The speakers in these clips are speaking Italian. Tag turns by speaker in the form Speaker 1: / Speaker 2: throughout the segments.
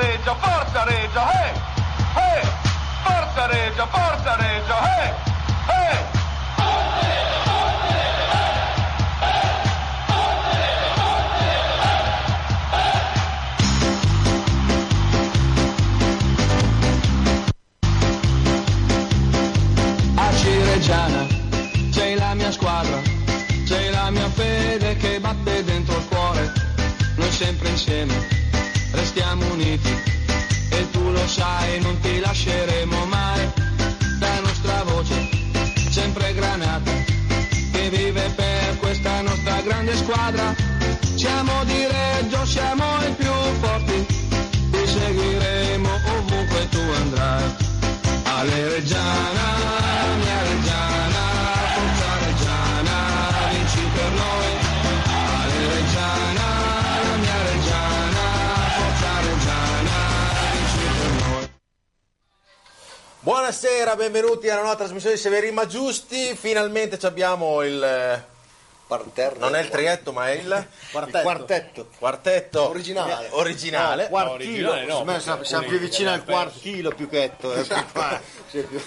Speaker 1: Reggio, eh! forza Reggio, eh! Eh!
Speaker 2: A Cireggiana c'è la mia squadra, c'è la mia fede che batte dentro il cuore. Noi sempre insieme restiamo uniti e tu lo sai, non ti lasceremo mai. La nostra voce, sempre granata, che vive per questa nostra grande squadra. Siamo di Reggio, siamo i più forti, ti seguiremo ovunque tu andrai. Ale Reggiana, mia Reggiana, forza Reggiana, vinci per noi. Ale Reggiana, mia Reggiana, forza Reggiana, vinci per noi.
Speaker 3: Buonasera, benvenuti alla nuova trasmissione di Severin Ma Giusti. Finalmente ci abbiamo il. eh,
Speaker 4: Parterre.
Speaker 3: non è il trietto, ma è il.
Speaker 4: quartetto. quartetto.
Speaker 3: Quartetto
Speaker 4: Originale.
Speaker 3: eh, originale.
Speaker 4: No, quartilo.
Speaker 5: originale no,
Speaker 4: Secondo me
Speaker 5: perché
Speaker 4: siamo- siamo
Speaker 5: alcuni
Speaker 4: più vicini al
Speaker 5: l'hanno perso.
Speaker 4: quartilo più che etto. eh. Cioè, più-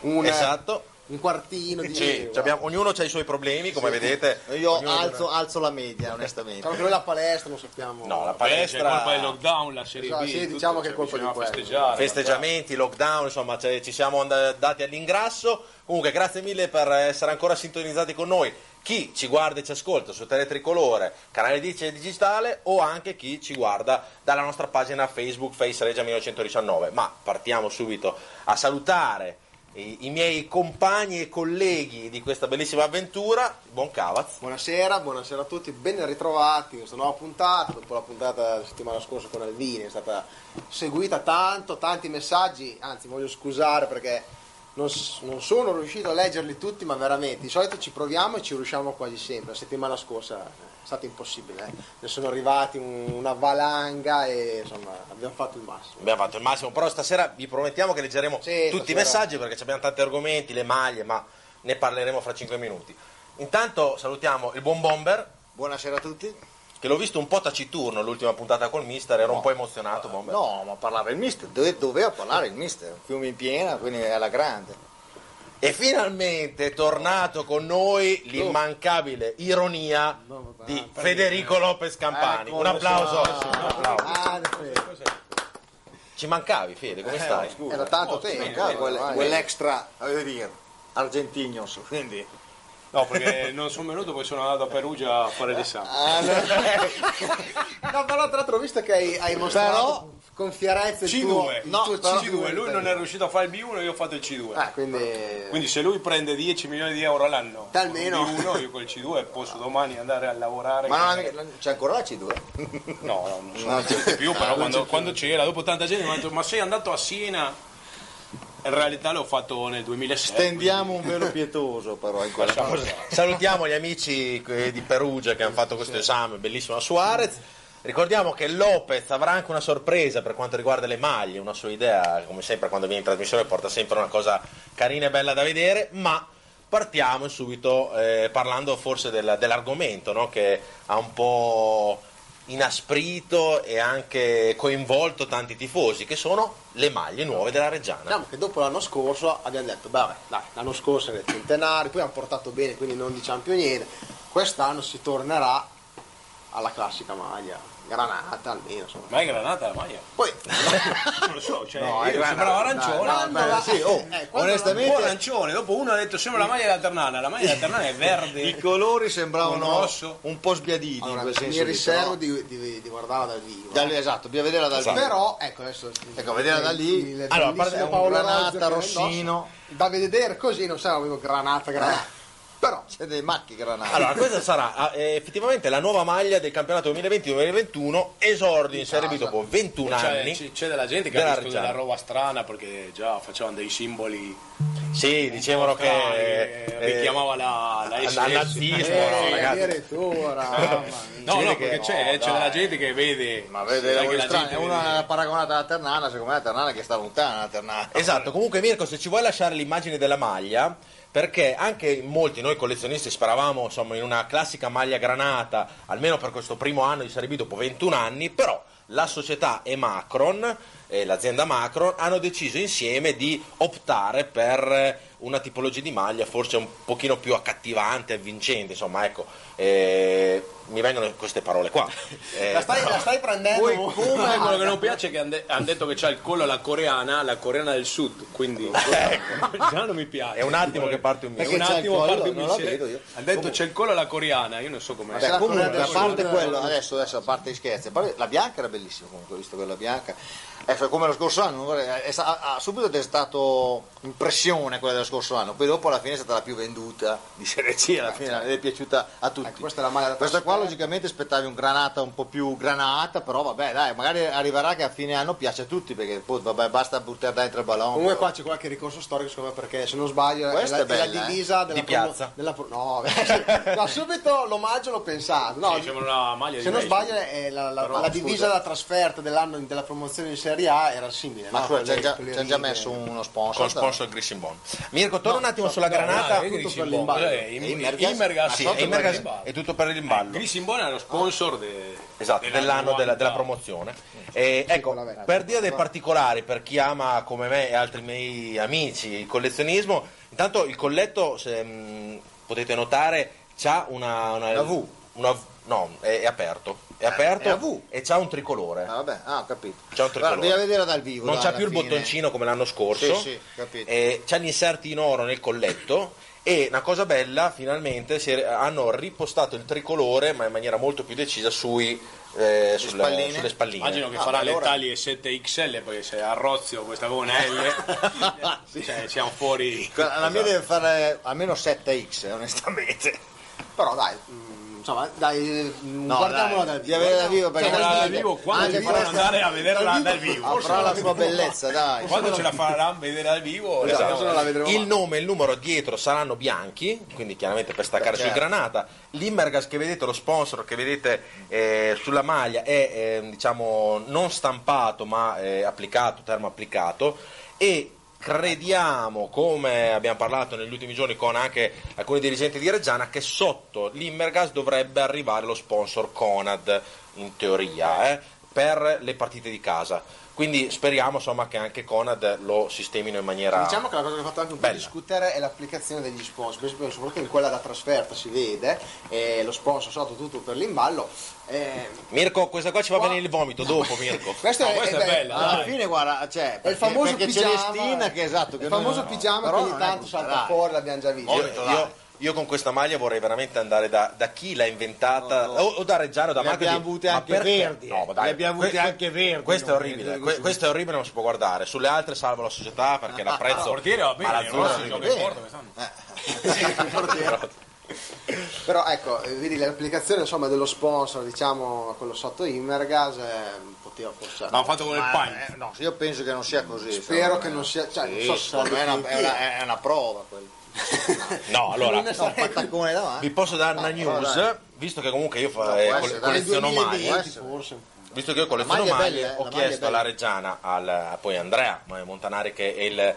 Speaker 4: una-
Speaker 3: esatto.
Speaker 4: Un quartino di
Speaker 3: Sì, ci abbiamo- ognuno ha i suoi problemi, come vedete.
Speaker 4: Io
Speaker 3: Ognuno-
Speaker 4: alzo, alzo la media, onestamente.
Speaker 6: Diciamo che noi la palestra non sappiamo.
Speaker 3: No, la
Speaker 5: Palestra, colpa del
Speaker 3: palestra,
Speaker 5: lockdown, la serie
Speaker 6: Esatto,
Speaker 5: B,
Speaker 6: sì,
Speaker 5: tutto,
Speaker 6: diciamo che
Speaker 5: cioè,
Speaker 6: è colpa di
Speaker 5: bisognava
Speaker 6: quello.
Speaker 5: festeggiare,
Speaker 3: festeggiamenti, lockdown, insomma, cioè, ci siamo andati all'ingrasso. Comunque, grazie mille per essere ancora sintonizzati con noi. Chi ci guarda e ci ascolta su Teletricolore, canale 10 e digitale, o anche chi ci guarda dalla nostra pagina Facebook Face Regia 1919. Ma partiamo subito a salutare i, i miei compagni e colleghi di questa bellissima avventura, il buon Cavaz.
Speaker 6: Buonasera, buonasera a tutti, ben ritrovati in questa nuova puntata, dopo la puntata della settimana scorsa con Alvini, è stata seguita tanto, tanti messaggi, anzi voglio scusare perché non, s- non sono riuscito a leggerli tutti, ma veramente, di solito ci proviamo e ci riusciamo quasi sempre, la settimana scorsa è stato impossibile, eh. ne sono arrivati un- una valanga e insomma abbiamo fatto il massimo.
Speaker 3: Abbiamo fatto il massimo, però stasera vi promettiamo che leggeremo
Speaker 6: Sì,
Speaker 3: tutti i
Speaker 6: stasera.
Speaker 3: messaggi perché ci abbiamo tanti argomenti, le maglie, ma ne parleremo fra 5 minuti. Intanto salutiamo il buon Bomber,
Speaker 4: Buonasera a tutti.
Speaker 3: che l'ho visto un po' taciturno l'ultima puntata col mister, ero un po' emozionato Bomber.
Speaker 4: No, ma parlava il mister. dove- doveva parlare il mister. Fiume in piena, quindi alla grande.
Speaker 3: E finalmente è tornato con noi l'immancabile ironia di Federico Lopez Campani.
Speaker 6: Ecco,
Speaker 3: Un applauso. Un applauso.
Speaker 6: Ah, adesso-
Speaker 3: Ci mancavi Fede, come stai?
Speaker 6: era tanto
Speaker 4: Eh,
Speaker 6: tempo,
Speaker 4: cavolo,
Speaker 6: ormai.
Speaker 4: quel- quell'extra, voglio dire, argentinos, quindi...
Speaker 5: No, perché non sono venuto, poi sono andato a Perugia a fare l'esame.
Speaker 6: No, però tra l'altro ho visto che hai, hai mostrato
Speaker 4: Però-
Speaker 6: con fierezza il tuo,
Speaker 5: C2,
Speaker 6: il
Speaker 5: no,
Speaker 6: tuo
Speaker 5: però-
Speaker 6: C2,
Speaker 5: C2, lui non è riuscito a fare il B1, io ho fatto il C2.
Speaker 6: Ah, quindi...
Speaker 5: Quindi se lui prende 10 milioni di euro all'anno,
Speaker 6: Dal meno.
Speaker 5: con il B1, io col C2 posso domani andare a lavorare.
Speaker 4: Ma non ha mica- non- c'è ancora la C2?
Speaker 5: No, no, non sono
Speaker 4: No, c'è-
Speaker 5: più, però quando, quando c'era, dopo tanta gente mi ha detto, ma sei andato a Siena? In realtà l'ho fatto nel 2007.
Speaker 4: Tendiamo un velo pietoso però in quella
Speaker 5: quindi
Speaker 4: cosa.
Speaker 5: lasciamo-
Speaker 3: Salutiamo gli amici eh, di Perugia che hanno fatto questo esame bellissimo a Suarez. Ricordiamo che Lopez avrà anche una sorpresa per quanto riguarda le maglie, una sua idea, come sempre quando viene in trasmissione porta sempre una cosa carina e bella da vedere, ma partiamo subito eh, parlando forse del- dell'argomento no? che ha un po' inasprito e anche coinvolto tanti tifosi, che sono le maglie nuove della Reggiana.
Speaker 6: Diciamo che dopo l'anno scorso abbiamo detto, beh, vabbè, dai, l'anno scorso era il centenario, poi hanno portato bene, quindi non diciamo più niente. Quest'anno si tornerà alla classica maglia, granata almeno, insomma.
Speaker 5: Ma è granata la maglia?
Speaker 6: Poi,
Speaker 5: Non lo so, cioè,
Speaker 4: No,
Speaker 5: io
Speaker 4: è granata,
Speaker 5: sembrava arancione.
Speaker 6: dai, dai,
Speaker 4: Beh, sì, oh,
Speaker 6: Eh, quando
Speaker 5: Un po'
Speaker 4: onestamente
Speaker 5: arancione, dopo uno ha detto sembra la maglia della Ternana, la maglia della Ternana è
Speaker 4: i
Speaker 5: verde.
Speaker 4: colori sembravano
Speaker 5: Con rosso.
Speaker 4: un po' sbiaditi
Speaker 6: allora,
Speaker 4: in quel senso
Speaker 6: mi
Speaker 4: lì,
Speaker 6: riservo
Speaker 4: però-
Speaker 6: di, di- di guardarla dal vivo.
Speaker 4: Dal- esatto, bisogna vederla dal vivo.
Speaker 6: Però, ecco adesso...
Speaker 4: Ecco, vederla da lì.
Speaker 6: Il
Speaker 3: Allora,
Speaker 6: bellissimo
Speaker 3: parte-
Speaker 6: Paolo
Speaker 4: granata,
Speaker 6: Rozzo che la
Speaker 4: Rossino. Eh.
Speaker 6: indossa, Da vedere così non sarà proprio granata, granata. Però,
Speaker 4: c'è dei macchi granati.
Speaker 3: Allora, questa sarà eh, effettivamente la nuova maglia del campionato 2020-2021, esordio in Serie B
Speaker 6: casa.
Speaker 3: dopo 21
Speaker 5: Cioè,
Speaker 3: anni.
Speaker 5: c- c'è della gente che
Speaker 3: della
Speaker 5: ha visto
Speaker 3: Reggiana.
Speaker 5: della roba strana perché già facevano dei simboli
Speaker 3: Sì, dicevano
Speaker 5: strani,
Speaker 3: che...
Speaker 5: eh,
Speaker 3: eh,
Speaker 5: richiamava la, la
Speaker 3: al-
Speaker 5: SS.
Speaker 3: al nazismo,
Speaker 4: Cioè,
Speaker 5: Eh,
Speaker 3: no,
Speaker 5: sì.
Speaker 3: ragazzi.
Speaker 6: addirittura, mamma mia.
Speaker 5: No,
Speaker 4: Gente
Speaker 5: no,
Speaker 4: che-
Speaker 5: perché
Speaker 4: no,
Speaker 5: c'è, c'è
Speaker 4: dai.
Speaker 5: della gente che vede.
Speaker 4: Ma
Speaker 5: Sai
Speaker 4: vede,
Speaker 5: che
Speaker 4: la
Speaker 5: la
Speaker 4: strana,
Speaker 5: gente
Speaker 4: una
Speaker 5: vede-
Speaker 4: paragonata alla Ternana, secondo me la Ternana che sta lontana la Ternana.
Speaker 3: Esatto, comunque Mirko se ci vuoi lasciare l'immagine della maglia, perché anche molti noi collezionisti sparavamo insomma, in una classica maglia granata, almeno per questo primo anno di Serie B dopo 21 anni, però la società e Macron e l'azienda Macron hanno deciso insieme di optare per eh, una tipologia di maglia forse un pochino più accattivante, avvincente, insomma, ecco, eh, mi vengono queste parole qua. Eh,
Speaker 6: La stai, la stai prendendo?
Speaker 5: Poi
Speaker 6: mo-
Speaker 5: come quello che non piace è che hanno detto che c'ha il collo alla coreana, la coreana del sud, quindi già non mi piace.
Speaker 3: Ecco. è un attimo che parte un mio.
Speaker 5: un
Speaker 6: Perché c'è il
Speaker 5: attimo
Speaker 6: collo,
Speaker 5: parte un
Speaker 6: non la
Speaker 5: mese.
Speaker 6: vedo io.
Speaker 5: Hanno detto c'è il collo alla coreana, io non so come
Speaker 4: Vabbè, comunque, a
Speaker 6: adesso-
Speaker 4: parte quello, adesso, adesso, a parte gli scherzi, a parte- la bianca era bellissima comunque, ho visto quella bianca. Eh, fa- come lo scorso anno, non vorrei- è sta- ha ha subito destato impressione quella dello scorso anno, poi dopo alla fine è stata la più venduta di Serie C, alla fine è piaciuta a tutti.
Speaker 6: Ecco, questa è la maglia da
Speaker 4: Questa qua
Speaker 6: trasferta.
Speaker 4: logicamente aspettavi un granata un po' più granata, però vabbè dai, magari arriverà che a fine anno piace a tutti, perché poi vabbè, basta buttare dentro il ballone.
Speaker 6: Comunque qua c'è qualche ricorso storico secondo me perché se non sbaglio è
Speaker 4: Questa
Speaker 6: la,
Speaker 4: è bella, eh,
Speaker 6: è la divisa della
Speaker 3: Di piazza.
Speaker 6: della pro- no, beh, no, subito l'omaggio l'ho pensato. No,
Speaker 4: diciamo
Speaker 5: Sì, sembra una Diciamo, maglia di
Speaker 6: se non
Speaker 5: baseball.
Speaker 6: sbaglio è la, la-
Speaker 5: Però,
Speaker 6: la
Speaker 5: scusa.
Speaker 6: divisa da trasferta dell'anno della promozione in Serie A era simile.
Speaker 4: Ma
Speaker 6: no?
Speaker 4: scusa,
Speaker 6: Con
Speaker 4: c'è
Speaker 6: le-
Speaker 4: già,
Speaker 6: con le
Speaker 4: c'è già
Speaker 6: righe.
Speaker 4: messo uno sponsor.
Speaker 3: Con sponsor Grissing Bond. Mirko, torna un attimo sulla granata.
Speaker 5: Granata, tutto
Speaker 6: l'imballo.
Speaker 5: per l'imballo. Eh, Im-
Speaker 4: Imergas?
Speaker 3: Ah,
Speaker 5: Imergas,
Speaker 3: sì,
Speaker 5: tutto
Speaker 3: è,
Speaker 5: per
Speaker 3: Imergas-
Speaker 5: l'imballo.
Speaker 3: è tutto per il rimballo.
Speaker 5: Eh, Chris Imbona è lo sponsor de-
Speaker 3: Esatto, dell'anno della, della promozione. E, ecco,
Speaker 6: quella vera.
Speaker 3: per dire dei particolari, per chi ama come me e altri miei amici il collezionismo, intanto il colletto, se mh, potete notare, c'ha una... Una,
Speaker 4: La V. Eh,
Speaker 3: una V- no, è, è aperto. È aperto
Speaker 4: è la V.
Speaker 3: e c'ha un tricolore.
Speaker 4: Ah, vabbè, ah, ho capito.
Speaker 3: C'è un tricolore.
Speaker 4: Guarda, bisogna vedere dal vivo.
Speaker 3: non
Speaker 4: dai,
Speaker 3: c'ha
Speaker 4: alla
Speaker 3: più il
Speaker 4: fine.
Speaker 3: bottoncino come l'anno scorso.
Speaker 4: Sì, sì, capito.
Speaker 3: Eh, c'ha gli inserti in oro nel colletto. E una cosa bella, finalmente si è- hanno ripostato il tricolore, ma in maniera molto più decisa, sui, eh, sulle,
Speaker 4: spalline.
Speaker 3: sulle spalline.
Speaker 5: Immagino che
Speaker 4: Ah,
Speaker 5: farà
Speaker 4: beh, allora-
Speaker 5: le taglie 7XL perché se a Rozio questa con L cioè, siamo fuori
Speaker 4: Quella- La
Speaker 3: Esatto.
Speaker 4: mia deve fare almeno 7x, eh, onestamente.
Speaker 6: Però dai, mm, insomma, dai, mm,
Speaker 4: No,
Speaker 6: guardiamolo
Speaker 4: dai,
Speaker 6: dal
Speaker 4: di avere dal vivo perché
Speaker 5: Cioè, guarda
Speaker 4: voglio
Speaker 5: dal
Speaker 4: dire,
Speaker 5: vivo, quando
Speaker 4: anche
Speaker 5: ci faranno
Speaker 4: questa
Speaker 5: andare a vederla dal vivo?
Speaker 4: avrà la sua bellezza, dai.
Speaker 5: quando ce la faranno vedere al vivo
Speaker 6: Esatto.
Speaker 5: vediamo.
Speaker 6: Adesso non la vedremo
Speaker 3: Il
Speaker 6: mai.
Speaker 3: nome e il numero dietro saranno bianchi, quindi chiaramente per staccare
Speaker 4: Certo.
Speaker 3: sul granata. L'Immergas che vedete, lo sponsor che vedete eh, sulla maglia è eh, diciamo non stampato ma eh, applicato, termoapplicato e crediamo, come abbiamo parlato negli ultimi giorni con anche alcuni dirigenti di Reggiana, che sotto l'Immergas dovrebbe arrivare lo sponsor Conad, in teoria, eh, per le partite di casa. Quindi speriamo insomma, che anche Conad lo sistemino in maniera...
Speaker 6: Diciamo che la cosa che ha fatto anche un po'
Speaker 3: Bella.
Speaker 6: discutere è l'applicazione degli sponsor, penso- soprattutto in quella da trasferta si vede, eh, lo sponsor sotto tutto per l'imballo. eh,
Speaker 3: Mirko, questa qua ci va
Speaker 6: Qua-
Speaker 3: bene il vomito dopo, Mirko.
Speaker 6: questo
Speaker 5: No,
Speaker 6: è,
Speaker 5: Ah,
Speaker 6: eh,
Speaker 5: questa è
Speaker 6: bello.
Speaker 5: bella.
Speaker 4: Alla
Speaker 5: Dai.
Speaker 4: fine, guarda, cioè,
Speaker 6: È il
Speaker 4: perché,
Speaker 6: famoso
Speaker 4: perché
Speaker 6: pigiama.
Speaker 4: Celestina, che esatto, che
Speaker 6: il
Speaker 4: noi
Speaker 6: famoso
Speaker 4: non-
Speaker 6: pigiama
Speaker 4: però
Speaker 6: che ogni
Speaker 4: non è
Speaker 6: tanto salta
Speaker 4: gusterà.
Speaker 6: fuori, l'abbiamo già visto.
Speaker 3: Io, io- io con questa maglia vorrei veramente andare da, da chi l'ha inventata,
Speaker 4: No, no.
Speaker 3: O, o da Reggiano, o da
Speaker 4: Le
Speaker 3: Marco. e
Speaker 4: abbiamo
Speaker 3: dire,
Speaker 4: avute
Speaker 3: "Ma
Speaker 4: anche
Speaker 3: perché?"
Speaker 4: verdi,
Speaker 3: No,
Speaker 4: eh.
Speaker 3: ma dai,
Speaker 4: Le abbiamo avute
Speaker 3: que-
Speaker 4: anche verdi,
Speaker 3: Questo è
Speaker 4: non
Speaker 3: orribile,
Speaker 4: credo
Speaker 3: que-
Speaker 4: che- Ah,
Speaker 3: questo è orribile, non si può guardare. Sulle altre salvo la società perché
Speaker 5: il
Speaker 3: l'apprezzo.
Speaker 5: portiere va
Speaker 3: Ma
Speaker 4: eh,
Speaker 5: bene
Speaker 3: l'azzurro
Speaker 5: Rossi
Speaker 3: è
Speaker 5: gioca
Speaker 4: bene.
Speaker 5: in porto quest'anno.
Speaker 6: Però ecco, eh, vedi l'applicazione insomma dello sponsor, diciamo quello sotto Immergas, eh, poteva forse...
Speaker 5: l'hanno fatto con il
Speaker 4: Ma,
Speaker 5: pagno
Speaker 4: eh, no, io penso che non sia così.
Speaker 6: Spero
Speaker 4: secondo
Speaker 6: che
Speaker 4: me.
Speaker 6: non sia... Cioè, non
Speaker 4: Sì,
Speaker 6: so se sarà
Speaker 4: secondo me è una, è
Speaker 6: definitiva.
Speaker 4: una- è una prova quella.
Speaker 3: No, allora,
Speaker 4: No, un pattaccone davanti.
Speaker 3: vi posso dare una
Speaker 4: però
Speaker 3: news,
Speaker 4: Ah, dai.
Speaker 3: visto che comunque io fa-
Speaker 4: No, può
Speaker 3: eh,
Speaker 4: essere,
Speaker 3: col-
Speaker 4: dai.
Speaker 3: colleziono
Speaker 6: Nel 2020
Speaker 3: maglie.
Speaker 4: maglie, eh.
Speaker 6: forse.
Speaker 3: Visto che io
Speaker 4: La
Speaker 3: colleziono
Speaker 4: maglia è
Speaker 3: maglie,
Speaker 4: bella, eh,
Speaker 3: ho
Speaker 4: la maglia è
Speaker 3: chiesto alla Reggiana, al, a poi Andrea Montanari, che è il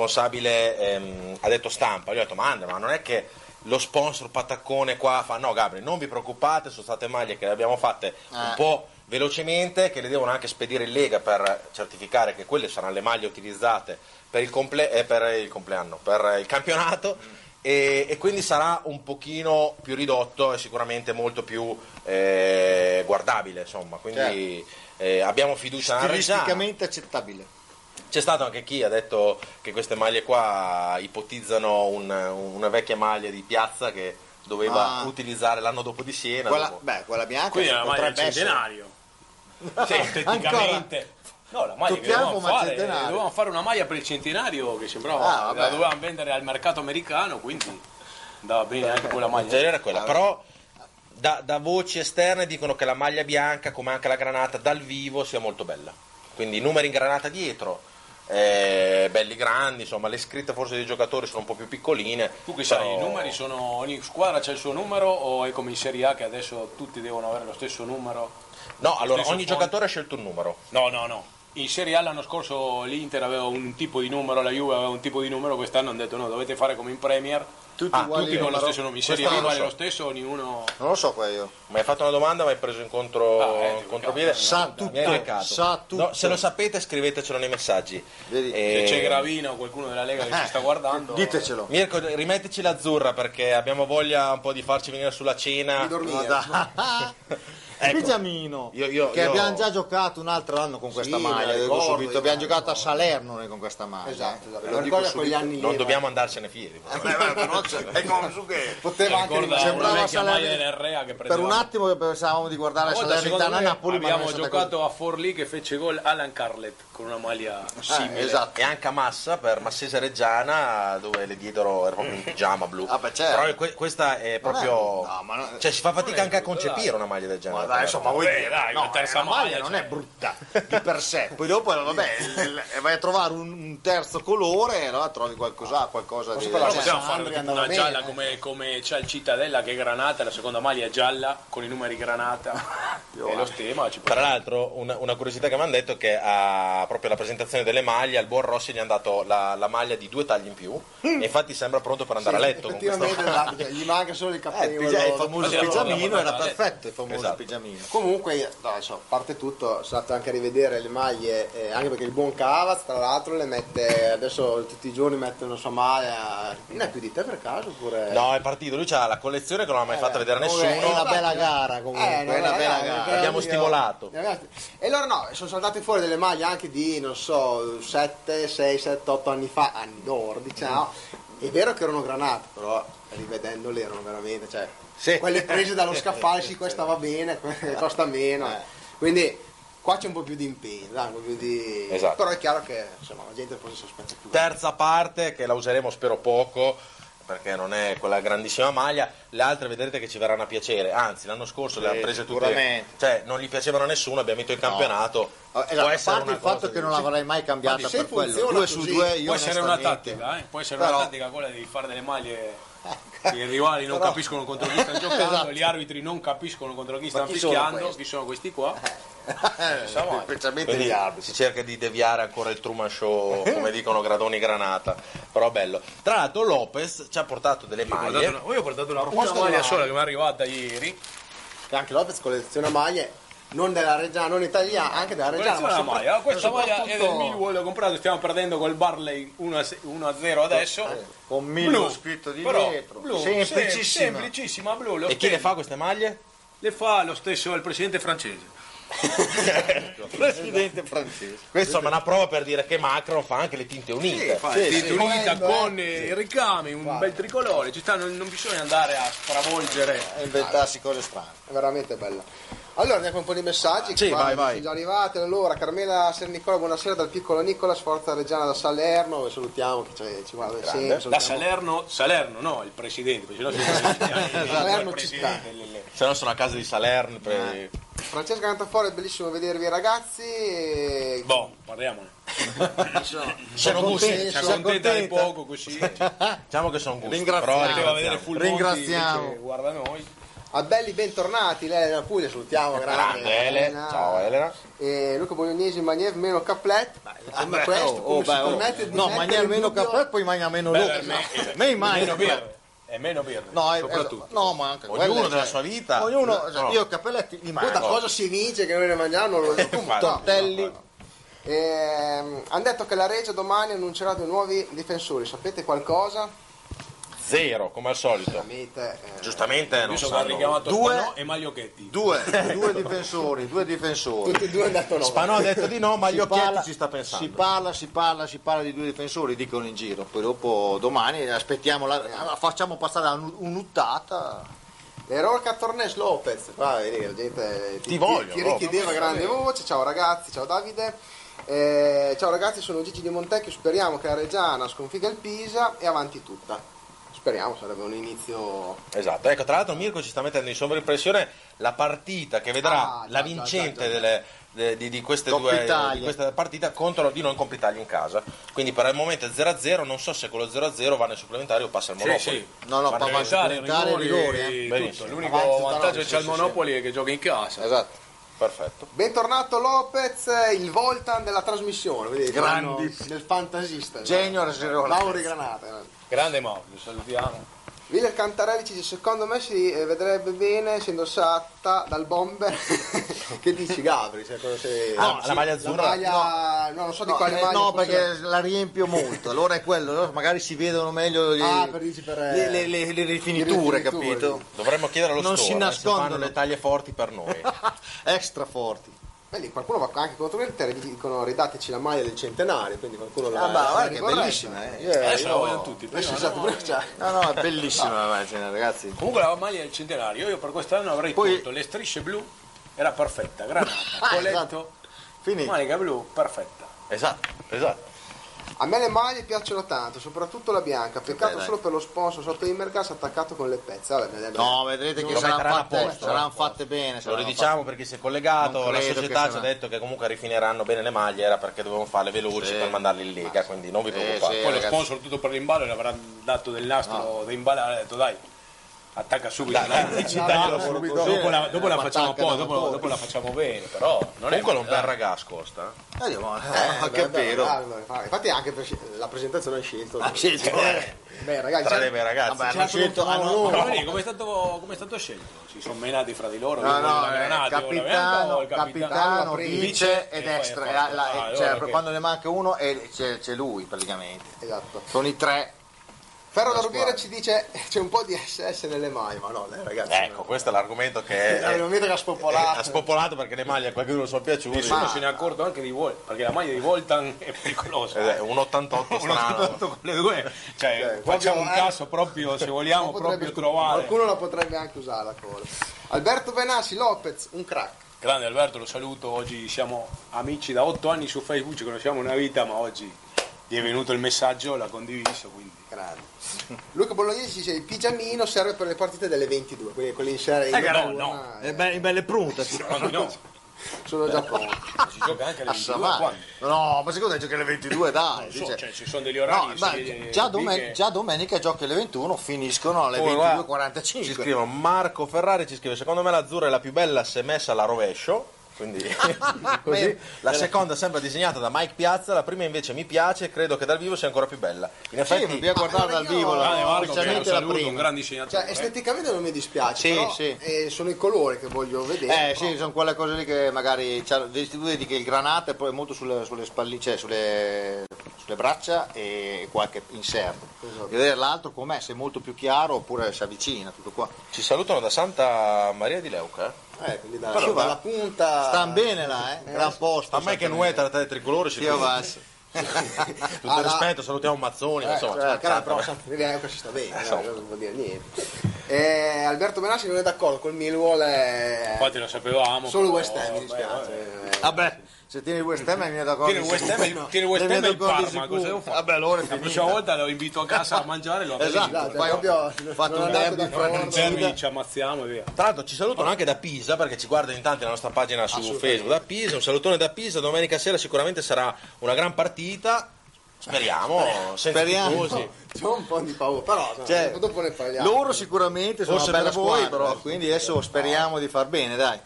Speaker 3: responsabile, ehm, ha detto stampa, gli ho detto, ma Andrea, ma non è che lo sponsor Pataccone qua fa, no Gabri, non vi preoccupate, sono state maglie che le abbiamo fatte un
Speaker 4: Ah.
Speaker 3: po' velocemente, che le devono anche spedire in Lega per certificare che quelle saranno le maglie utilizzate per il, comple- eh, per il compleanno, per il campionato. E, e quindi sarà un pochino più ridotto e sicuramente molto più eh, guardabile, insomma. Quindi eh, abbiamo fiducia nella Reggiana.
Speaker 4: Certo. Stilisticamente accettabile.
Speaker 3: C'è stato anche chi ha detto che queste maglie qua ipotizzano un- una vecchia maglia di piazza che doveva
Speaker 4: Ah.
Speaker 3: utilizzare l'anno dopo di Siena.
Speaker 4: Quella,
Speaker 3: dopo.
Speaker 4: beh, quella bianca
Speaker 5: quindi è la maglia del
Speaker 4: potrebbe essere.
Speaker 5: centenario sì, esteticamente no la maglia che
Speaker 4: Tocchiamo,
Speaker 5: dovevamo
Speaker 4: ma
Speaker 5: fare
Speaker 4: centenario.
Speaker 5: dovevamo fare una maglia per il centenario che
Speaker 4: Ah,
Speaker 5: sembrava
Speaker 4: vabbè.
Speaker 5: la dovevamo vendere al mercato americano quindi andava bene anche quella
Speaker 3: In
Speaker 5: maglia
Speaker 3: genere era
Speaker 4: Ah,
Speaker 3: quella, però da, da voci esterne dicono che la maglia bianca, come anche la granata, dal vivo sia molto bella. Quindi i numeri in granata dietro, eh, belli grandi, insomma, le scritte forse dei giocatori sono un po' più piccoline.
Speaker 5: Tu che
Speaker 3: però-
Speaker 5: sai, i numeri sono. ogni squadra c'ha il suo numero o è come in Serie A che adesso tutti devono avere lo stesso numero?
Speaker 3: No, allora
Speaker 5: stesso
Speaker 3: ogni
Speaker 5: font.
Speaker 3: giocatore ha scelto un numero.
Speaker 5: No, no, no. in Serie A l'anno scorso l'Inter aveva un tipo di numero, la Juve aveva un tipo di numero, quest'anno hanno detto no, dovete fare come in Premier.
Speaker 4: Tutti
Speaker 5: Ah,
Speaker 4: uguali
Speaker 5: tutti con lo
Speaker 4: numero.
Speaker 5: stesso nome, in Serie A
Speaker 4: Quest'anno
Speaker 5: vale
Speaker 4: so.
Speaker 5: lo stesso, ognuno...
Speaker 4: Non lo so quello.
Speaker 3: Mi hai fatto una domanda, ma hai preso in contro,
Speaker 5: Ah, eh, ti ho
Speaker 3: contropiede.
Speaker 5: beccato.
Speaker 4: Sa
Speaker 3: Mi hai
Speaker 4: tutto,
Speaker 3: beccato.
Speaker 4: sa tutto.
Speaker 3: No, se lo sapete, scrivetecelo nei messaggi.
Speaker 4: Vedi,
Speaker 5: Se
Speaker 3: Eh,
Speaker 5: c'è Gravina o qualcuno della Lega che ci sta guardando...
Speaker 4: Ditecelo.
Speaker 3: Mirko, rimettici l'azzurra perché abbiamo voglia un po' di farci venire sulla cena.
Speaker 6: Di dormire.
Speaker 4: Guarda. Ecco. Bigiamino,
Speaker 3: Io- io-
Speaker 4: che
Speaker 3: io-
Speaker 4: abbiamo già giocato un altro anno con questa
Speaker 6: Sì, me
Speaker 4: maglia,
Speaker 6: la
Speaker 4: lo dico
Speaker 6: ricordo,
Speaker 4: subito.
Speaker 6: io
Speaker 4: abbiamo
Speaker 6: me la
Speaker 4: giocato a Salerno noi con questa maglia. eh.
Speaker 6: Esatto,
Speaker 4: Ve
Speaker 6: esatto.
Speaker 4: lo
Speaker 6: Lo
Speaker 4: dico
Speaker 6: ricordo quegli
Speaker 4: subito.
Speaker 6: anni.
Speaker 3: Non
Speaker 6: lì,
Speaker 3: dobbiamo andarsene fieri.
Speaker 1: E con su che?
Speaker 6: Poteva anche
Speaker 5: Ricorda
Speaker 6: rimanere-
Speaker 5: una
Speaker 4: sembrava
Speaker 5: vecchia
Speaker 4: Salerno-
Speaker 5: maglia del Rea che
Speaker 4: Per un
Speaker 5: prendeva
Speaker 4: attimo che pensavamo di guardare la
Speaker 5: Una volta,
Speaker 4: Salernitana
Speaker 5: secondo
Speaker 4: a
Speaker 5: me,
Speaker 4: Napoli, ma non
Speaker 5: abbiamo
Speaker 4: è stata
Speaker 5: giocato a Forlì che fece gol Alan Carlet con una maglia
Speaker 4: così. Eh,
Speaker 5: simile.
Speaker 4: esatto.
Speaker 3: E anche a Massa per Massese Reggiana, dove le diedero, era proprio in pigiama blu.
Speaker 4: Ah, beh, certo.
Speaker 3: Però que- questa è
Speaker 4: Non è-
Speaker 3: proprio.
Speaker 4: no, ma no-
Speaker 3: Cioè, si fa fatica anche a concepire una maglia del genere.
Speaker 4: Ma dai, insomma, vuoi
Speaker 5: Vabbè,
Speaker 4: dire,
Speaker 5: dai,
Speaker 4: no,
Speaker 5: una terza
Speaker 4: eh, la maglia
Speaker 5: maglia,
Speaker 4: non
Speaker 5: cioè.
Speaker 4: è brutta di per sé. Poi dopo, eh, vabbè, il- eh, vai a trovare un, un terzo colore e allora trovi qualcosa, qualcosa di...
Speaker 6: però
Speaker 5: Però
Speaker 6: Cioè,
Speaker 5: possiamo
Speaker 6: Sandri
Speaker 5: fare tipo
Speaker 6: andava
Speaker 5: una
Speaker 6: bene,
Speaker 5: gialla
Speaker 6: eh.
Speaker 5: come, come c'ha il Cittadella che è granata, la seconda maglia è gialla con i numeri granata e lo stema ci può-
Speaker 3: Tra l'altro, una, una curiosità che mi hanno detto è che a, proprio alla presentazione delle maglie al buon Rossi gli hanno dato la, la maglia di due tagli in più.
Speaker 4: Mm.
Speaker 3: E infatti sembra pronto per andare a letto con questa
Speaker 6: Effettivamente, esatto, cioè, gli manca solo il
Speaker 4: Eh, il,
Speaker 6: cappello.
Speaker 4: pigia- il famoso
Speaker 5: Sì, allora,
Speaker 4: pigiamino
Speaker 5: allora,
Speaker 4: era
Speaker 5: allora,
Speaker 4: perfetto, il famoso
Speaker 3: Esatto.
Speaker 4: pigiamino.
Speaker 6: Comunque, no, insomma, a parte tutto, sono stato anche a rivedere le maglie, eh, anche perché il buon Cavaz, tra l'altro, le mette adesso tutti i giorni mette una sua maglia. Non è più di te per caso? Oppure...
Speaker 3: No, è partito. Lui ha la collezione che non ha mai fatto
Speaker 6: beh,
Speaker 3: vedere
Speaker 6: comunque
Speaker 3: nessuno.
Speaker 4: Eh, È una bella gara comunque,
Speaker 6: Eh, no,
Speaker 4: è una
Speaker 6: eh,
Speaker 4: bella
Speaker 6: eh,
Speaker 4: gara.
Speaker 6: perché
Speaker 3: Abbiamo
Speaker 6: io-
Speaker 3: stimolato.
Speaker 6: Ragazzi, E loro no, sono saltate fuori delle maglie anche di, non so, 7, 6, 7, 8 anni fa, anni d'oro, diciamo. È vero che erano granate, però rivedendole erano veramente, cioè,
Speaker 4: Sì.
Speaker 6: quelle prese dallo scaffale, sì, questa va bene, quella costa meno. eh. Quindi qua c'è un po' più di impegno, dai, un po' più di...
Speaker 3: Esatto.
Speaker 6: Però è chiaro che insomma, la gente forse si aspetta più.
Speaker 3: terza parte che la useremo spero poco perché non è quella grandissima maglia le altre vedrete che ci verranno a piacere anzi l'anno scorso le
Speaker 4: Sì,
Speaker 3: hanno prese tutte
Speaker 4: sicuramente.
Speaker 3: cioè non gli piacevano a nessuno abbiamo vinto il campionato
Speaker 4: Eh, esatto,
Speaker 3: può
Speaker 4: a
Speaker 3: essere
Speaker 4: parte
Speaker 3: una
Speaker 4: il
Speaker 3: cosa
Speaker 4: fatto
Speaker 3: di-
Speaker 4: che non l'avrei mai cambiata
Speaker 6: se
Speaker 4: per quello.
Speaker 6: funziona
Speaker 4: Due su
Speaker 6: così,
Speaker 4: due io
Speaker 5: Può essere una
Speaker 4: onestamente-
Speaker 5: tattica, eh? può essere
Speaker 4: Però-
Speaker 5: una tattica quella di fare delle maglie che i rivali non
Speaker 4: Però-
Speaker 5: capiscono contro chi stanno giocando,
Speaker 4: Esatto.
Speaker 5: gli arbitri non capiscono contro chi
Speaker 4: Ma
Speaker 5: stanno
Speaker 4: chi sono
Speaker 5: fischiando,
Speaker 4: questi?
Speaker 5: chi sono questi qua?
Speaker 4: Eh, Specialmente
Speaker 3: Quindi
Speaker 4: gli arbitri.
Speaker 3: si cerca di deviare ancora il Truman Show, come dicono Gradoni Granata, però bello. Tra l'altro Lopez ci ha portato delle
Speaker 5: Ho
Speaker 3: maglie,
Speaker 5: portato una- io ho portato una proposta
Speaker 6: Una
Speaker 5: maglia
Speaker 6: maglia.
Speaker 5: sola che mi è arrivata ieri.
Speaker 6: Che anche Lopez colleziona maglie, non della Reggiana, non italiana, anche della Reggiana.
Speaker 5: Colleziona
Speaker 6: ma
Speaker 5: la
Speaker 6: sopra-
Speaker 5: maglia, questa maglia è del
Speaker 6: soprattutto-
Speaker 5: Millwall, l'ho comprato, stiamo perdendo col Barley 1 0 adesso.
Speaker 6: eh.
Speaker 5: Blu,
Speaker 4: Con Milo scritto di
Speaker 5: però,
Speaker 4: dietro.
Speaker 5: blu, sem-
Speaker 4: Semplicissimo.
Speaker 5: semplicissima blu, lo
Speaker 3: e chi
Speaker 5: stesso.
Speaker 3: le fa queste maglie?
Speaker 5: Le fa lo stesso il presidente francese.
Speaker 4: Presidente francese.
Speaker 3: Questa è una prova per dire che Macron fa anche le tinte unite.
Speaker 5: Tinte unita con eh, i ricami, un bel tricolore, ci stanno- non bisogna andare a stravolgere.
Speaker 4: E inventarsi cose strane.
Speaker 6: È veramente bella. Allora andiamo un po' di messaggi. che
Speaker 4: Sì,
Speaker 6: qua
Speaker 4: vai,
Speaker 6: non
Speaker 4: vai.
Speaker 6: sono già arrivati. Allora, Carmela Ser Nicola, buonasera dal piccolo Nicola, Sforza Reggiana da Salerno. Vi salutiamo, che ci- ci guarda sempre.
Speaker 5: Da
Speaker 6: salutiamo-
Speaker 5: Salerno, Salerno, no, il presidente, perché sennò si
Speaker 6: Salerno
Speaker 5: il presidente, le- le-
Speaker 3: Se no sono a casa di Salerno. per-
Speaker 6: Francesca Cantafori, è bellissimo vedervi ragazzi. E-
Speaker 5: Boh, parliamone. Boh.
Speaker 3: Sono gusti,
Speaker 5: Ci accontenta di poco così.
Speaker 3: Diciamo che sono gusti.
Speaker 4: Ringraziamo.
Speaker 3: però
Speaker 5: Poteva
Speaker 3: ringraziamo.
Speaker 5: vedere full
Speaker 4: Ringraziamo.
Speaker 5: Monti, invece guarda noi.
Speaker 6: A Ah, belli bentornati, lei della Puglia, salutiamo, grande.
Speaker 3: Grande, Ele. Ciao, Elena.
Speaker 6: E Luca Bolognesi, Magnev meno Caplet. Ah, Ma sembra questo,
Speaker 4: Oh,
Speaker 6: come
Speaker 4: oh,
Speaker 6: si
Speaker 4: beh, oh.
Speaker 6: permette di
Speaker 4: No,
Speaker 6: mettere
Speaker 4: mangia
Speaker 6: in
Speaker 4: meno
Speaker 6: dubbio-
Speaker 4: cappello, poi mangia meno
Speaker 5: Beh,
Speaker 4: Luca.
Speaker 5: beh,
Speaker 4: Me
Speaker 5: Meno
Speaker 4: mangia.
Speaker 5: birra. E meno birra.
Speaker 4: No, eh,
Speaker 5: soprattutto.
Speaker 4: no, ma anche
Speaker 3: Ognuno
Speaker 4: quello,
Speaker 3: nella
Speaker 4: cioè,
Speaker 3: sua vita.
Speaker 4: Ognuno,
Speaker 3: No.
Speaker 4: cioè, io capelletti li
Speaker 6: Poi da
Speaker 4: mangio.
Speaker 6: cosa si vince che noi ne mangiamo? Non lo
Speaker 3: Infatti.
Speaker 4: Oh. Tortelli.
Speaker 6: Ehm, hanno detto che la Regia domani annuncerà due nuovi difensori, sapete qualcosa?
Speaker 3: Zero, come al solito.
Speaker 6: Veramente, eh,
Speaker 3: Giustamente
Speaker 5: Io
Speaker 3: non
Speaker 5: sono
Speaker 3: sanno.
Speaker 5: richiamato
Speaker 4: Due-
Speaker 5: Spanò e Magliochetti.
Speaker 4: Due, due difensori, due difensori.
Speaker 6: Tutti e due hanno detto no.
Speaker 3: Spanò ha detto di no, ma
Speaker 4: Si
Speaker 3: gli occhietti
Speaker 4: parla-
Speaker 3: ci sta pensando.
Speaker 4: Si parla, si parla, si parla di due difensori, dicono in giro. Poi dopo domani aspettiamo, la- facciamo passare a un- un'uttata.
Speaker 6: L'erorca Tornes Lopez, qua vedi che la gente eh, ti, ti-
Speaker 3: voglio,
Speaker 6: ti
Speaker 3: no,
Speaker 6: richiedeva grande voce, ciao ragazzi, ciao Davide. Eh, ciao ragazzi, sono Gigi di Montecchio, speriamo che la Reggiana sconfiga il Pisa e avanti tutta. Speriamo, sarebbe un inizio...
Speaker 3: Esatto, ecco, tra l'altro Mirko ci sta mettendo in sovraimpressione la partita che vedrà
Speaker 6: Ah, già,
Speaker 3: la
Speaker 6: già,
Speaker 3: vincente
Speaker 6: già, già.
Speaker 3: delle- de- di, di queste
Speaker 4: Coppa
Speaker 3: due
Speaker 4: Italia.
Speaker 3: di questa partita contro di non Coppa Italia in casa. Quindi per il momento è 0-0, non so se quello 0-0 va nel supplementare o passa il
Speaker 5: Sì,
Speaker 3: monopoli.
Speaker 5: sì.
Speaker 4: No, no,
Speaker 3: Guarda,
Speaker 4: ma
Speaker 5: Parlamentare,
Speaker 4: supplementare,
Speaker 5: rigori,
Speaker 4: rigori, eh.
Speaker 5: tutto.
Speaker 3: Benissimo.
Speaker 5: L'unico
Speaker 4: Avanti,
Speaker 5: vantaggio
Speaker 4: sì,
Speaker 5: che c'ha il
Speaker 4: sì,
Speaker 5: Monopoli è che gioca in casa.
Speaker 4: Esatto.
Speaker 3: Perfetto.
Speaker 6: Bentornato Lopez, eh, il Voltan della trasmissione, vedete,
Speaker 1: Grandi.
Speaker 6: hanno- del fantasista.
Speaker 4: Genio Reserone.
Speaker 6: Mauri Granata. eh.
Speaker 7: Grande Mauro, salutiamo.
Speaker 6: Willer Cantarelli dice, secondo me si eh, vedrebbe bene se indossata dal bomber. che dici Gabri? Cioè, cosa sei-
Speaker 3: Ah, la maglia azzurra?
Speaker 6: La maglia... No. non so di
Speaker 4: No,
Speaker 6: quale
Speaker 4: eh,
Speaker 6: maglia.
Speaker 4: no,
Speaker 6: forse-
Speaker 4: perché la riempio molto, allora è quello, allora magari si vedono meglio le,
Speaker 6: Ah, per dici per... eh,
Speaker 4: le- le- le- le rifiniture,
Speaker 6: le rifiniture.
Speaker 4: capito?
Speaker 3: Dovremmo chiedere allo
Speaker 4: Non
Speaker 3: store,
Speaker 4: si
Speaker 3: eh, se
Speaker 4: nascondono.
Speaker 3: fanno le taglie forti per noi.
Speaker 4: Extra forti.
Speaker 6: Beh, lì qualcuno va anche contro il terra e gli dicono ridateci la maglia del centenario, quindi qualcuno la
Speaker 4: Ah, ma
Speaker 6: la
Speaker 4: guarda che è
Speaker 6: ricorretta,
Speaker 4: bellissima, eh.
Speaker 6: Io-
Speaker 5: Adesso la
Speaker 6: io-
Speaker 5: vogliono tutti, prima
Speaker 6: Adesso
Speaker 5: no,
Speaker 6: esatto,
Speaker 5: no,
Speaker 6: prima- cioè,
Speaker 4: No, no, è bellissima la macchina, ragazzi.
Speaker 5: Comunque la maglia del centenario, io per quest'anno avrei
Speaker 4: Poi-
Speaker 5: tolto le strisce blu, era perfetta, granata,
Speaker 4: Ah,
Speaker 5: colletto,
Speaker 4: esatto. Finito.
Speaker 5: manica blu, perfetta.
Speaker 3: esatto, esatto.
Speaker 6: A me le maglie piacciono tanto, soprattutto la bianca, peccato
Speaker 4: dai.
Speaker 6: solo per lo sponsor sotto di mercato attaccato con le pezze. Vabbè, ne abbiamo-
Speaker 4: No, vedrete che
Speaker 3: Lo
Speaker 4: saranno
Speaker 3: metteranno a
Speaker 4: fatte,
Speaker 3: posto,
Speaker 4: saranno fatte bene.
Speaker 3: Lo
Speaker 4: saranno
Speaker 3: ridiciamo per chi si è collegato,
Speaker 4: Non
Speaker 3: la
Speaker 4: credo
Speaker 3: società
Speaker 4: che
Speaker 3: ci ha
Speaker 4: sarà.
Speaker 3: detto che comunque rifiniranno bene le maglie, era perché dovevamo farle veloci
Speaker 4: Sì.
Speaker 3: per mandarle in lega, quindi non vi
Speaker 4: Sì,
Speaker 3: preoccupate.
Speaker 4: sì.
Speaker 5: Poi lo
Speaker 4: ragazzi.
Speaker 5: sponsor tutto per l'imballo gli avrà dato del nastro da imballare, ha detto dai, attacca subito, dai,
Speaker 4: no,
Speaker 5: taglialo subito.
Speaker 4: no, subito.
Speaker 5: dopo la,
Speaker 4: Eh,
Speaker 5: dopo la facciamo un
Speaker 4: attacca
Speaker 5: po',
Speaker 4: da
Speaker 5: dopo,
Speaker 4: motori.
Speaker 5: dopo la facciamo bene, però
Speaker 3: Però non è
Speaker 4: eh.
Speaker 3: un bel ragazzo costa.
Speaker 4: fatte. Eh, Dio, ma-
Speaker 6: Eh,
Speaker 4: ma
Speaker 6: vabbè,
Speaker 4: che
Speaker 6: vabbè,
Speaker 4: vero.
Speaker 6: guarda, infatti- Infatti, anche per- la presentazione è scelto.
Speaker 4: Ha scelto, eh.
Speaker 6: Beh, ragazzi,
Speaker 3: Tra dei bei ragazzi.
Speaker 4: Vabbè, Ah, hanno scelto
Speaker 6: solo
Speaker 4: hanno-
Speaker 6: loro.
Speaker 5: Ma Oh, vedi, come è stato, come è stato scelto? Si sono menati fra di loro,
Speaker 4: No,
Speaker 5: uno
Speaker 4: no,
Speaker 5: voleva la
Speaker 4: eh,
Speaker 5: granata, uno voleva la bianca, o
Speaker 4: capitano,
Speaker 5: il capitano,
Speaker 4: capitano,
Speaker 5: la prima,
Speaker 4: vice
Speaker 5: e
Speaker 4: ed
Speaker 5: poi è
Speaker 4: extra.
Speaker 5: fatto.
Speaker 4: Eh, la-
Speaker 5: Ah,
Speaker 4: eh,
Speaker 5: allora
Speaker 4: cioè,
Speaker 5: che-
Speaker 4: quando ne manca uno eh, c'è, c'è lui praticamente.
Speaker 6: Esatto.
Speaker 4: Sono i tre.
Speaker 6: Ferro da
Speaker 4: La
Speaker 6: Rubiera
Speaker 4: squadra.
Speaker 6: ci dice c'è un po' di SS nelle maglie, ma no, dai, ragazzi.
Speaker 3: Ecco, questo è l'argomento che
Speaker 6: È un
Speaker 3: è-
Speaker 6: mito che ha
Speaker 3: eh, ha
Speaker 6: spopolato.
Speaker 3: spopolato perché le maglie a qualcuno non sono piaciute.
Speaker 5: Nessuno
Speaker 6: Ma-
Speaker 5: se ne è accorto anche di Voltan, perché la maglia di Voltan è pericolosa. eh.
Speaker 3: Ed è un 88
Speaker 5: Uno
Speaker 3: strano.
Speaker 5: scontatto con le due, cioè,
Speaker 6: Cioè,
Speaker 5: facciamo un
Speaker 6: proprio, eh,
Speaker 5: caso proprio, se vogliamo,
Speaker 6: Potrebbe-
Speaker 5: proprio trovare.
Speaker 6: Qualcuno la potrebbe anche usare la cola. Alberto Benassi, Lopez, un crack.
Speaker 5: Grande Alberto, lo saluto. Oggi siamo amici da otto anni su Facebook, ci conosciamo una vita, ma oggi gli è venuto il messaggio, l'ha condiviso. Quindi.
Speaker 6: Grande. Luca Bolognesi dice il pigiamino serve per le partite delle 22, quindi quelli in serie
Speaker 5: Eh, no,
Speaker 6: in
Speaker 5: no.
Speaker 6: eh,
Speaker 4: belle, belle prunte.
Speaker 5: No, no,
Speaker 6: sono già pronti.
Speaker 5: si gioca anche alle 22
Speaker 4: Assamani.
Speaker 5: quando?
Speaker 4: No, ma secondo te gioca alle 22, dai.
Speaker 5: Non so,
Speaker 4: dice-
Speaker 5: cioè, ci sono degli
Speaker 4: No,
Speaker 5: orari.
Speaker 4: ma
Speaker 5: si vede-
Speaker 4: già, domen-
Speaker 5: lì che-
Speaker 4: già domenica giochi alle 21, finiscono alle
Speaker 3: Poi Oh, guarda, Ci
Speaker 4: 22.45.
Speaker 3: scrivono Marco Ferrari ci scrive secondo me l'azzurra è la più bella se messa alla rovescio. Quindi così. la seconda sembra disegnata da Mike Piazza, la prima invece mi piace e credo che dal vivo sia ancora più bella. In
Speaker 4: Sì,
Speaker 3: effetti
Speaker 4: bisogna guardare dal vivo la-
Speaker 5: Grande Marco, che lo
Speaker 4: ufficialmente la
Speaker 5: saluto, un
Speaker 4: prima.
Speaker 5: gran disegnatore.
Speaker 6: Cioè, esteticamente non mi dispiace,
Speaker 4: Sì,
Speaker 6: però,
Speaker 4: sì.
Speaker 6: eh, sono i colori che voglio vedere.
Speaker 4: Eh sì, sono quelle cose lì che magari c'ha- vedi- tu vedi che il granata è poi molto sulle, sulle spalline, cioè sulle, sulle braccia e qualche inserto.
Speaker 6: Esatto.
Speaker 4: E vedere l'altro com'è, se è molto più chiaro oppure si avvicina, tutto qua.
Speaker 3: ci salutano da Santa Maria di Leuca. eh.
Speaker 6: Eh, quindi dalla,
Speaker 4: Però,
Speaker 6: dalla punta...
Speaker 4: Stanno bene là, eh? Gran posto.
Speaker 3: A me che
Speaker 4: stanno
Speaker 3: nueta
Speaker 4: bene.
Speaker 3: la tela di tricolore ci
Speaker 4: Dio
Speaker 3: tutto
Speaker 4: Vassi.
Speaker 3: il rispetto, salutiamo Mazzoni, ma insomma.
Speaker 6: Cioè, cara,
Speaker 3: Santa
Speaker 6: però
Speaker 3: Maria.
Speaker 6: San Federico ci sta bene, eh, non vuol dire niente. Eh, Alberto Benassi non è d'accordo col Millwall, è
Speaker 5: Infatti lo sapevamo.
Speaker 6: solo
Speaker 5: però,
Speaker 6: West Ham, mi
Speaker 5: beh,
Speaker 6: dispiace.
Speaker 5: vabbè.
Speaker 6: Eh,
Speaker 4: Vabbè, se tieni il West Ham mi viene d'accordo.
Speaker 5: Tiene il West Ham e il- tiene il West
Speaker 4: Mi viene
Speaker 5: Ham e il
Speaker 4: d'accordo
Speaker 5: Parma,
Speaker 4: sicuro.
Speaker 5: cosa devo fare?
Speaker 4: Vabbè, allora è
Speaker 5: La
Speaker 4: finita.
Speaker 5: prossima volta lo invito a casa a mangiare e lo
Speaker 4: Esatto,
Speaker 6: Esatto,
Speaker 4: poi
Speaker 6: proprio-
Speaker 4: ho fatto
Speaker 6: non
Speaker 4: un
Speaker 6: andate
Speaker 4: derby
Speaker 6: d'accordo.
Speaker 5: avviciniamo.
Speaker 4: francese.
Speaker 5: Ci ammazziamo e via.
Speaker 3: Tra l'altro ci salutano anche da Pisa perché ci guardano in tanti la nostra pagina su Facebook da Pisa, un salutone da Pisa, domenica sera sicuramente sarà una gran partita, speriamo, senza
Speaker 4: Speriamo.
Speaker 3: tifosi.
Speaker 6: C'ho un po' di paura, però no,
Speaker 4: Cioè,
Speaker 6: dopo ne parliamo.
Speaker 4: Loro sicuramente sono
Speaker 3: Forse
Speaker 4: una bella
Speaker 3: per voi,
Speaker 4: squadra,
Speaker 3: però.
Speaker 4: quindi adesso speriamo di far bene, dai.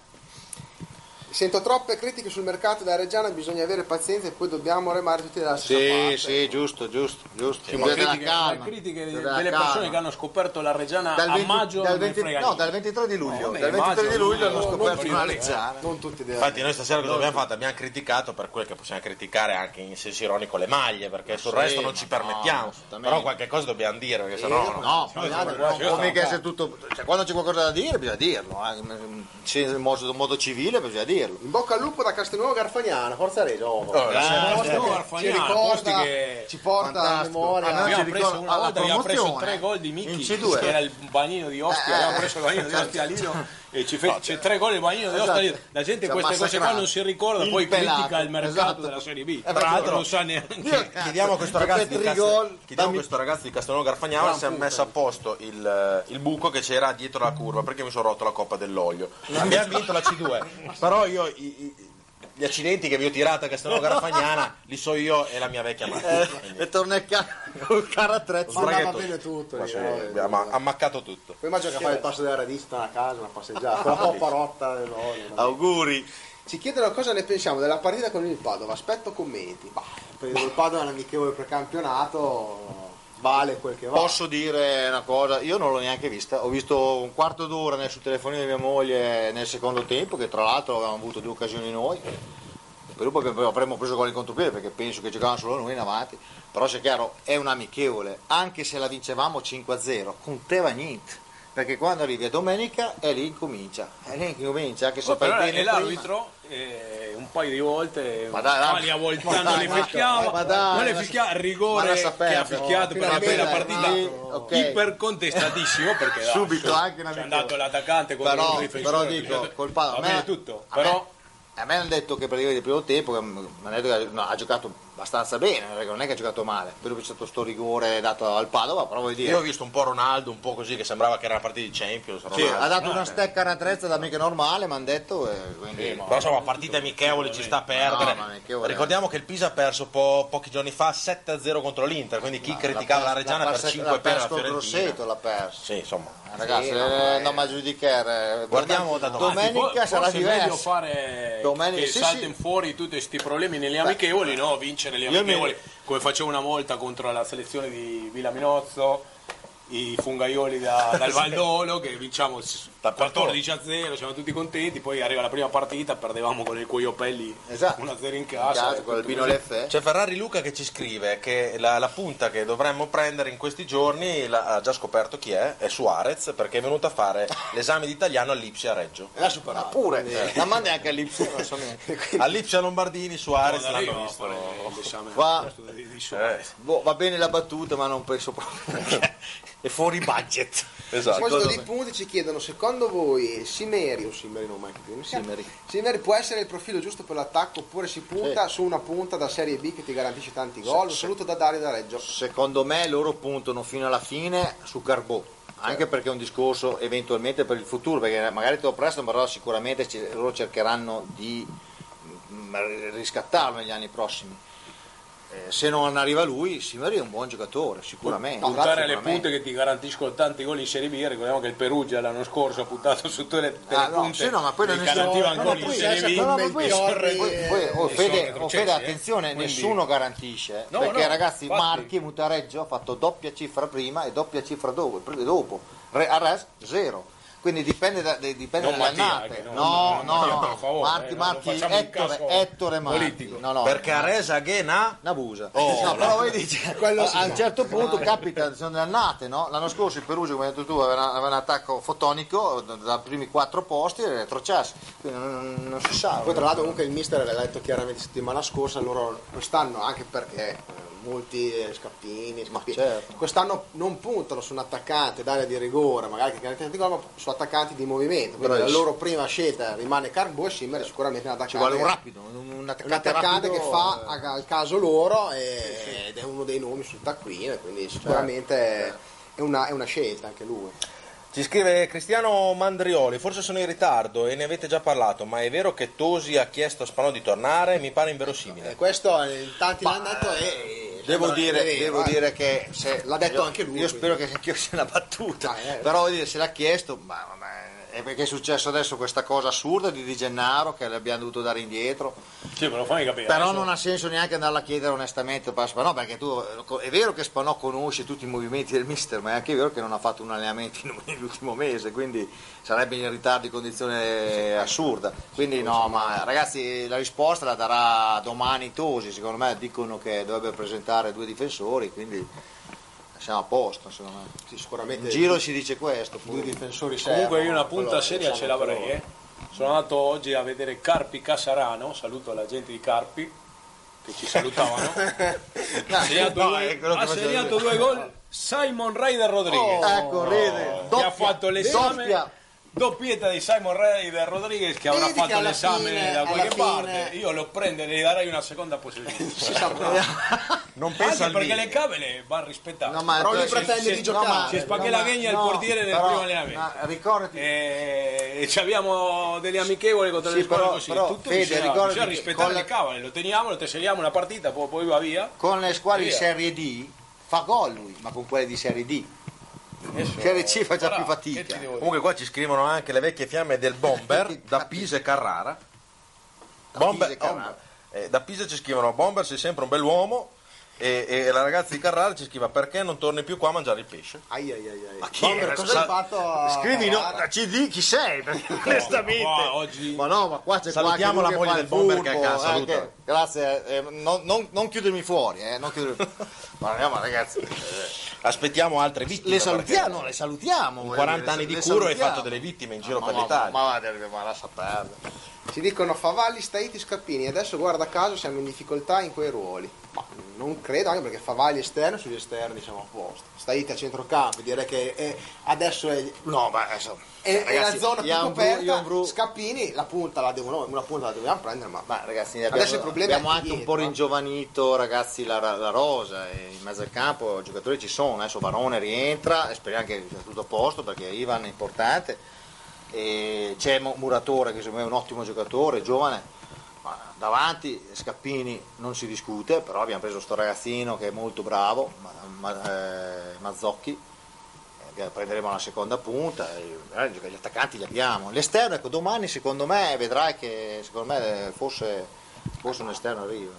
Speaker 6: Sento troppe critiche sul mercato da Reggiana, bisogna avere pazienza e poi dobbiamo remare tutti nella stessa parte.
Speaker 4: Sì, sì, giusto, giusto, giusto.
Speaker 5: Ma
Speaker 4: Della
Speaker 5: critiche,
Speaker 4: calma,
Speaker 5: critiche delle
Speaker 4: della
Speaker 5: persone
Speaker 4: calma.
Speaker 5: che hanno scoperto la Reggiana
Speaker 4: dal
Speaker 5: a
Speaker 4: 20
Speaker 5: maggio
Speaker 4: dal
Speaker 5: non
Speaker 4: 20
Speaker 5: ne frega
Speaker 4: no,
Speaker 5: niente.
Speaker 4: dal 23 di luglio,
Speaker 5: vabbè,
Speaker 4: dal 23 di
Speaker 5: maggio,
Speaker 4: luglio hanno
Speaker 5: no,
Speaker 4: scoperto
Speaker 5: no,
Speaker 4: una
Speaker 5: no,
Speaker 4: Reggiana.
Speaker 6: Non tutti devono.
Speaker 3: Infatti noi stasera cosa abbiamo fatto? Abbiamo criticato per quel che possiamo criticare anche in senso ironico le maglie perché sul
Speaker 4: sì,
Speaker 3: resto non
Speaker 4: ma
Speaker 3: ci
Speaker 4: no,
Speaker 3: permettiamo,
Speaker 4: assolutamente.
Speaker 3: però qualche cosa dobbiamo dire perché sennò...
Speaker 4: No, no,
Speaker 5: guarda, guarda,
Speaker 4: non può
Speaker 5: io
Speaker 4: mica
Speaker 5: sono-
Speaker 4: essere tutto. cioè, quando c'è qualcosa da dire bisogna dirlo, eh, in- in in modo, in modo civile bisogna dirlo.
Speaker 6: In bocca al lupo da Castelnuovo Garfagnana, forza Reggio. oh,
Speaker 3: Oh, la-
Speaker 5: Eh,
Speaker 4: Ah,
Speaker 5: posti
Speaker 4: certo.
Speaker 5: come
Speaker 6: ci
Speaker 5: Arfagnano, posti
Speaker 6: ricorda,
Speaker 5: che-
Speaker 6: ci porta a
Speaker 4: Fantastico.
Speaker 6: memoria.
Speaker 4: Ah, no,
Speaker 5: Abbiamo
Speaker 4: ci
Speaker 5: preso
Speaker 4: ricordo-
Speaker 5: una
Speaker 4: alla
Speaker 5: volta, abbiamo preso
Speaker 4: promozione,
Speaker 5: tre gol di
Speaker 4: in Eh,
Speaker 5: Miki,
Speaker 4: C2.
Speaker 5: che era il bagnino di Ostia, abbiamo preso il bagnino di
Speaker 4: certo.
Speaker 5: Ostia a Lido e ci fece tre gol il bagnino di Ostia a Lido. La gente
Speaker 4: Ci ha
Speaker 5: queste cose qua
Speaker 4: massacrato.
Speaker 5: non si ricorda, poi
Speaker 4: esatto. Il pelato,
Speaker 5: critica il mercato
Speaker 4: esatto.
Speaker 5: della Serie B.
Speaker 4: Eh,
Speaker 5: Tra l'altro
Speaker 4: però-
Speaker 5: non sa neanche...
Speaker 4: Io-
Speaker 3: Chiediamo a questo
Speaker 4: Per
Speaker 3: ragazzo di,
Speaker 4: tre
Speaker 3: Castel-
Speaker 4: gol,
Speaker 3: chiediamo a
Speaker 4: dammi-
Speaker 3: questo ragazzo di Castelnuovo Garfagnano se ha messo a posto il, il buco che c'era dietro la curva perché mi sono rotto la coppa dell'olio. Abbiamo vinto la C2, però io i- i- gli accidenti che vi ho tirato a Castelnuovo Garfagnana li so io e la mia vecchia macchina.
Speaker 4: Eh, e torna il ca- col carro attrezzo.
Speaker 6: Ma andava
Speaker 3: Sbraghetto.
Speaker 6: bene tutto.
Speaker 3: Eh, Ma
Speaker 6: lì,
Speaker 3: sì,
Speaker 6: no?
Speaker 3: abbiamo ammaccato tutto.
Speaker 6: Poi immagino che fai il passo della radista a casa, una passeggiata, con la coppa rotta dell'olio. eh, no?
Speaker 4: Auguri.
Speaker 6: Ci chiedono cosa ne pensiamo della partita con il Padova. Aspetto commenti. Bah, per il Padova è un amichevole precampionato, vale quel che vale.
Speaker 4: Posso dire una cosa, io non l'ho neanche vista, ho visto un quarto d'ora nel- sul telefonino di mia moglie nel secondo tempo, che tra l'altro avevamo avuto due occasioni noi, poi dopo abbiamo- avremmo preso gol in contropiede perché penso che giocavano solo noi in avanti, però se è chiaro è un amichevole, anche se la vincevamo 5-0, conteva niente. Perché quando arrivi a domenica è lì incomincia, è lì incomincia, anche se
Speaker 5: Oh, però
Speaker 4: fai
Speaker 5: e
Speaker 4: bene prima.
Speaker 5: l'arbitro eh, un paio di volte
Speaker 4: Ma dai,
Speaker 5: Spagna
Speaker 4: l'arbitro-
Speaker 5: voltando
Speaker 4: ma
Speaker 5: le
Speaker 4: dai, ma-
Speaker 5: fischiava
Speaker 4: eh, ma dai,
Speaker 5: non le
Speaker 4: ma-
Speaker 5: fischiava il
Speaker 4: ma
Speaker 5: rigore
Speaker 4: la sapeva,
Speaker 5: che ha
Speaker 4: però,
Speaker 5: fischiato per la
Speaker 4: finalmente,
Speaker 5: bella partita
Speaker 4: ma- ok.
Speaker 5: ipercontestatissimo perché dai,
Speaker 4: Subito anche una
Speaker 5: c'è
Speaker 4: vittoria.
Speaker 5: Cioè, andato l'attaccante contro
Speaker 4: però,
Speaker 5: il cioè, difensore
Speaker 4: però dico colpa
Speaker 5: va
Speaker 4: a me-
Speaker 5: bene tutto
Speaker 4: a
Speaker 5: però
Speaker 4: me, a me hanno detto che praticamente il primo tempo che, mm, mi hanno detto che no, ha giocato abbastanza bene perché non è che ha giocato male però c'è stato sto rigore dato al Padova però voglio dire
Speaker 3: Io ho visto un po' Ronaldo, un po' così, che sembrava che era una partita di Champions.
Speaker 4: sì,
Speaker 3: Ronaldo.
Speaker 4: ha dato una stecca a una trezza da mica normale mi hanno detto e quindi
Speaker 3: Però insomma, partita amichevole ci sta a perdere.
Speaker 4: No, ma amichevole.
Speaker 3: Ricordiamo che il Pisa ha perso po- pochi giorni fa 7-0 contro l'Inter, quindi chi criticava la, Reggiana per 5
Speaker 4: l'ha
Speaker 3: per
Speaker 4: perso
Speaker 3: la
Speaker 4: contro
Speaker 3: Fiorentina.
Speaker 4: Grosseto l'ha perso
Speaker 3: Sì, insomma.
Speaker 4: Eh, ragazzi
Speaker 6: Sì,
Speaker 4: eh,
Speaker 6: no,
Speaker 4: no,
Speaker 6: eh.
Speaker 4: ma giudicher eh,
Speaker 3: Guardiamo da domani.
Speaker 5: Fo-
Speaker 4: domenica sarà
Speaker 5: forse è meglio
Speaker 4: diverso
Speaker 5: fare
Speaker 4: Domenica-
Speaker 5: che
Speaker 4: sì,
Speaker 5: saltano
Speaker 4: sì.
Speaker 5: fuori tutti questi problemi nelle amichevoli, no? Vincere le
Speaker 4: Io mi-
Speaker 5: amichevoli, come facevo una volta contro la selezione di Villa Minozzo, i fungaioli da- dal Valdolo, che vinciamo s-
Speaker 3: Da
Speaker 5: 14 a 0, siamo tutti contenti, poi arriva la prima partita, perdevamo con il Cuiopelli
Speaker 4: Esatto.
Speaker 5: 1 a 0 in
Speaker 4: In
Speaker 5: casa.
Speaker 3: ecco,
Speaker 4: casa, con Albino Leffe
Speaker 3: C'è Ferrari Luca che ci scrive che la, la punta che dovremmo prendere in questi giorni la- ha già scoperto chi è, è Suarez, perché è venuto a fare l'esame di italiano all'Ipsia a Reggio.
Speaker 4: l'ha superato pure la manda anche all'Ipsia non so neanche
Speaker 3: All'Ipsia Lombardini Suarez l'hanno visto.
Speaker 4: Qua-
Speaker 3: Eh,
Speaker 4: Boh, va bene la battuta, ma non penso proprio. che- è fuori budget.
Speaker 6: A
Speaker 3: esatto.
Speaker 6: proposito di punti ci chiedono, secondo voi Simeri o Simeri non mai capito, come si chiama?
Speaker 4: Simeri.
Speaker 6: Simeri può essere il profilo giusto per l'attacco oppure si punta su una punta da Serie B che ti garantisce tanti gol? Un
Speaker 4: sì.
Speaker 6: saluto da Dario da Reggio.
Speaker 4: Secondo me loro puntano fino alla fine su Garbò. Anche perché è un discorso eventualmente per il futuro, perché magari te lo prestano, però sicuramente ci- loro cercheranno di mm, riscattarlo negli anni prossimi. Eh, se non arriva lui, Simeri è un buon giocatore, sicuramente.
Speaker 5: Puntare alle
Speaker 4: Sicuramente.
Speaker 5: punte che ti garantiscono tanti gol in Serie B, ricordiamo che il Perugia l'anno scorso ha puntato su tutte le, tutte le
Speaker 4: Ah, no,
Speaker 5: punte
Speaker 4: sì, no, ma poi
Speaker 5: che
Speaker 4: non è
Speaker 5: garantivano
Speaker 4: no, ma
Speaker 5: gol in
Speaker 4: poi-
Speaker 5: Serie B.
Speaker 4: no, ma poi-
Speaker 6: Melchiorri,
Speaker 4: poi- poi- oh,
Speaker 5: e sono
Speaker 4: Fede, oh,
Speaker 5: retrocessi,
Speaker 4: Fede,
Speaker 5: eh.
Speaker 4: attenzione,
Speaker 5: Quindi-
Speaker 4: nessuno garantisce. eh,
Speaker 5: No,
Speaker 4: perché
Speaker 5: no,
Speaker 4: ragazzi,
Speaker 5: infatti.
Speaker 4: Marchi e Mutareggio ha fatto doppia cifra prima e doppia cifra dopo. pre- dopo. Re, a rest, zero. Quindi dipende, da, de- dipende
Speaker 5: Non
Speaker 4: dalle
Speaker 5: Mattia,
Speaker 4: annate.
Speaker 5: che non-
Speaker 4: No,
Speaker 5: non
Speaker 4: no,
Speaker 5: Mattia, per favore,
Speaker 4: Marchi,
Speaker 5: eh, non
Speaker 4: Marchi,
Speaker 5: facciamo un
Speaker 4: Ettore,
Speaker 5: caso
Speaker 4: Ettore Marchi.
Speaker 5: politico.
Speaker 4: No, no,
Speaker 3: Perché
Speaker 4: no.
Speaker 3: Aresa Ghena
Speaker 4: Una busa.
Speaker 3: Oh,
Speaker 4: no,
Speaker 3: no.
Speaker 4: però voi dice, a un certo punto capita, sono le annate, no? L'anno scorso il Perugia, come hai detto tu, aveva, aveva un attacco fotonico da- dai primi quattro posti e retrocesse. Quindi non,
Speaker 6: Mm,
Speaker 4: non- non si sa.
Speaker 6: Poi tra l'altro comunque il mister l'ha detto chiaramente settimana scorsa, loro quest'anno anche perché eh, molti eh, scappini, scappini
Speaker 4: certo.
Speaker 6: quest'anno non puntano su un attaccante d'area di rigore, magari che garantisce tanti gol, ma su attaccanti di movimento. Quindi la
Speaker 4: Bravissimo.
Speaker 6: loro prima scelta rimane Carbo e Simeri sicuramente è un attaccante.
Speaker 4: Ci vuole un rapido, un, un
Speaker 6: un
Speaker 4: attaccante,
Speaker 6: attaccante
Speaker 4: rapido,
Speaker 6: che fa a- al caso loro e- ed è uno dei nomi sul taccuino, quindi
Speaker 4: Certo.
Speaker 6: sicuramente è, una, è una scelta anche lui.
Speaker 3: Ci scrive Cristiano Mandrioli, forse sono in ritardo e ne avete già parlato, ma è vero che Tosi ha chiesto a Spano di tornare? Mi pare
Speaker 6: Eh,
Speaker 3: inverosimile.
Speaker 6: questo eh, tanti l'hanno detto e...
Speaker 4: eh, Devo,
Speaker 6: sembra-
Speaker 4: dire,
Speaker 6: è vero,
Speaker 4: devo
Speaker 6: eh.
Speaker 4: dire che se-
Speaker 6: L'ha detto
Speaker 4: io-
Speaker 6: anche lui,
Speaker 4: Io
Speaker 6: quindi.
Speaker 4: spero che anch'io sia una battuta,
Speaker 6: Dai, eh.
Speaker 4: però voglio dire, se l'ha chiesto, ma, ma- è perché è successo adesso questa cosa assurda di Di Gennaro che le abbiamo dovuto dare indietro.
Speaker 5: Sì, me lo fammi capire.
Speaker 4: Però
Speaker 5: adesso.
Speaker 4: non ha senso neanche andarla a chiedere onestamente a Spanò, perché tu è vero che Spanò conosce tutti i movimenti del mister, ma è anche vero che non ha fatto un allenamento in- nell'ultimo mese, quindi sarebbe in ritardo di condizione assurda. Quindi no, ma ragazzi la risposta la darà domani Tosi, secondo me dicono che dovrebbe presentare due difensori, quindi siamo a posto, secondo me.
Speaker 6: Sì, sicuramente
Speaker 4: In giro si dice questo,
Speaker 6: due
Speaker 4: poi.
Speaker 6: difensori
Speaker 5: Comunque
Speaker 6: servono,
Speaker 5: io una
Speaker 6: quello
Speaker 5: punta
Speaker 6: lo
Speaker 5: seria ce
Speaker 6: sanno anche
Speaker 5: l'avrei.
Speaker 6: loro.
Speaker 5: eh. Sono andato oggi a vedere Carpi Casarano, saluto la gente di Carpi che ci salutavano. ha segnato,
Speaker 4: No,
Speaker 5: due,
Speaker 4: è quello che
Speaker 5: ha
Speaker 4: facevo
Speaker 5: segnato due gol Simon Raider Rodriguez.
Speaker 4: Ecco, ride.
Speaker 5: che
Speaker 4: Doppia,
Speaker 5: eh. ha fatto l'esame
Speaker 4: doppia.
Speaker 5: doppietta di Simon Raider Rodriguez che avrà
Speaker 6: Vedi che
Speaker 5: fatto
Speaker 6: alla
Speaker 5: l'esame
Speaker 6: fine-
Speaker 5: da
Speaker 6: alla
Speaker 5: qualche
Speaker 6: fine-
Speaker 5: parte io lo prendo e gli darei una seconda possibilità
Speaker 6: Si sa mai.
Speaker 3: Non pensa
Speaker 5: anche
Speaker 3: al
Speaker 5: perché
Speaker 3: Milan.
Speaker 5: le cavole vanno rispettate
Speaker 4: No, ma cioè,
Speaker 6: Però lui
Speaker 4: se-
Speaker 6: pretende
Speaker 4: se-
Speaker 6: di giocare.
Speaker 4: no, ma-
Speaker 5: Si spacchè
Speaker 4: no,
Speaker 5: la
Speaker 4: ma-
Speaker 5: ghegna al
Speaker 4: no,
Speaker 5: portiere nel
Speaker 4: però-
Speaker 5: primo allenamento.
Speaker 4: ma ricordati,
Speaker 3: Eh.
Speaker 5: e Eh, ci abbiamo delle amichevoli contro
Speaker 4: Sì,
Speaker 5: le squadre
Speaker 4: però-
Speaker 5: così
Speaker 4: però,
Speaker 5: tutto
Speaker 4: Fede,
Speaker 5: bisogna,
Speaker 4: ricordati
Speaker 5: bisogna
Speaker 4: che
Speaker 5: rispettare
Speaker 4: con la-
Speaker 5: le cavole lo teniamo lo teseriamo una partita poi, poi va via
Speaker 4: con le squadre di
Speaker 5: Via.
Speaker 4: Serie D fa gol lui, ma con quelle di Serie D. Serie C fa già
Speaker 5: Allora,
Speaker 4: più
Speaker 5: che ti
Speaker 4: fatica.
Speaker 5: devo dire?
Speaker 3: Comunque qua ci scrivono anche le vecchie fiamme del bomber da Pisa e Carrara. Bomber-
Speaker 4: Pisa e Carrara.
Speaker 3: oh, eh, da Pisa ci scrivono Bomber sei sempre un bell'uomo e, e la ragazza di Carrara ci scrive perché non torni più qua a mangiare il pesce.
Speaker 6: Ai ai ai ai.
Speaker 4: chi
Speaker 6: Bomber,
Speaker 4: era?
Speaker 6: cosa hai
Speaker 4: Scusa-
Speaker 6: fatto? a
Speaker 4: Scrivi no,
Speaker 6: Carrara?
Speaker 4: ci di chi sei, perché onestamente.
Speaker 5: Qua oggi
Speaker 4: Ma no, ma qua c'è
Speaker 3: Salutiamo
Speaker 4: qualche
Speaker 3: la
Speaker 4: che
Speaker 3: moglie
Speaker 4: fa
Speaker 3: del
Speaker 4: il
Speaker 3: bomber che è a
Speaker 4: furbo,
Speaker 3: casa,
Speaker 4: eh,
Speaker 3: saluta.
Speaker 4: che- grazie, eh, non, non- non chiudermi fuori, eh, non chiudermi. ma, no, ma ragazzi, eh,
Speaker 3: Aspettiamo altre vittime.
Speaker 4: le
Speaker 3: perché-
Speaker 4: salutiamo, le salutiamo. voglio
Speaker 3: 40
Speaker 4: dire,
Speaker 3: anni di
Speaker 4: le
Speaker 3: curo e hai
Speaker 4: salutiamo.
Speaker 3: fatto delle vittime in giro
Speaker 4: Ma-
Speaker 3: per
Speaker 4: ma-
Speaker 3: l'Italia.
Speaker 4: Ma, ma, ma lascia perdere.
Speaker 6: Ci dicono Favalli, Staiti, Scappini. Adesso guarda caso siamo in difficoltà in quei ruoli. Ma non credo, anche perché Favalli esterno sugli esterni siamo a posto. Staiti a centrocampo, direi che è- adesso è,
Speaker 4: No, ma adesso,
Speaker 6: è- è la
Speaker 4: ragazzi,
Speaker 6: zona più
Speaker 4: Ian Bru-
Speaker 6: coperta.
Speaker 4: Ian Bru-
Speaker 6: Scappini, la punta la devono, una punta la dobbiamo prendere, ma
Speaker 4: Ma ragazzi, abbiamo,
Speaker 6: Adesso il problema
Speaker 4: abbiamo
Speaker 6: è
Speaker 4: anche un
Speaker 6: dietro,
Speaker 4: po'
Speaker 6: eh.
Speaker 4: ringiovanito ragazzi, la, la rosa, e in mezzo al campo i giocatori ci sono, adesso Varone rientra, e speriamo che sia tutto a posto perché Ivan è importante, e c'è Mo- Muratore che secondo me è un ottimo giocatore, giovane, ma davanti Scappini non si discute, però abbiamo preso sto ragazzino che è molto bravo, ma, ma- eh, Mazzocchi, eh, prenderemo la seconda punta e, eh, gli attaccanti li abbiamo l'esterno ecco domani secondo me vedrai che secondo me eh, forse, forse un esterno arriva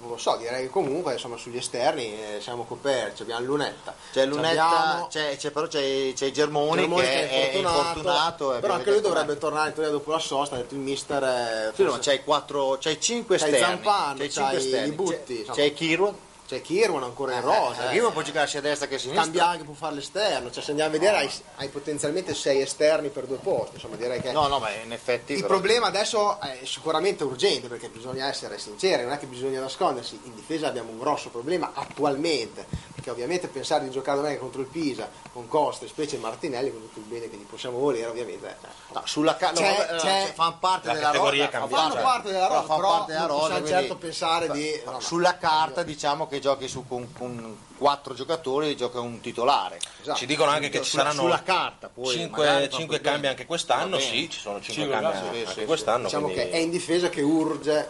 Speaker 6: non lo so, direi che comunque insomma sugli esterni eh, siamo coperti, abbiamo Lunetta.
Speaker 4: c'è Lunetta
Speaker 6: Abbiamo-
Speaker 4: c'è, c'è- però c'è, c'è Germoni,
Speaker 6: Germoni
Speaker 4: che è è infortunato, e
Speaker 6: però
Speaker 4: abbiamo
Speaker 6: anche lui
Speaker 4: detto,
Speaker 6: dovrebbe tornare in teoria dopo la sosta, ha detto il mister eh,
Speaker 4: sì, no,
Speaker 6: forse-
Speaker 4: c'hai 4 c'hai 5
Speaker 6: C'hai
Speaker 4: esterni
Speaker 6: Zampano,
Speaker 4: c'hai
Speaker 6: c'hai
Speaker 4: cinque esterni,
Speaker 6: Libutti,
Speaker 4: c'è,
Speaker 6: insomma.
Speaker 4: c'è Kirwan
Speaker 6: c'è Kirwan ancora in rosa.
Speaker 4: Eh,
Speaker 6: eh.
Speaker 4: Kirwan può giocare sia a destra che a sinistra
Speaker 6: cambia anche può fare l'esterno cioè se andiamo a vedere hai, hai potenzialmente sei esterni per due posti insomma direi che
Speaker 4: no no ma in effetti
Speaker 6: il
Speaker 4: però-
Speaker 6: problema adesso è sicuramente urgente perché bisogna essere sinceri non è che bisogna nascondersi in difesa abbiamo un grosso problema attualmente perché ovviamente pensare di giocare domenica contro il Pisa con Costa e specie Martinelli con tutto il bene che gli possiamo volere ovviamente eh,
Speaker 4: No, Ah, sulla ca- no,
Speaker 6: C'è-
Speaker 4: vabbè, no,
Speaker 6: c'è-
Speaker 4: cioè, fanno parte
Speaker 3: la
Speaker 4: della
Speaker 3: categoria è
Speaker 4: rosa,
Speaker 3: cambiata.
Speaker 6: fanno parte della rosa
Speaker 4: fanno
Speaker 6: cioè, però
Speaker 4: parte della
Speaker 6: non
Speaker 4: rosa,
Speaker 6: possiamo
Speaker 4: quindi-
Speaker 6: certo pensare di
Speaker 4: Fa-
Speaker 6: no, no.
Speaker 4: sulla carta diciamo che giochi su con, con quattro giocatori gioca un titolare
Speaker 6: Esatto.
Speaker 3: Ci dicono anche che ci
Speaker 4: Sulla-
Speaker 3: saranno
Speaker 4: sulla carta poi
Speaker 3: 5,
Speaker 4: magari fa poi
Speaker 3: cambi
Speaker 4: bene.
Speaker 3: anche quest'anno,
Speaker 4: Va bene.
Speaker 3: sì, ci sono 5
Speaker 5: Sì,
Speaker 3: cambi
Speaker 5: sì,
Speaker 3: anche
Speaker 4: sì, sì.
Speaker 3: quest'anno.
Speaker 6: diciamo
Speaker 3: quindi-
Speaker 6: che è in difesa che urge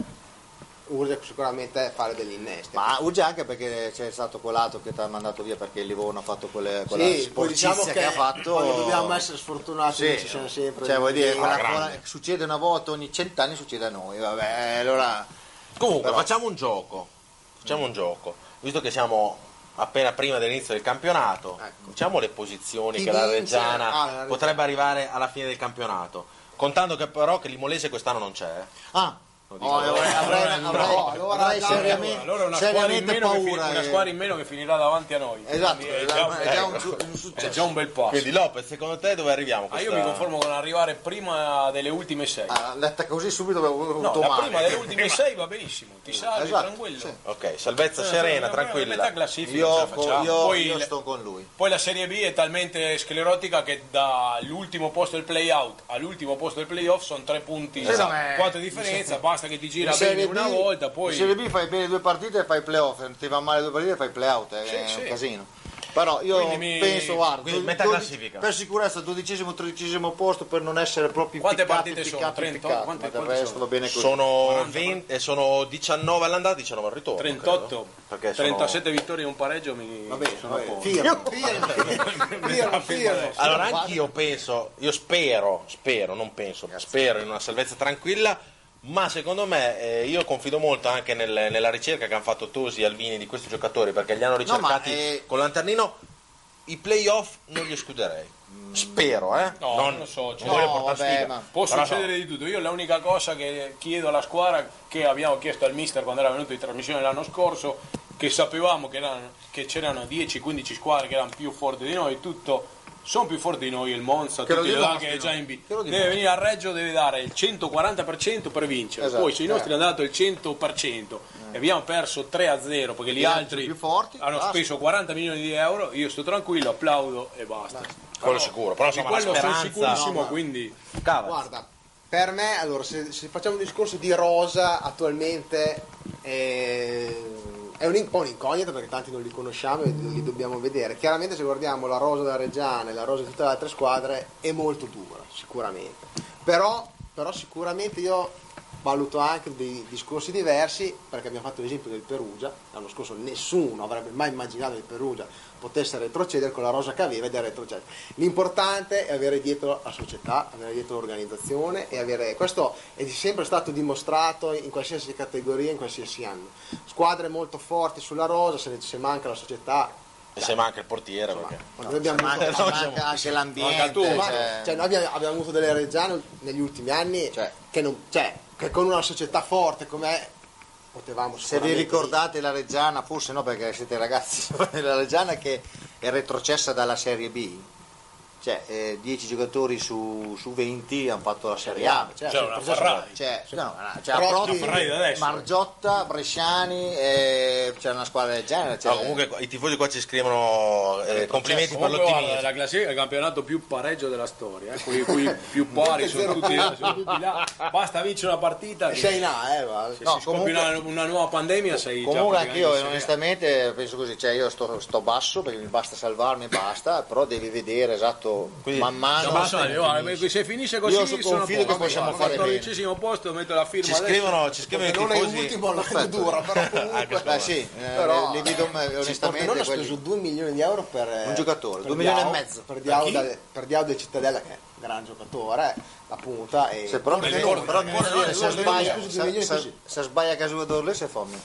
Speaker 6: urge sicuramente fare degli innesti
Speaker 4: ma urge anche perché c'è stato quell'altro che ti ha mandato via perché il Livorno ha fatto quelle, quella
Speaker 6: Sì, poi
Speaker 4: sporcizia
Speaker 6: diciamo che,
Speaker 4: ha fatto
Speaker 6: quando dobbiamo essere sfortunati
Speaker 4: Sì,
Speaker 6: che ci sono sempre
Speaker 4: cioè, vuol dire,
Speaker 6: dei-
Speaker 4: quella- quella- succede una volta ogni cent'anni succede a noi vabbè allora
Speaker 3: Comunque,
Speaker 4: Però-
Speaker 3: facciamo un gioco. Facciamo un gioco. Visto che siamo appena prima dell'inizio del campionato, diciamo le posizioni
Speaker 6: Chi
Speaker 3: che la
Speaker 6: vince?
Speaker 3: Reggiana
Speaker 6: Ah, la Reggiana.
Speaker 3: potrebbe arrivare alla fine del campionato. Contando che però che l'Imolese quest'anno non c'è. eh.
Speaker 4: ah
Speaker 3: Lo dico.
Speaker 4: oh, avrei, avrei,
Speaker 6: No,
Speaker 4: avrei-
Speaker 6: allora
Speaker 4: avrei
Speaker 6: già-
Speaker 4: seriamente,
Speaker 5: allora è una squadra, in
Speaker 4: seriamente
Speaker 5: meno che,
Speaker 4: paura
Speaker 5: fi- una
Speaker 4: eh.
Speaker 5: squadra in meno che finirà davanti a noi.
Speaker 4: Esatto,
Speaker 5: Quindi è
Speaker 4: è
Speaker 5: già,
Speaker 4: già, è già
Speaker 5: ecco,
Speaker 4: un, su- un
Speaker 5: è
Speaker 4: successo.
Speaker 5: già un bel passo.
Speaker 3: Quindi Lopez, secondo te dove arriviamo?
Speaker 5: Ma
Speaker 3: Questa...
Speaker 5: io mi conformo con arrivare prima delle ultime sei.
Speaker 4: Ah, L'attacca così subito avevo
Speaker 5: No,
Speaker 4: avuto
Speaker 5: la
Speaker 4: male.
Speaker 5: prima delle ultime sei va benissimo, ti salvi
Speaker 4: Esatto,
Speaker 5: tranquillo.
Speaker 4: sì.
Speaker 3: Ok, salvezza serena,
Speaker 5: Metà
Speaker 3: tranquilla.
Speaker 5: classifica ce
Speaker 4: Io,
Speaker 5: la facciamo.
Speaker 4: io-
Speaker 5: poi,
Speaker 4: io
Speaker 5: il-
Speaker 4: sto con lui.
Speaker 5: poi la Serie B è talmente sclerotica che dall'ultimo posto del play-out all'ultimo posto del play-off sono tre punti,
Speaker 4: Esatto.
Speaker 5: quattro di differenza, basta che ti
Speaker 4: In
Speaker 5: gira bene una volta,
Speaker 4: in Serie
Speaker 5: poi...
Speaker 4: B fai bene due partite e fai playoff, ti va male due partite e fai playout, è
Speaker 5: Sì,
Speaker 4: un
Speaker 5: sì.
Speaker 4: casino. Però io
Speaker 5: Quindi mi-
Speaker 4: penso, guarda,
Speaker 3: quindi
Speaker 4: dodici-
Speaker 3: metà
Speaker 4: dodici-
Speaker 3: classifica.
Speaker 4: per sicurezza dodicesimo, tredicesimo posto per non essere proprio
Speaker 5: Quante
Speaker 4: impiccati,
Speaker 5: partite sono?
Speaker 4: impiccati,
Speaker 5: 30?
Speaker 4: impiccati,
Speaker 5: Quante-
Speaker 4: ma del
Speaker 5: quante
Speaker 4: resto
Speaker 5: sono?
Speaker 4: va bene così.
Speaker 3: Sono, 20 eh, sono 19 all'andata, 19 al ritorno. credo.
Speaker 5: 38,
Speaker 3: Perché sono-
Speaker 5: 37 vittorie e un pareggio mi
Speaker 6: Va bene,
Speaker 5: sono
Speaker 6: va
Speaker 5: a
Speaker 6: bene.
Speaker 5: posto.
Speaker 6: Firmo, firmo, firmo, firmo.
Speaker 3: Allora anch'io penso, io spero, spero, non penso, spero in una salvezza tranquilla, ma secondo me eh, io confido molto anche nel- nella ricerca che hanno fatto Tosi e Alvini di questi giocatori perché li hanno
Speaker 4: No, ma,
Speaker 3: ricercati
Speaker 4: eh,
Speaker 3: con l'anternino, i playoff non li escluderei. Spero, eh?
Speaker 5: No, non lo so, cioè-
Speaker 3: voglio
Speaker 4: Mm. No,
Speaker 3: portare
Speaker 4: vabbè,
Speaker 3: sfiga.
Speaker 4: ma-
Speaker 5: Può
Speaker 3: Però no.
Speaker 5: succedere di tutto. Io l'unica cosa che chiedo alla squadra, che abbiamo chiesto al mister quando era venuto in trasmissione l'anno scorso, che sapevamo che, erano- che c'erano 10-15 squadre che erano più forti di noi, tutto sono più forti di noi, il Monza,
Speaker 4: Che lo
Speaker 5: tutti i là che
Speaker 4: dimostrino.
Speaker 5: è già in B.
Speaker 4: Che lo
Speaker 5: Deve venire a Reggio, deve dare il 140% per vincere.
Speaker 4: Esatto,
Speaker 5: Poi se i nostri
Speaker 4: eh.
Speaker 5: hanno dato il 100% e abbiamo perso 3-0 perché gli
Speaker 4: Gli altri
Speaker 5: altri
Speaker 4: più forti,
Speaker 5: hanno
Speaker 4: basta.
Speaker 5: speso 40 milioni di euro, io sto tranquillo, applaudo e basta.
Speaker 3: Quello sicuro, però
Speaker 5: Di
Speaker 3: insomma, la
Speaker 5: quello sono
Speaker 3: speranza-
Speaker 5: sicurissimo,
Speaker 6: No, ma-
Speaker 5: quindi...
Speaker 3: Cavaz.
Speaker 6: Guarda, per me, allora, se, se facciamo un discorso di rosa, attualmente eh, è un, po' un'incognita perché tanti non li conosciamo e li dobbiamo vedere. Chiaramente se guardiamo la rosa della Reggiana e la rosa di tutte le altre squadre è molto dura, sicuramente. Però, però sicuramente io valuto anche dei discorsi diversi, perché abbiamo fatto l'esempio del Perugia, l'anno scorso nessuno avrebbe mai immaginato che il Perugia potesse retrocedere con la rosa che aveva ed è retrocesso. L'importante è avere dietro la società, avere dietro l'organizzazione e avere questo è sempre stato dimostrato in qualsiasi categoria, in qualsiasi anno. Squadre molto forti sulla rosa, se, se manca la società
Speaker 3: E se manca il portiere,
Speaker 6: ma-
Speaker 3: perché...
Speaker 6: ma noi abbiamo
Speaker 4: manca,
Speaker 6: avuto-
Speaker 4: manca anche l'ambiente
Speaker 5: Eh, diciamo, manca tu,
Speaker 6: ma-
Speaker 4: cioè-
Speaker 6: cioè, noi abbiamo, abbiamo avuto delle Reggiano negli ultimi anni
Speaker 4: Cioè.
Speaker 6: che, non- cioè, che con una società forte com'è potevamo
Speaker 4: se vi
Speaker 6: sicuramente-
Speaker 4: ricordate la Reggiana forse no perché siete ragazzi la Reggiana che è retrocessa dalla Serie B cioè eh, 10 giocatori su, su 20 hanno fatto la Serie A
Speaker 6: Cioè,
Speaker 5: Cioè, una
Speaker 6: cioè,
Speaker 5: Ferrari.
Speaker 4: Cioè, no, no, c'è
Speaker 6: Protti-
Speaker 4: Protti,
Speaker 6: Ma
Speaker 5: Ferrari da adesso.
Speaker 4: Margiotta, Bresciani, eh, c'è una squadra del genere. cioè-
Speaker 3: No, comunque i tifosi qua ci scrivono eh, complimenti per
Speaker 5: Comunque, guarda,
Speaker 3: l'ottimismo.
Speaker 5: la classifica è il campionato più pareggio della storia, eh, quelli qui più pari sono tutti, sono tutti là. Basta vincere una partita, che-
Speaker 6: sei là, eh, va.
Speaker 5: se
Speaker 4: No,
Speaker 5: si diciamo, scoppi una,
Speaker 4: comunque-
Speaker 5: una nuova pandemia sei già
Speaker 4: Comunque anche
Speaker 5: praticamente
Speaker 4: io
Speaker 5: in Serie A.
Speaker 4: onestamente penso così, cioè io sto, sto basso perché mi basta salvarmi e basta, però devi vedere esatto
Speaker 3: Quindi,
Speaker 4: man mano.
Speaker 5: Ma sai, guarda, se finisce così
Speaker 4: Io so- confido
Speaker 5: posto.
Speaker 4: che possiamo
Speaker 5: Al
Speaker 4: fare bene.
Speaker 5: 14esimo posto metto la firma
Speaker 3: Ci
Speaker 5: adesso.
Speaker 3: scrivono, ci scrivono i
Speaker 6: non è
Speaker 3: tifosi.
Speaker 6: l'ultimo l'anno dura, però
Speaker 5: Ah,
Speaker 6: comunque
Speaker 4: Beh, sì, eh,
Speaker 6: Però-
Speaker 4: le, le vedo me-
Speaker 6: non
Speaker 4: onestamente
Speaker 6: ha
Speaker 4: quelli-
Speaker 6: speso 2 milioni di euro per eh,
Speaker 4: Un giocatore,
Speaker 6: per
Speaker 4: due milioni
Speaker 6: Diao-
Speaker 4: e mezzo.
Speaker 6: per
Speaker 4: Per chi?
Speaker 6: Diao, del- per Diao del Cittadella che è un gran giocatore, la punta e
Speaker 4: se però
Speaker 5: Nelle
Speaker 4: però-
Speaker 5: corde,
Speaker 4: però-
Speaker 5: nelle
Speaker 4: però- se
Speaker 6: corde,
Speaker 4: sbaglia
Speaker 6: scusi,
Speaker 4: se-
Speaker 6: milioni
Speaker 4: se-
Speaker 6: così.
Speaker 4: se sbaglia Casulo d'Orle si è fommi.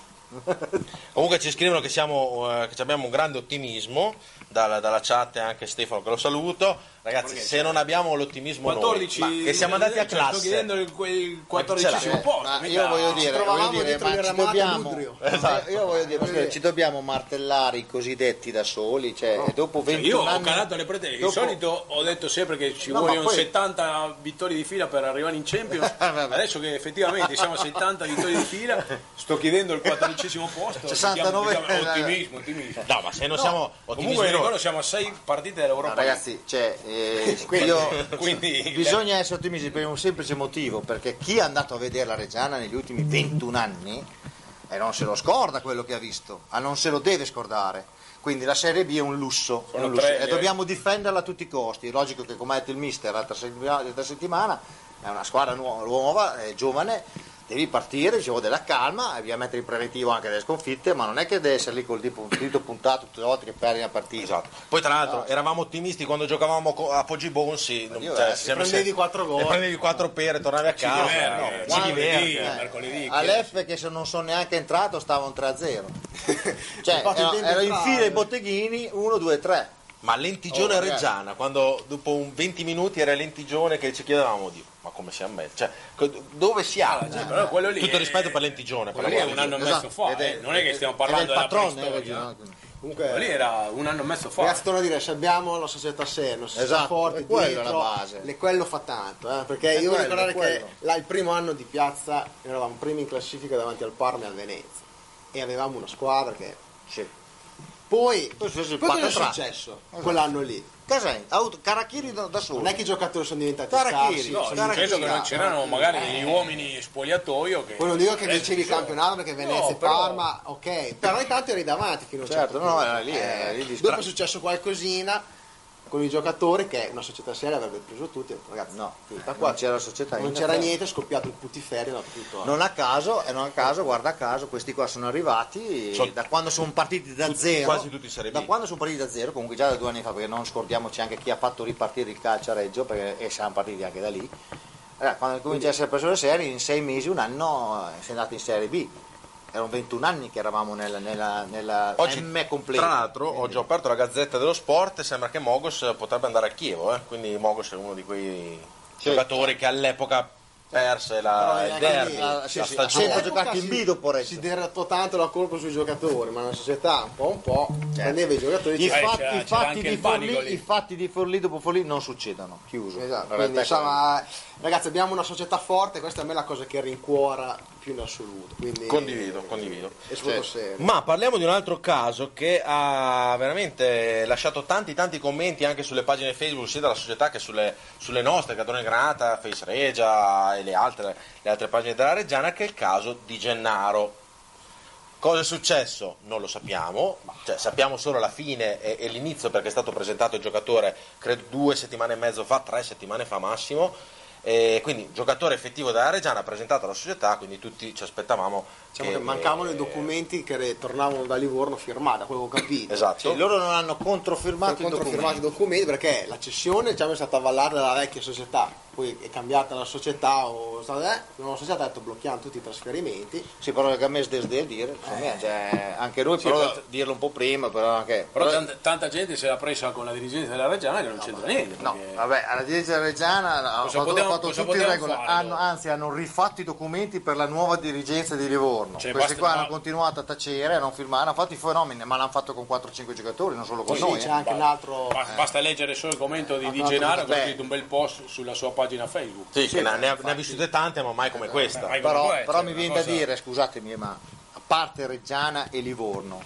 Speaker 3: Comunque ci scrivono che, siamo, eh, che abbiamo un grande ottimismo, dalla, dalla chat e anche Stefano che lo saluto. Ragazzi, se non abbiamo l'ottimismo noi,
Speaker 5: 14
Speaker 3: ma che siamo andati a
Speaker 5: cioè, Sto
Speaker 3: classe,
Speaker 5: chiedendo il, il 14esimo
Speaker 4: Eh,
Speaker 5: posto.
Speaker 4: ma
Speaker 5: mica-
Speaker 4: io voglio dire,
Speaker 6: trovavamo
Speaker 4: voglio dire
Speaker 6: dietro
Speaker 4: ma
Speaker 6: le
Speaker 4: ci
Speaker 6: ramate
Speaker 4: dobbiamo, Eh,
Speaker 6: Budrio.
Speaker 5: Esatto.
Speaker 4: io- io voglio dire, voglio dire, ci dobbiamo martellare i cosiddetti da soli, cioè e dopo
Speaker 5: Cioè,
Speaker 4: 21
Speaker 5: io ho
Speaker 4: anni
Speaker 5: calato le pretese. Di
Speaker 4: dopo-
Speaker 5: solito ho detto sempre che ci
Speaker 4: No, ma
Speaker 5: vogliono
Speaker 4: poi- Ah,
Speaker 5: 70 vittorie di fila per arrivare in Champions.
Speaker 4: Vabbè.
Speaker 5: Adesso che effettivamente siamo a 70 vittorie di fila, sto chiedendo il 14esimo posto.
Speaker 4: 69
Speaker 5: mettiamo- mettiamo- ottimismo, ottimismo.
Speaker 3: no, ma se non siamo ottimisti,
Speaker 5: Comunque
Speaker 3: noi,
Speaker 5: ricordo siamo a 6 partite dell'Europa.
Speaker 4: No, ragazzi, cioè, eh, io-
Speaker 5: quindi-
Speaker 4: bisogna essere ottimisti per un semplice motivo, perché chi è andato a vedere la Reggiana negli ultimi 21 anni e non se lo scorda quello che ha visto, ah, non se lo deve scordare. Quindi la Serie B è un lusso, è
Speaker 5: Sono
Speaker 4: un lusso.
Speaker 5: tre,
Speaker 4: e
Speaker 5: eh.
Speaker 4: dobbiamo difenderla a tutti i costi. È logico che come ha detto il mister l'altra settimana, l'altra settimana, è una squadra nuova, nuova, è giovane, devi partire, dicevo, della calma, e ovviamente in preventivo anche delle sconfitte, ma non è che devi essere lì col dito dito puntato tutte le volte che perdi una partita.
Speaker 3: Esatto. Poi tra
Speaker 5: Ah.
Speaker 3: l'altro eravamo ottimisti quando giocavamo co- a Poggi Bonsi, non-
Speaker 4: Io, eh,
Speaker 3: cioè,
Speaker 4: se
Speaker 3: siamo
Speaker 6: prendevi
Speaker 3: sempre-
Speaker 6: quattro gol.
Speaker 3: e prendevi quattro pere, tornavi a casa,
Speaker 5: diverti,
Speaker 3: no,
Speaker 5: eh,
Speaker 3: ci
Speaker 5: guarda,
Speaker 3: diverti.
Speaker 5: lì.
Speaker 3: eh.
Speaker 5: mercoledì,
Speaker 4: Alef che se non sono neanche entrato stava un 3-0 cioè
Speaker 6: Infatti,
Speaker 4: ero,
Speaker 6: devi
Speaker 4: ero in
Speaker 6: entrare.
Speaker 4: fila ai botteghini 1-2-3
Speaker 3: Ma lentigione
Speaker 4: Oh, ragazzi.
Speaker 3: reggiana, quando dopo un 20 minuti era il lentigione che ci chiedevamo di ma come siamo messi? Cioè, co- dove siamo?
Speaker 5: Cioè, però quello lì
Speaker 3: Tutto
Speaker 5: è-
Speaker 3: rispetto per lentigione, per
Speaker 5: Quello lì è
Speaker 3: la
Speaker 5: un anno e
Speaker 4: Esatto,
Speaker 5: mezzo fa,
Speaker 4: ed è-
Speaker 5: eh, non è che stiamo
Speaker 4: era
Speaker 5: parlando
Speaker 4: il
Speaker 5: della
Speaker 4: patrone eh,
Speaker 5: preistoria,
Speaker 4: Reggio, no?
Speaker 5: Quello lì
Speaker 6: comunque
Speaker 5: era un anno e mezzo fa.
Speaker 6: Ragazzi, torno a dire, se abbiamo la società seria, una società
Speaker 4: Esatto, è
Speaker 6: forte,
Speaker 4: quella
Speaker 6: dietro,
Speaker 4: la base.
Speaker 6: le- quello fa tanto, eh, perché
Speaker 4: È
Speaker 6: io
Speaker 4: quello,
Speaker 6: voglio ricordare
Speaker 4: è quello.
Speaker 6: che là, il primo anno di piazza eravamo primi in classifica davanti al Parma e al Venezia e avevamo una squadra che...
Speaker 4: Sì.
Speaker 6: Poi,
Speaker 4: Poi è successo il
Speaker 6: poi
Speaker 4: Esatto.
Speaker 6: cosa è
Speaker 4: patatrac.
Speaker 6: successo quell'anno lì?
Speaker 4: Casai, auto- Caracchiri da, da solo
Speaker 6: Non è che i giocatori sono diventati
Speaker 4: Tarachiri,
Speaker 6: scarsi,
Speaker 5: No,
Speaker 4: Sì,
Speaker 6: sono
Speaker 5: non credo che non
Speaker 6: diventati
Speaker 5: c'erano magari degli uomini spogliatoio che...
Speaker 6: Poi non dico che
Speaker 5: Eh,
Speaker 6: vincevi il
Speaker 5: sì, no.
Speaker 6: campionato perché Venezia e
Speaker 5: No, però-
Speaker 6: Parma, ok, però intanto eri davanti fino a un
Speaker 4: Certo,
Speaker 6: certo
Speaker 4: no,
Speaker 6: punto.
Speaker 4: era lì, era lì di stra-
Speaker 6: dopo è successo qualcosina con i giocatori che una società seria avrebbe preso tutti, ragazzi,
Speaker 4: no, da
Speaker 6: finita
Speaker 4: qua
Speaker 6: qua.
Speaker 4: c'era la società
Speaker 6: Non
Speaker 4: in
Speaker 6: c'era
Speaker 4: Italia.
Speaker 6: niente, è scoppiato il putiferio da tutto. eh.
Speaker 4: non a caso, e non a caso, guarda caso, questi qua sono arrivati
Speaker 3: Sono-
Speaker 4: da quando sono partiti da
Speaker 3: Tutti-
Speaker 4: zero.
Speaker 3: quasi tutti in Serie B.
Speaker 4: Da quando sono partiti da zero, comunque già da due anni fa, perché non scordiamoci anche chi ha fatto ripartire il calcio a Reggio, perché e siamo partiti anche da lì. Allora, quando comincia a essere preso le serie, in sei mesi, un anno, eh, sei andato in Serie B. Erano 21 anni che eravamo nella, nella, nella
Speaker 3: Oggi,
Speaker 4: M completa.
Speaker 3: tra l'altro, oggi ho aperto la Gazzetta dello Sport e sembra che Mogos potrebbe andare a Chievo, eh. quindi Mogos è uno di quei giocatori che all'epoca perse la, il derby, ah, la stagione.
Speaker 4: sempre giocato in B dopo Reggio.
Speaker 6: Si deratò tanto la colpa sui giocatori, ma la società un po' un po' prendeva i giocatori e
Speaker 4: I
Speaker 6: diceva,
Speaker 5: Eh,
Speaker 4: fatti,
Speaker 5: c'era-
Speaker 4: i
Speaker 5: c'era
Speaker 4: fatti
Speaker 5: anche
Speaker 4: di
Speaker 5: il panico
Speaker 4: Forlì,
Speaker 5: lì.
Speaker 4: i fatti di Forlì dopo Forlì non succedono. Chiuso.
Speaker 6: Esatto,
Speaker 4: La
Speaker 6: quindi,
Speaker 4: realtà è quella.
Speaker 6: insomma, ragazzi abbiamo una società forte, questa è a me la cosa che rincuora più in assoluto. Quindi,
Speaker 3: Condivido, condivido.
Speaker 6: È solo
Speaker 4: Sì.
Speaker 6: serio.
Speaker 3: Ma parliamo di un altro caso che ha veramente lasciato tanti tanti commenti anche sulle pagine Facebook sia della società che sulle, sulle nostre, Catone Granata, Face Regia e le altre, le altre pagine della Reggiana, che è il caso di Gennaro. Cosa è successo? Non lo sappiamo, cioè, sappiamo solo la fine e, e l'inizio perché è stato presentato il giocatore credo due settimane e mezzo fa, tre settimane fa massimo, E quindi giocatore effettivo della Reggiana presentato alla società, quindi tutti ci aspettavamo.
Speaker 6: Diciamo che mancavano i documenti che re- tornavano da Livorno firmati, da quello che ho capito.
Speaker 3: Esatto.
Speaker 4: Cioè, loro non hanno
Speaker 6: Hanno
Speaker 4: controfirmato i
Speaker 6: controfirmato i documenti
Speaker 4: documenti.
Speaker 6: perché la cessione diciamo, è stata avallata dalla vecchia società, poi è cambiata la società, o, eh, la nuova società ha detto blocchiamo tutti i trasferimenti.
Speaker 4: Sì, però che a me sdesde dire,
Speaker 3: Eh.
Speaker 4: insomma, cioè, anche noi però,
Speaker 5: però-
Speaker 4: dirlo un po' prima, però anche...
Speaker 5: Però tanta, tanta gente se l'ha presa con la dirigenza della Reggiana che non c'entra niente.
Speaker 4: No,
Speaker 5: perché-
Speaker 4: vabbè, alla dirigenza reggiana ha
Speaker 5: Cosa
Speaker 4: fatto,
Speaker 5: potevano-
Speaker 4: ha fatto
Speaker 5: cosa
Speaker 4: tutto in
Speaker 5: potevano
Speaker 4: regola,
Speaker 5: fare,
Speaker 4: hanno-
Speaker 5: loro?
Speaker 4: anzi hanno rifatto i documenti per la nuova dirigenza di Livorno.
Speaker 5: Cioè,
Speaker 4: Questi
Speaker 5: basta-
Speaker 4: qua
Speaker 5: ma-
Speaker 4: hanno continuato a tacere, a non firmare, hanno fatto i fenomeni, ma l'hanno fatto con 4-5 giocatori, non solo con
Speaker 6: Così
Speaker 4: noi.
Speaker 6: c'è
Speaker 4: eh.
Speaker 6: anche un altro...
Speaker 5: Ba- Basta leggere solo il commento
Speaker 4: Ah,
Speaker 5: di Di
Speaker 6: no,
Speaker 5: Gennaro che ha
Speaker 4: vabbè.
Speaker 5: scritto un bel post sulla sua pagina Facebook.
Speaker 3: Sì, che ne, ha- ne ha, ne ha vissute tante, ma mai come
Speaker 4: Eh,
Speaker 3: questa.
Speaker 5: mai-
Speaker 4: Però,
Speaker 5: Comunque,
Speaker 4: però
Speaker 5: cioè,
Speaker 4: mi
Speaker 5: una
Speaker 4: viene da
Speaker 5: cosa-
Speaker 4: dire, scusatemi, ma a parte Reggiana e Livorno,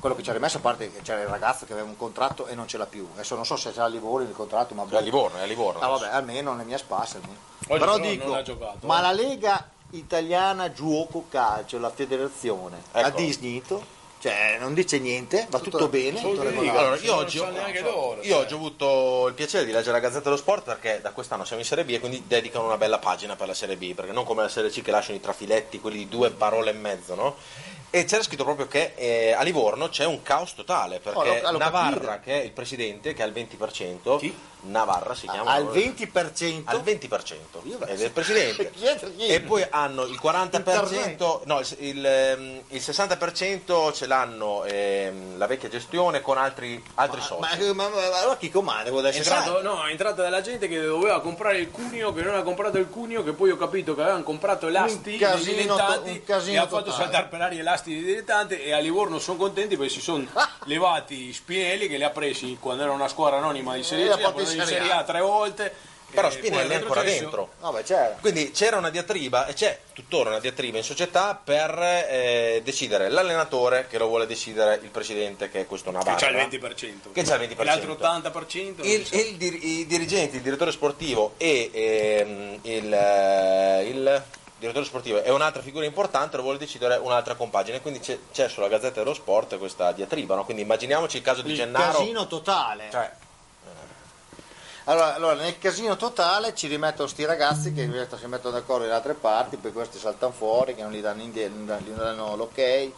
Speaker 4: quello che ci ha rimesso, a parte che c'era il ragazzo che aveva un contratto e non ce l'ha più. Adesso non so se c'era a Livorno il contratto, ma...
Speaker 3: Cioè, a Livorno, è a Livorno.
Speaker 4: Ah, vabbè, almeno le mie spasse. almeno.
Speaker 5: Oggi
Speaker 4: Però
Speaker 5: però non ha
Speaker 4: dico,
Speaker 5: giocato,
Speaker 4: ma
Speaker 5: eh.
Speaker 4: la Lega Italiana Gioco Calcio, la federazione,
Speaker 6: Eh.
Speaker 4: ha
Speaker 3: Ecco.
Speaker 4: disnito, cioè non dice niente, va tutto, bene.
Speaker 3: Allora, io oggi,
Speaker 7: sanno neanche loro,
Speaker 3: io oggi ho avuto il piacere di leggere la Gazzetta dello Sport perché da quest'anno siamo in Serie B e quindi dedicano una bella pagina per la Serie B, perché non come la Serie C che lasciano i trafiletti, quelli di due parole e mezzo, no? E c'era scritto proprio che eh, a Livorno c'è un caos totale perché
Speaker 4: Oh, l'ho- l'ho
Speaker 3: Navarra,
Speaker 4: capito.
Speaker 3: che è il presidente, che ha il 20%,
Speaker 5: Chi?
Speaker 3: Navarra si chiama
Speaker 4: Ah, al
Speaker 3: proprio-
Speaker 4: 20%.
Speaker 3: al 20% ed è il presidente
Speaker 4: Chi è- chi è?
Speaker 3: e poi hanno il 40% no il, il, ehm, il 60% ce l'hanno ehm, la vecchia gestione con altri, altri soci
Speaker 4: ma, ma- ma- ma allora chi comanda? Quello
Speaker 5: È
Speaker 4: adesso
Speaker 5: entrato, no, è entrata della gente che doveva comprare il cuneo, che non ha comprato il cuneo, che poi ho capito che avevano comprato l'asti
Speaker 4: Un casino
Speaker 5: dei dilettanti
Speaker 4: to- un casino
Speaker 5: e ha fatto
Speaker 4: totale.
Speaker 5: saltare per aria l'asti dei dilettanti e a Livorno sono contenti perché si sono levati Spinelli che li ha presi quando era una squadra anonima di
Speaker 4: E
Speaker 5: Serie
Speaker 4: li Eh, ha
Speaker 5: C, li ha
Speaker 4: fatti
Speaker 5: portati
Speaker 4: in
Speaker 5: in
Speaker 4: Serie
Speaker 5: Serie
Speaker 4: A.
Speaker 5: A tre volte.
Speaker 3: però
Speaker 5: e
Speaker 3: Spinelli
Speaker 5: poi
Speaker 3: è
Speaker 5: al
Speaker 3: ancora
Speaker 5: retrocesso-
Speaker 3: dentro
Speaker 4: No, beh, c'era.
Speaker 3: quindi c'era una diatriba e c'è tuttora una diatriba in società per eh, decidere l'allenatore che lo vuole decidere il presidente che è questo
Speaker 5: Che
Speaker 3: Navarra
Speaker 5: c'ha il 20%.
Speaker 3: Che c'ha il 20%.
Speaker 5: L'altro 80%. non
Speaker 3: Il-
Speaker 5: so.
Speaker 3: il dir- I dirigenti, il direttore sportivo e ehm, il, eh, il direttore sportivo è un'altra figura importante, lo vuole decidere un'altra compagine. Quindi c'è, c'è sulla Gazzetta dello Sport questa diatriba. No? Quindi immaginiamoci il caso di
Speaker 4: Il
Speaker 3: Gennaro.
Speaker 4: casino totale.
Speaker 3: Cioè,
Speaker 4: eh. Allora, allora, nel casino totale ci rimettono sti ragazzi che invece si mettono d'accordo in altre parti, poi questi saltano fuori, che non gli danno, indie- non gli danno l'ok,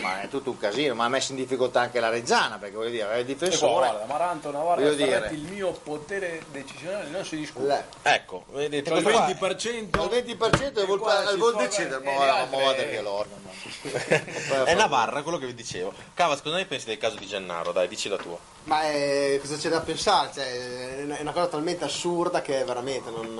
Speaker 4: ma è tutto un casino, ma ha messo in difficoltà anche la Reggiana, perché voglio dire, è il
Speaker 5: E qua,
Speaker 4: difensore.
Speaker 5: guarda, Maranto, Navarra,
Speaker 4: Voglio
Speaker 5: Ferretti,
Speaker 4: dire-
Speaker 5: il mio potere decisionale non si discute.
Speaker 4: Eh,
Speaker 6: Le-
Speaker 3: ecco, vedete,
Speaker 5: C'ho il
Speaker 3: questo qua-
Speaker 5: 20%.
Speaker 4: Al 20% e vuol,
Speaker 5: qua si
Speaker 4: vuol
Speaker 5: trova-
Speaker 4: decidere,
Speaker 5: e
Speaker 4: ma
Speaker 5: le
Speaker 4: la
Speaker 5: altre-
Speaker 4: che è l'organo.
Speaker 3: è Navarra, quello che vi dicevo. Cava, scusa, ne pensi del caso di Gennaro? Dai, dici la tua.
Speaker 6: Ma eh, cosa c'è da pensare? Cioè, è una- è una cosa talmente assurda che veramente non,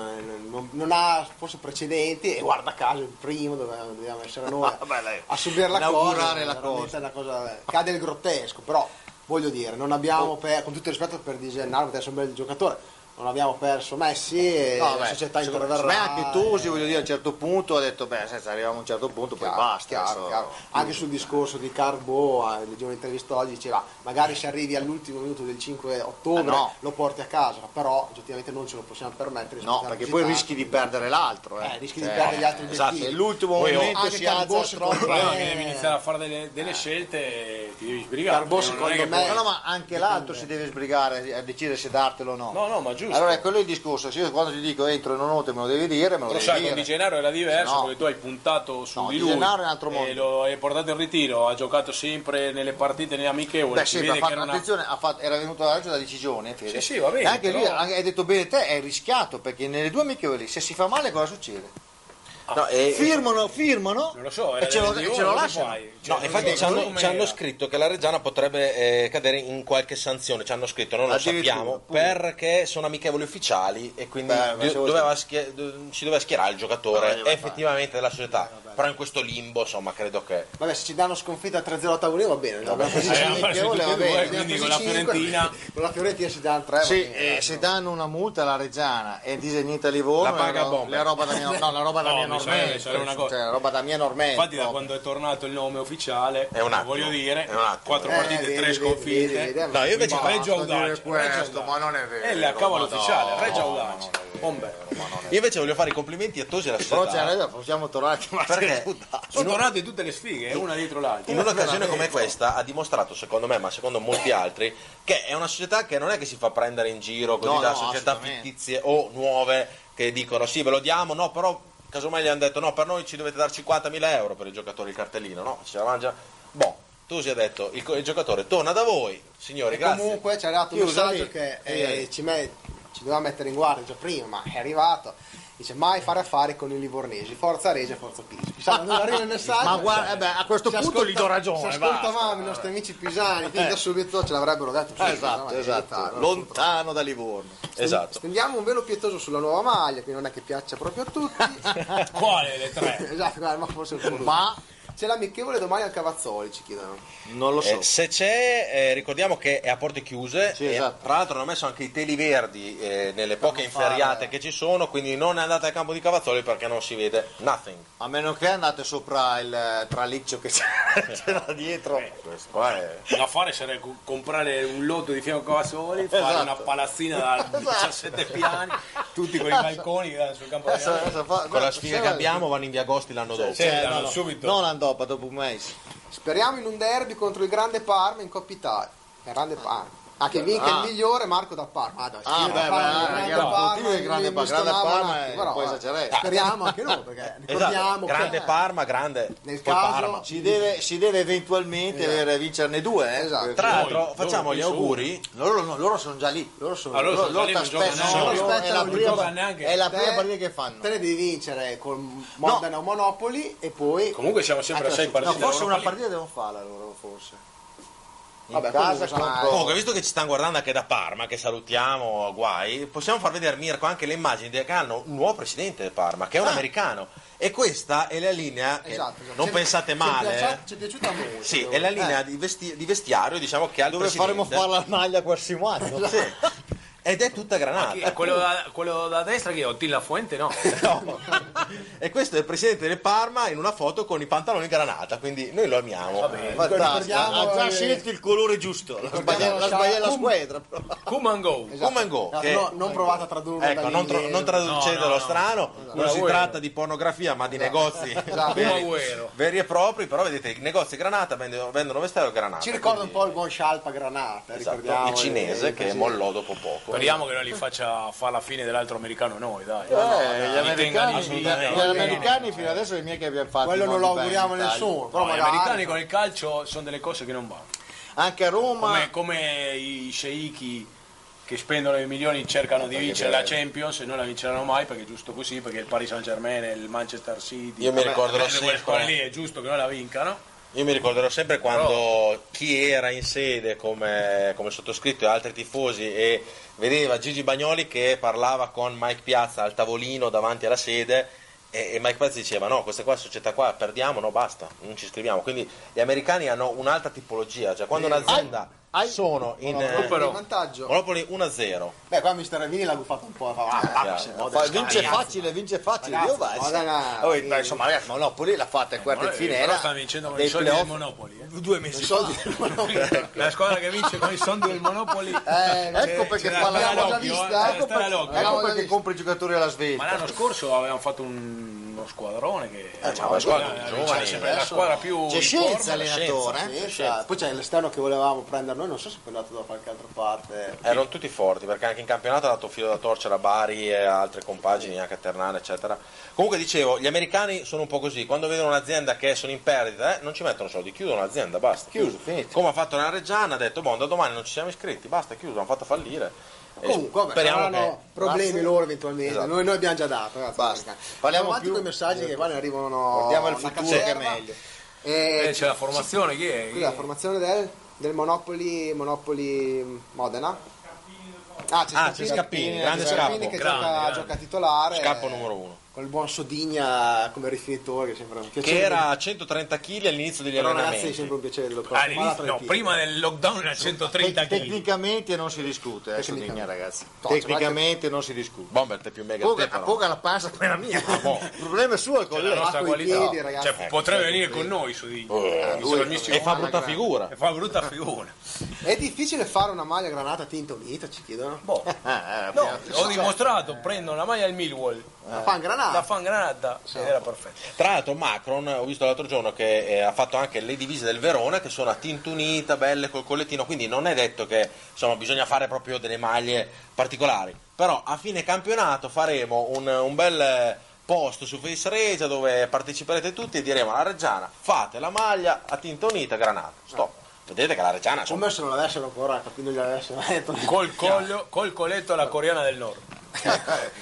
Speaker 6: non- non ha forse precedenti e guarda caso il primo dove dobbiamo essere noi a-
Speaker 4: Vabbè, dai.
Speaker 6: a subire la cosa,
Speaker 4: Inaugurare la
Speaker 6: veramente
Speaker 4: cosa.
Speaker 6: è una cosa- eh, cade il grottesco, però voglio dire, non
Speaker 4: Oh.
Speaker 6: abbiamo per- con tutto il rispetto per Di Gennaro, perché è un bel giocatore, non abbiamo perso Messi e
Speaker 4: No,
Speaker 6: la
Speaker 4: beh,
Speaker 6: società
Speaker 4: secondo-
Speaker 6: interverrà.
Speaker 4: secondo me anche Tosi,
Speaker 6: eh,
Speaker 4: voglio dire, a un certo punto ha detto, beh, senza arriviamo a un certo punto, poi
Speaker 6: chiaro,
Speaker 4: basta.
Speaker 6: chiaro,
Speaker 4: adesso-
Speaker 6: chiaro. Anche sul discorso di Carbo, eh, leggevo un'intervista oggi, diceva magari se arrivi all'ultimo minuto del 5 ottobre
Speaker 4: Ah, no.
Speaker 6: lo porti a casa, però oggettivamente non ce lo possiamo permettere.
Speaker 4: No, perché poi rischi di perdere l'altro. Eh,
Speaker 6: Eh, rischi
Speaker 4: Cioè,
Speaker 6: di perdere gli altri
Speaker 4: Esatto,
Speaker 6: obiettivi.
Speaker 4: è l'ultimo
Speaker 5: Poi, oh,
Speaker 4: momento
Speaker 6: anche
Speaker 4: si
Speaker 6: Carbo
Speaker 4: alza
Speaker 6: si
Speaker 4: troppo.
Speaker 5: Il problema è che
Speaker 6: Eh.
Speaker 5: devi iniziare a fare delle, delle scelte e ti devi sbrigare.
Speaker 6: Carbo,
Speaker 5: perché non è
Speaker 6: secondo
Speaker 5: che
Speaker 6: me-
Speaker 4: No, no, ma anche l'altro si deve sbrigare a decidere se dartelo o no.
Speaker 5: puoi- No, no, ma giusto.
Speaker 4: Allora, quello è il discorso. Se io quando ti dico entro e non notte me lo devi dire, me lo,
Speaker 5: lo
Speaker 4: devi
Speaker 5: sai,
Speaker 4: dire.
Speaker 5: con Di Gennaro era diverso
Speaker 4: No.
Speaker 5: perché tu hai puntato su
Speaker 4: No,
Speaker 5: di
Speaker 4: Di
Speaker 5: lui
Speaker 4: Gennaro è un altro mondo.
Speaker 5: e lo hai portato in ritiro. Ha giocato sempre nelle partite, nelle amichevoli.
Speaker 4: Beh,
Speaker 5: si
Speaker 4: sì,
Speaker 5: vede
Speaker 4: ma ha
Speaker 5: che
Speaker 4: fatto-
Speaker 5: era una-
Speaker 4: attenzione, ha fatto- era venuto a Reggio da decisione, Fede.
Speaker 5: Sì, sì, va bene,
Speaker 4: E anche lui
Speaker 5: però-
Speaker 4: ha- hai detto bene te, è rischiato, perché nelle due amichevoli, se si fa male cosa succede?
Speaker 3: No, e-
Speaker 4: firmano, firmano
Speaker 5: Non lo so, era
Speaker 4: e ce lo,
Speaker 5: delle
Speaker 4: e ce
Speaker 5: due,
Speaker 4: lo
Speaker 5: cosa
Speaker 4: lasciano.
Speaker 5: fai? Cioè,
Speaker 3: No,
Speaker 5: non
Speaker 3: Ah, infatti
Speaker 5: so
Speaker 3: ci hanno,
Speaker 5: com'era.
Speaker 3: ci hanno scritto che la Reggiana potrebbe eh, cadere in qualche sanzione, ci hanno scritto, non lo
Speaker 4: Addirittura,
Speaker 3: sappiamo,
Speaker 4: pure.
Speaker 3: perché sono amichevoli ufficiali e quindi
Speaker 4: Beh, ma
Speaker 3: do-
Speaker 4: se vuoi- Ah,
Speaker 3: doveva schie- do- si doveva schierare il
Speaker 4: No,
Speaker 3: giocatore
Speaker 4: glielo fai.
Speaker 3: effettivamente della società, però in questo limbo insomma credo che...
Speaker 6: Vabbè, se ci danno sconfitta 3-0 a tavolino va bene, abbiamo preso
Speaker 5: Eh,
Speaker 6: cinque,
Speaker 5: abbiamo preso
Speaker 6: volevo
Speaker 5: tutti e
Speaker 6: bene,
Speaker 5: due, quindi
Speaker 6: abbiamo preso
Speaker 5: con la
Speaker 6: cinque,
Speaker 5: Fiorentina-
Speaker 6: con la Fiorentina si danno 3
Speaker 4: Sì, eh, se danno una multa alla Reggiana e disegnata a Livorno,
Speaker 3: La paga
Speaker 4: la, ro-
Speaker 3: Bomber.
Speaker 4: la roba da mia, no, la roba da
Speaker 5: No, mi
Speaker 4: mia
Speaker 5: sarebbe-
Speaker 4: Normente,
Speaker 5: sarebbe una cosa.
Speaker 4: cioè, la roba da mia Normente.
Speaker 5: Infatti, eh, da
Speaker 4: proprio.
Speaker 5: quando è tornato il nome ufficiale,
Speaker 3: È un attimo,
Speaker 5: voglio dire,
Speaker 3: è un attimo.
Speaker 5: quattro
Speaker 6: Eh,
Speaker 5: partite,
Speaker 6: vedi,
Speaker 5: tre
Speaker 6: vedi,
Speaker 5: sconfitte.
Speaker 6: vedi, vedi,
Speaker 3: No, io invece
Speaker 5: Reggio
Speaker 4: Basta dire
Speaker 5: Audace, Reggio
Speaker 4: questo,
Speaker 5: Audace.
Speaker 4: ma non è vero.
Speaker 5: È la cavola
Speaker 4: Madonna.
Speaker 5: ufficiale, Reggio Audace.
Speaker 3: Io invece voglio fare i complimenti a Tosi e alla
Speaker 4: Però c'è una
Speaker 3: società.
Speaker 4: cosa, possiamo tornare a chiamarci
Speaker 3: Perché
Speaker 5: Sono tornate tutte le sfighe, eh, una dietro l'altra.
Speaker 3: in un'occasione come questa ha dimostrato, secondo me, ma secondo molti altri, che è una società che non è che si fa prendere in giro così
Speaker 4: No,
Speaker 3: da
Speaker 4: no,
Speaker 3: società
Speaker 4: assolutamente.
Speaker 3: fittizie o nuove che dicono sì, ve lo diamo, no, però casomai gli hanno detto no, per noi ci dovete dar 50.000 euro per il giocatore il cartellino, no, se la mangia. Boh, tu si è detto, il, co- il giocatore torna da voi, signori, grazie.
Speaker 6: Comunque ci è arrivato un
Speaker 4: Chiuso
Speaker 6: messaggio
Speaker 4: lì.
Speaker 6: che
Speaker 4: Sì,
Speaker 6: eh,
Speaker 4: sì.
Speaker 6: ci, met- ci doveva mettere in guardia già prima, ma è arrivato. Dice mai fare affari con i livornesi, forza Regia, forza Pisa. Chissà, non arriva il messaggio.
Speaker 4: Ma guarda, eh beh, a questo
Speaker 6: Se
Speaker 4: punto
Speaker 6: ascolta-
Speaker 4: gli do
Speaker 6: Se
Speaker 4: ragione.
Speaker 6: ascoltavamo i nostri amici pisani, quindi da subito ce l'avrebbero detto.
Speaker 4: basta. Eh,
Speaker 6: subito, no?
Speaker 4: Esatto,
Speaker 6: Eh,
Speaker 4: esatto.
Speaker 6: lontano.
Speaker 4: Lontano da Livorno.
Speaker 3: Esatto.
Speaker 6: Stendiamo un velo pietoso sulla nuova maglia, che non è che piaccia proprio a tutti.
Speaker 5: Quale delle tre?
Speaker 6: esatto, guarda, ma forse il
Speaker 4: Ma
Speaker 6: C'è l'amichevole domani al Cavazzoli, ci chiedono.
Speaker 4: non lo so.
Speaker 3: Eh, se c'è, eh, ricordiamo che è a porte chiuse.
Speaker 4: Sì,
Speaker 3: e
Speaker 4: esatto.
Speaker 3: Tra l'altro, hanno messo anche i teli verdi eh, nelle poche inferriate che ci sono. Quindi non andate al campo di Cavazzoli perché non si vede nothing.
Speaker 4: A meno che andate sopra il eh, traliccio che c'è- c'era dietro.
Speaker 3: Questo qua è.
Speaker 5: Da fare sarebbe co- comprare un lotto di fianco a Soli, fare
Speaker 4: Esatto.
Speaker 5: una palazzina da 17 piani, tutti con i
Speaker 4: Esatto.
Speaker 5: balconi che danno sul campo
Speaker 4: Adesso-
Speaker 5: reale.
Speaker 4: adesso fa-
Speaker 3: Con la
Speaker 4: guarda,
Speaker 3: sfiga
Speaker 4: se-
Speaker 3: che abbiamo, vanno in via Agosti l'anno dopo.
Speaker 5: sì.
Speaker 4: eh,
Speaker 5: danno
Speaker 4: Esatto. no, no,
Speaker 5: subito.
Speaker 4: Non l'anno dopo, dopo un mese.
Speaker 6: Speriamo in un derby contro il Grande Parma in Coppa Italia. Il Grande Parma. Ah, che vinca
Speaker 4: Ah.
Speaker 6: il migliore Marco da Parma. Ah, dai,
Speaker 4: Ah,
Speaker 6: io da
Speaker 4: beh,
Speaker 6: Parma,
Speaker 4: beh,
Speaker 6: il
Speaker 4: perché era il motivo del
Speaker 6: mi-
Speaker 4: Grande
Speaker 6: mi
Speaker 4: Parma. Grande
Speaker 6: stonava un
Speaker 4: Parma
Speaker 6: attimo,
Speaker 4: è-
Speaker 6: però,
Speaker 4: puoi
Speaker 6: eh,
Speaker 4: esagerare.
Speaker 6: Speriamo anche noi, perché
Speaker 3: Esatto.
Speaker 6: ricordiamo
Speaker 3: Grande
Speaker 6: che... eh.
Speaker 3: Parma, grande
Speaker 6: Nel
Speaker 3: poi
Speaker 6: caso-
Speaker 3: Parma.
Speaker 4: Si deve, si deve eventualmente avere- vincerne due, eh?
Speaker 6: Esatto.
Speaker 3: Tra
Speaker 5: Noi,
Speaker 3: l'altro,
Speaker 5: loro
Speaker 3: facciamo gli
Speaker 5: penso
Speaker 3: auguri.
Speaker 4: Loro, no, loro sono già lì. Loro sono
Speaker 5: Ah, loro sono già lì, non
Speaker 4: ti aspettano,
Speaker 5: giocano,
Speaker 4: loro
Speaker 5: no,
Speaker 6: loro
Speaker 4: aspettano, è
Speaker 6: non
Speaker 4: la prima,
Speaker 5: giocano neanche.
Speaker 4: è la prima
Speaker 6: Te-
Speaker 4: partita che fanno.
Speaker 6: Te ne devi vincere con Modena o Monopoli e poi... Ah,
Speaker 5: Comunque siamo sempre a
Speaker 4: Anche
Speaker 5: 6
Speaker 4: la sud-
Speaker 5: partite.
Speaker 4: Ah, no, forse
Speaker 5: da
Speaker 4: una
Speaker 5: Europa
Speaker 4: partita devono farla loro, forse.
Speaker 6: Vabbè,
Speaker 4: in casa
Speaker 6: comunque,
Speaker 4: contro-
Speaker 6: sarà-
Speaker 3: Comunque, visto che ci stanno guardando anche da Parma, che salutiamo, guai, possiamo far vedere Mirko anche le immagini che hanno un nuovo presidente del Parma, che è un americano. E questa è la linea,
Speaker 4: Eh,
Speaker 3: che
Speaker 6: Ah. Esatto, esatto.
Speaker 3: non
Speaker 6: Ci è-
Speaker 3: pensate
Speaker 6: ci è
Speaker 3: male,
Speaker 6: piaciuta-
Speaker 3: eh.
Speaker 6: Ci è piaciuta molto. Eh,
Speaker 3: sì, è la linea di, vesti- di vestiario, diciamo che ha il
Speaker 4: eh. Dove
Speaker 3: presidente.
Speaker 4: faremo fare la maglia a qualsiasi
Speaker 3: Sì. Ed è tutta
Speaker 5: Chi-
Speaker 3: granata.
Speaker 5: quello, da, quello da destra che è Ottilla Fuente, no?
Speaker 3: No. e questo è il presidente del Parma in una foto con i pantaloni granata, quindi noi lo amiamo.
Speaker 4: Fantastica.
Speaker 6: Ricordiamo-
Speaker 4: Ha già scelto il colore giusto. La
Speaker 6: Ricordiamo
Speaker 4: sbaglia
Speaker 6: la
Speaker 4: la, sbaglia la
Speaker 6: scia-
Speaker 4: squadra. però.
Speaker 5: Come and go.
Speaker 4: Esatto.
Speaker 3: Come and go,
Speaker 6: No,
Speaker 3: che-
Speaker 6: no, non provate a tradurlo
Speaker 3: Ecco, non, tra-
Speaker 6: dall'inglese.
Speaker 3: non traducetelo
Speaker 5: No, no, no.
Speaker 3: strano, non
Speaker 5: Quello
Speaker 3: si
Speaker 5: vuoi,
Speaker 3: tratta di pornografia ma di
Speaker 4: Esatto.
Speaker 3: negozi
Speaker 5: Come
Speaker 3: veri,
Speaker 5: Agüero.
Speaker 3: veri e propri, però vedete i negozi Granata vendono, vendono vestiario Granata.
Speaker 6: Ci ricorda un po' il buon Scialpa Granata,
Speaker 3: Ah, Esatto,
Speaker 6: ricordiamo.
Speaker 3: il cinese
Speaker 6: eh,
Speaker 3: che
Speaker 6: così.
Speaker 3: mollò dopo poco.
Speaker 5: Speriamo che non li faccia fare la fine dell'altro americano noi, dai.
Speaker 4: Eh, gli
Speaker 5: Li tenga
Speaker 6: Ah,
Speaker 5: lì,
Speaker 4: americani,
Speaker 5: li
Speaker 4: gli
Speaker 5: tenga lì.
Speaker 4: americani fino adesso i miei che abbiamo fatto.
Speaker 6: Quello non lo
Speaker 4: molti
Speaker 6: auguriamo a
Speaker 4: bene in Italia.
Speaker 6: nessuno, però
Speaker 5: No, gli
Speaker 6: magari...
Speaker 5: americani con il calcio sono delle cose che non vanno.
Speaker 4: Anche a Roma.
Speaker 6: eh,
Speaker 5: Come, come i sceicchi che spendono i milioni cercano di vincere la Champions e non la vinceranno mai perché è giusto così, perché il Paris Saint Germain, il Manchester City,
Speaker 3: Io mi
Speaker 5: vabbè,
Speaker 3: ricorderò
Speaker 5: quelle- quelle
Speaker 3: sempre-
Speaker 5: squadre lì è giusto che non la vincano.
Speaker 3: Io mi ricorderò sempre quando chi era in sede come, come sottoscritto e altri tifosi e vedeva Gigi Bagnoli che parlava con Mike Piazza al tavolino davanti alla sede e, e Mike Piazza diceva no, queste qua società qua perdiamo, no basta, non ci iscriviamo. Quindi gli americani hanno un'altra tipologia, cioè quando un'azienda sono in
Speaker 6: Monopoli
Speaker 3: eh,
Speaker 5: però-
Speaker 6: in vantaggio.
Speaker 3: Monopoli 1-0,
Speaker 6: Beh, qua Mister Ravini l'ha gufato un po'. Fa, ah,
Speaker 3: Chiaro.
Speaker 6: vabbè,
Speaker 4: Ma fa- vince facile, vince facile,
Speaker 6: Ragazzi,
Speaker 4: io vai.
Speaker 6: ma eh, dai,
Speaker 4: Oh,
Speaker 6: sì.
Speaker 4: dai, insomma, ragazzi, Monopoli l'ha fatta in quarta
Speaker 5: Però-
Speaker 4: e
Speaker 5: però
Speaker 4: finera.
Speaker 5: sta vincendo con
Speaker 4: dei
Speaker 5: i soldi del
Speaker 4: playoff.
Speaker 5: Monopoli. eh.
Speaker 4: Due mesi. Soldi del Monopoli.
Speaker 5: La squadra che vince con i soldi del Monopoli.
Speaker 6: Eh,
Speaker 4: ecco perché
Speaker 5: c'era l'occhio,
Speaker 4: parlavamo già
Speaker 5: eh,
Speaker 4: vista. Ecco
Speaker 5: c'era
Speaker 4: perché,
Speaker 5: l'occhio.
Speaker 4: ecco
Speaker 6: L'avevamo già
Speaker 4: perché
Speaker 6: visto.
Speaker 4: compri i giocatori alla
Speaker 5: Ma
Speaker 4: svelta.
Speaker 5: l'anno scorso avevano fatto un- uno squadrone che
Speaker 3: ma la squadra di
Speaker 5: eh,
Speaker 3: giovani,
Speaker 5: cioè, sempre la
Speaker 4: adesso-
Speaker 5: squadra più
Speaker 4: C'è
Speaker 5: in
Speaker 4: scienza
Speaker 5: forma.
Speaker 4: allenatore. eh?
Speaker 6: sì, sa, Poi c'è l'esterno che volevamo prendere noi, non so se è andato da qualche altra parte.
Speaker 3: erano tutti forti perché anche in campionato ha dato filo da torcere a Bari e a altre compagini, anche a Ternana, eccetera. Comunque dicevo, gli americani sono un po' così, quando vedono un'azienda che sono in perdita, eh, non ci mettono soldi, chiudono l'azienda, basta.
Speaker 4: Chiuso, finito.
Speaker 3: Come ha fatto la Reggiana, ha detto, boh, da domani non ci siamo iscritti, basta, chiuso, hanno fatto fallire. E
Speaker 6: Comunque, vabbè,
Speaker 3: Eh, speriamo
Speaker 6: saranno
Speaker 3: che...
Speaker 6: problemi
Speaker 4: Basta.
Speaker 6: loro eventualmente.
Speaker 3: Esatto.
Speaker 6: Noi, noi abbiamo già dato. Ragazzi,
Speaker 4: Basta. Parliamo
Speaker 6: Parliamo avanti
Speaker 4: più-
Speaker 6: con i messaggi che qua ne arrivano.
Speaker 4: Guardiamo il
Speaker 6: una
Speaker 4: futuro che
Speaker 6: caterva.
Speaker 4: è meglio.
Speaker 6: E
Speaker 5: Eh, c'è la formazione chi è? Ah,
Speaker 6: qui la formazione del, del Monopoli, Monopoli mm, Modena. Ah, c'è
Speaker 3: Ah, c'è Scappini, grande
Speaker 6: Scappini
Speaker 3: scappo.
Speaker 6: che
Speaker 5: Grande,
Speaker 6: gioca,
Speaker 5: grande.
Speaker 6: gioca titolare.
Speaker 3: Scappo numero uno.
Speaker 6: con il buon Sodigna come rifinitore, che sembra un piacere.
Speaker 3: Che era a 130 kg all'inizio degli
Speaker 6: Però, ragazzi, è
Speaker 3: allenamenti.
Speaker 6: sempre un piacere dello
Speaker 5: Ah, all'inizio- no, prima del lockdown era 130 kg.
Speaker 4: Tecnicamente non si discute, eh, Sodigna,
Speaker 6: Tecnicamente.
Speaker 4: ragazzi.
Speaker 6: No,
Speaker 4: Tecnicamente non si discute.
Speaker 3: Bomber è più mega Ah, di te,
Speaker 4: Poca,
Speaker 3: però.
Speaker 4: poca la panza come la mia. Il
Speaker 3: boh.
Speaker 4: problema è suo, il
Speaker 5: la
Speaker 4: collega.
Speaker 5: nostra
Speaker 6: con i
Speaker 5: qualità.
Speaker 6: piedi, ragazzi.
Speaker 4: Eh,
Speaker 5: Cioè, potrebbe
Speaker 4: certo,
Speaker 5: venire con noi su di
Speaker 4: Ah,
Speaker 5: Ah,
Speaker 3: Eh,
Speaker 5: sono amici
Speaker 3: E fa
Speaker 6: alla
Speaker 3: brutta
Speaker 6: grande.
Speaker 3: figura.
Speaker 5: e fa brutta figura.
Speaker 6: È difficile fare una maglia granata tinta unita, ci chiedono.
Speaker 5: Boh.
Speaker 4: Ah, eh,
Speaker 5: No,
Speaker 4: piano-
Speaker 5: ho dimostrato, prendo una maglia al Millwall,
Speaker 6: La fan
Speaker 4: Ah.
Speaker 5: la
Speaker 6: granata.
Speaker 5: fan granata ed era perfetta.
Speaker 3: Tra l'altro Macron, ho visto l'altro giorno che eh, ha fatto anche le divise del Verona che sono a tinta unita, belle col collettino, quindi non è detto che insomma, bisogna fare proprio delle maglie particolari. Però a fine campionato faremo un, un bel eh, post su Face Regia dove parteciperete tutti e diremo alla Reggiana fate la maglia a tinta unita granata. Stop. Vedete che la Reggiana insomma,
Speaker 6: Come Cioè, se non l'avessero ancora ecco, capito gli avessero detto.
Speaker 5: Col, collo, col coletto alla coreana del nord.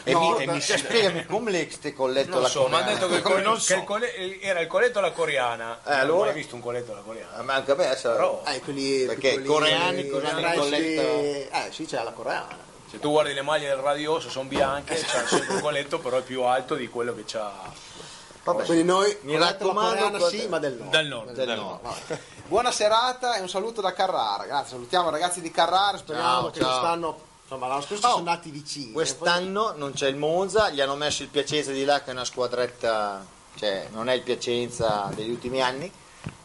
Speaker 3: e
Speaker 4: No,
Speaker 3: mi- e mi-
Speaker 4: cioè, spiegami come le ste colletto
Speaker 5: Non
Speaker 4: la
Speaker 5: so, mi ha
Speaker 4: coreana?
Speaker 5: detto che, il
Speaker 4: Come
Speaker 5: col-
Speaker 4: non
Speaker 5: che
Speaker 4: so.
Speaker 5: il cole- era il coletto alla coreana.
Speaker 4: Eh, allora?
Speaker 5: Non ho mai visto un coletto alla coreana.
Speaker 4: Eh, Ma anche a me sarà-
Speaker 5: Però
Speaker 6: Eh, quelli
Speaker 4: Perché
Speaker 6: piccolini,
Speaker 4: coreani, coreani,
Speaker 6: rice-
Speaker 4: colletta.
Speaker 6: Eh, sì, c'è la coreana.
Speaker 5: se tu guardi le maglie del radioso sono bianche, c'è sempre un coletto però è più alto di quello che c'ha
Speaker 4: Vabbè.
Speaker 6: Quindi noi
Speaker 4: Mi
Speaker 6: colletta la
Speaker 4: raccomando,
Speaker 6: coreana
Speaker 4: col-
Speaker 6: sì, ma del no.
Speaker 5: dal nord.
Speaker 4: Del no.
Speaker 6: Buona serata e un saluto da Carrara. Grazie, salutiamo i ragazzi di Carrara, speriamo
Speaker 4: Ciao,
Speaker 6: che
Speaker 4: ciao.
Speaker 6: quest'anno insomma l'anno scorso
Speaker 4: Oh,
Speaker 6: sono andati vicini. eh,
Speaker 4: Quest'anno non c'è il Monza, gli hanno messo il Piacenza di là che è una squadretta, cioè non è il Piacenza degli ultimi anni.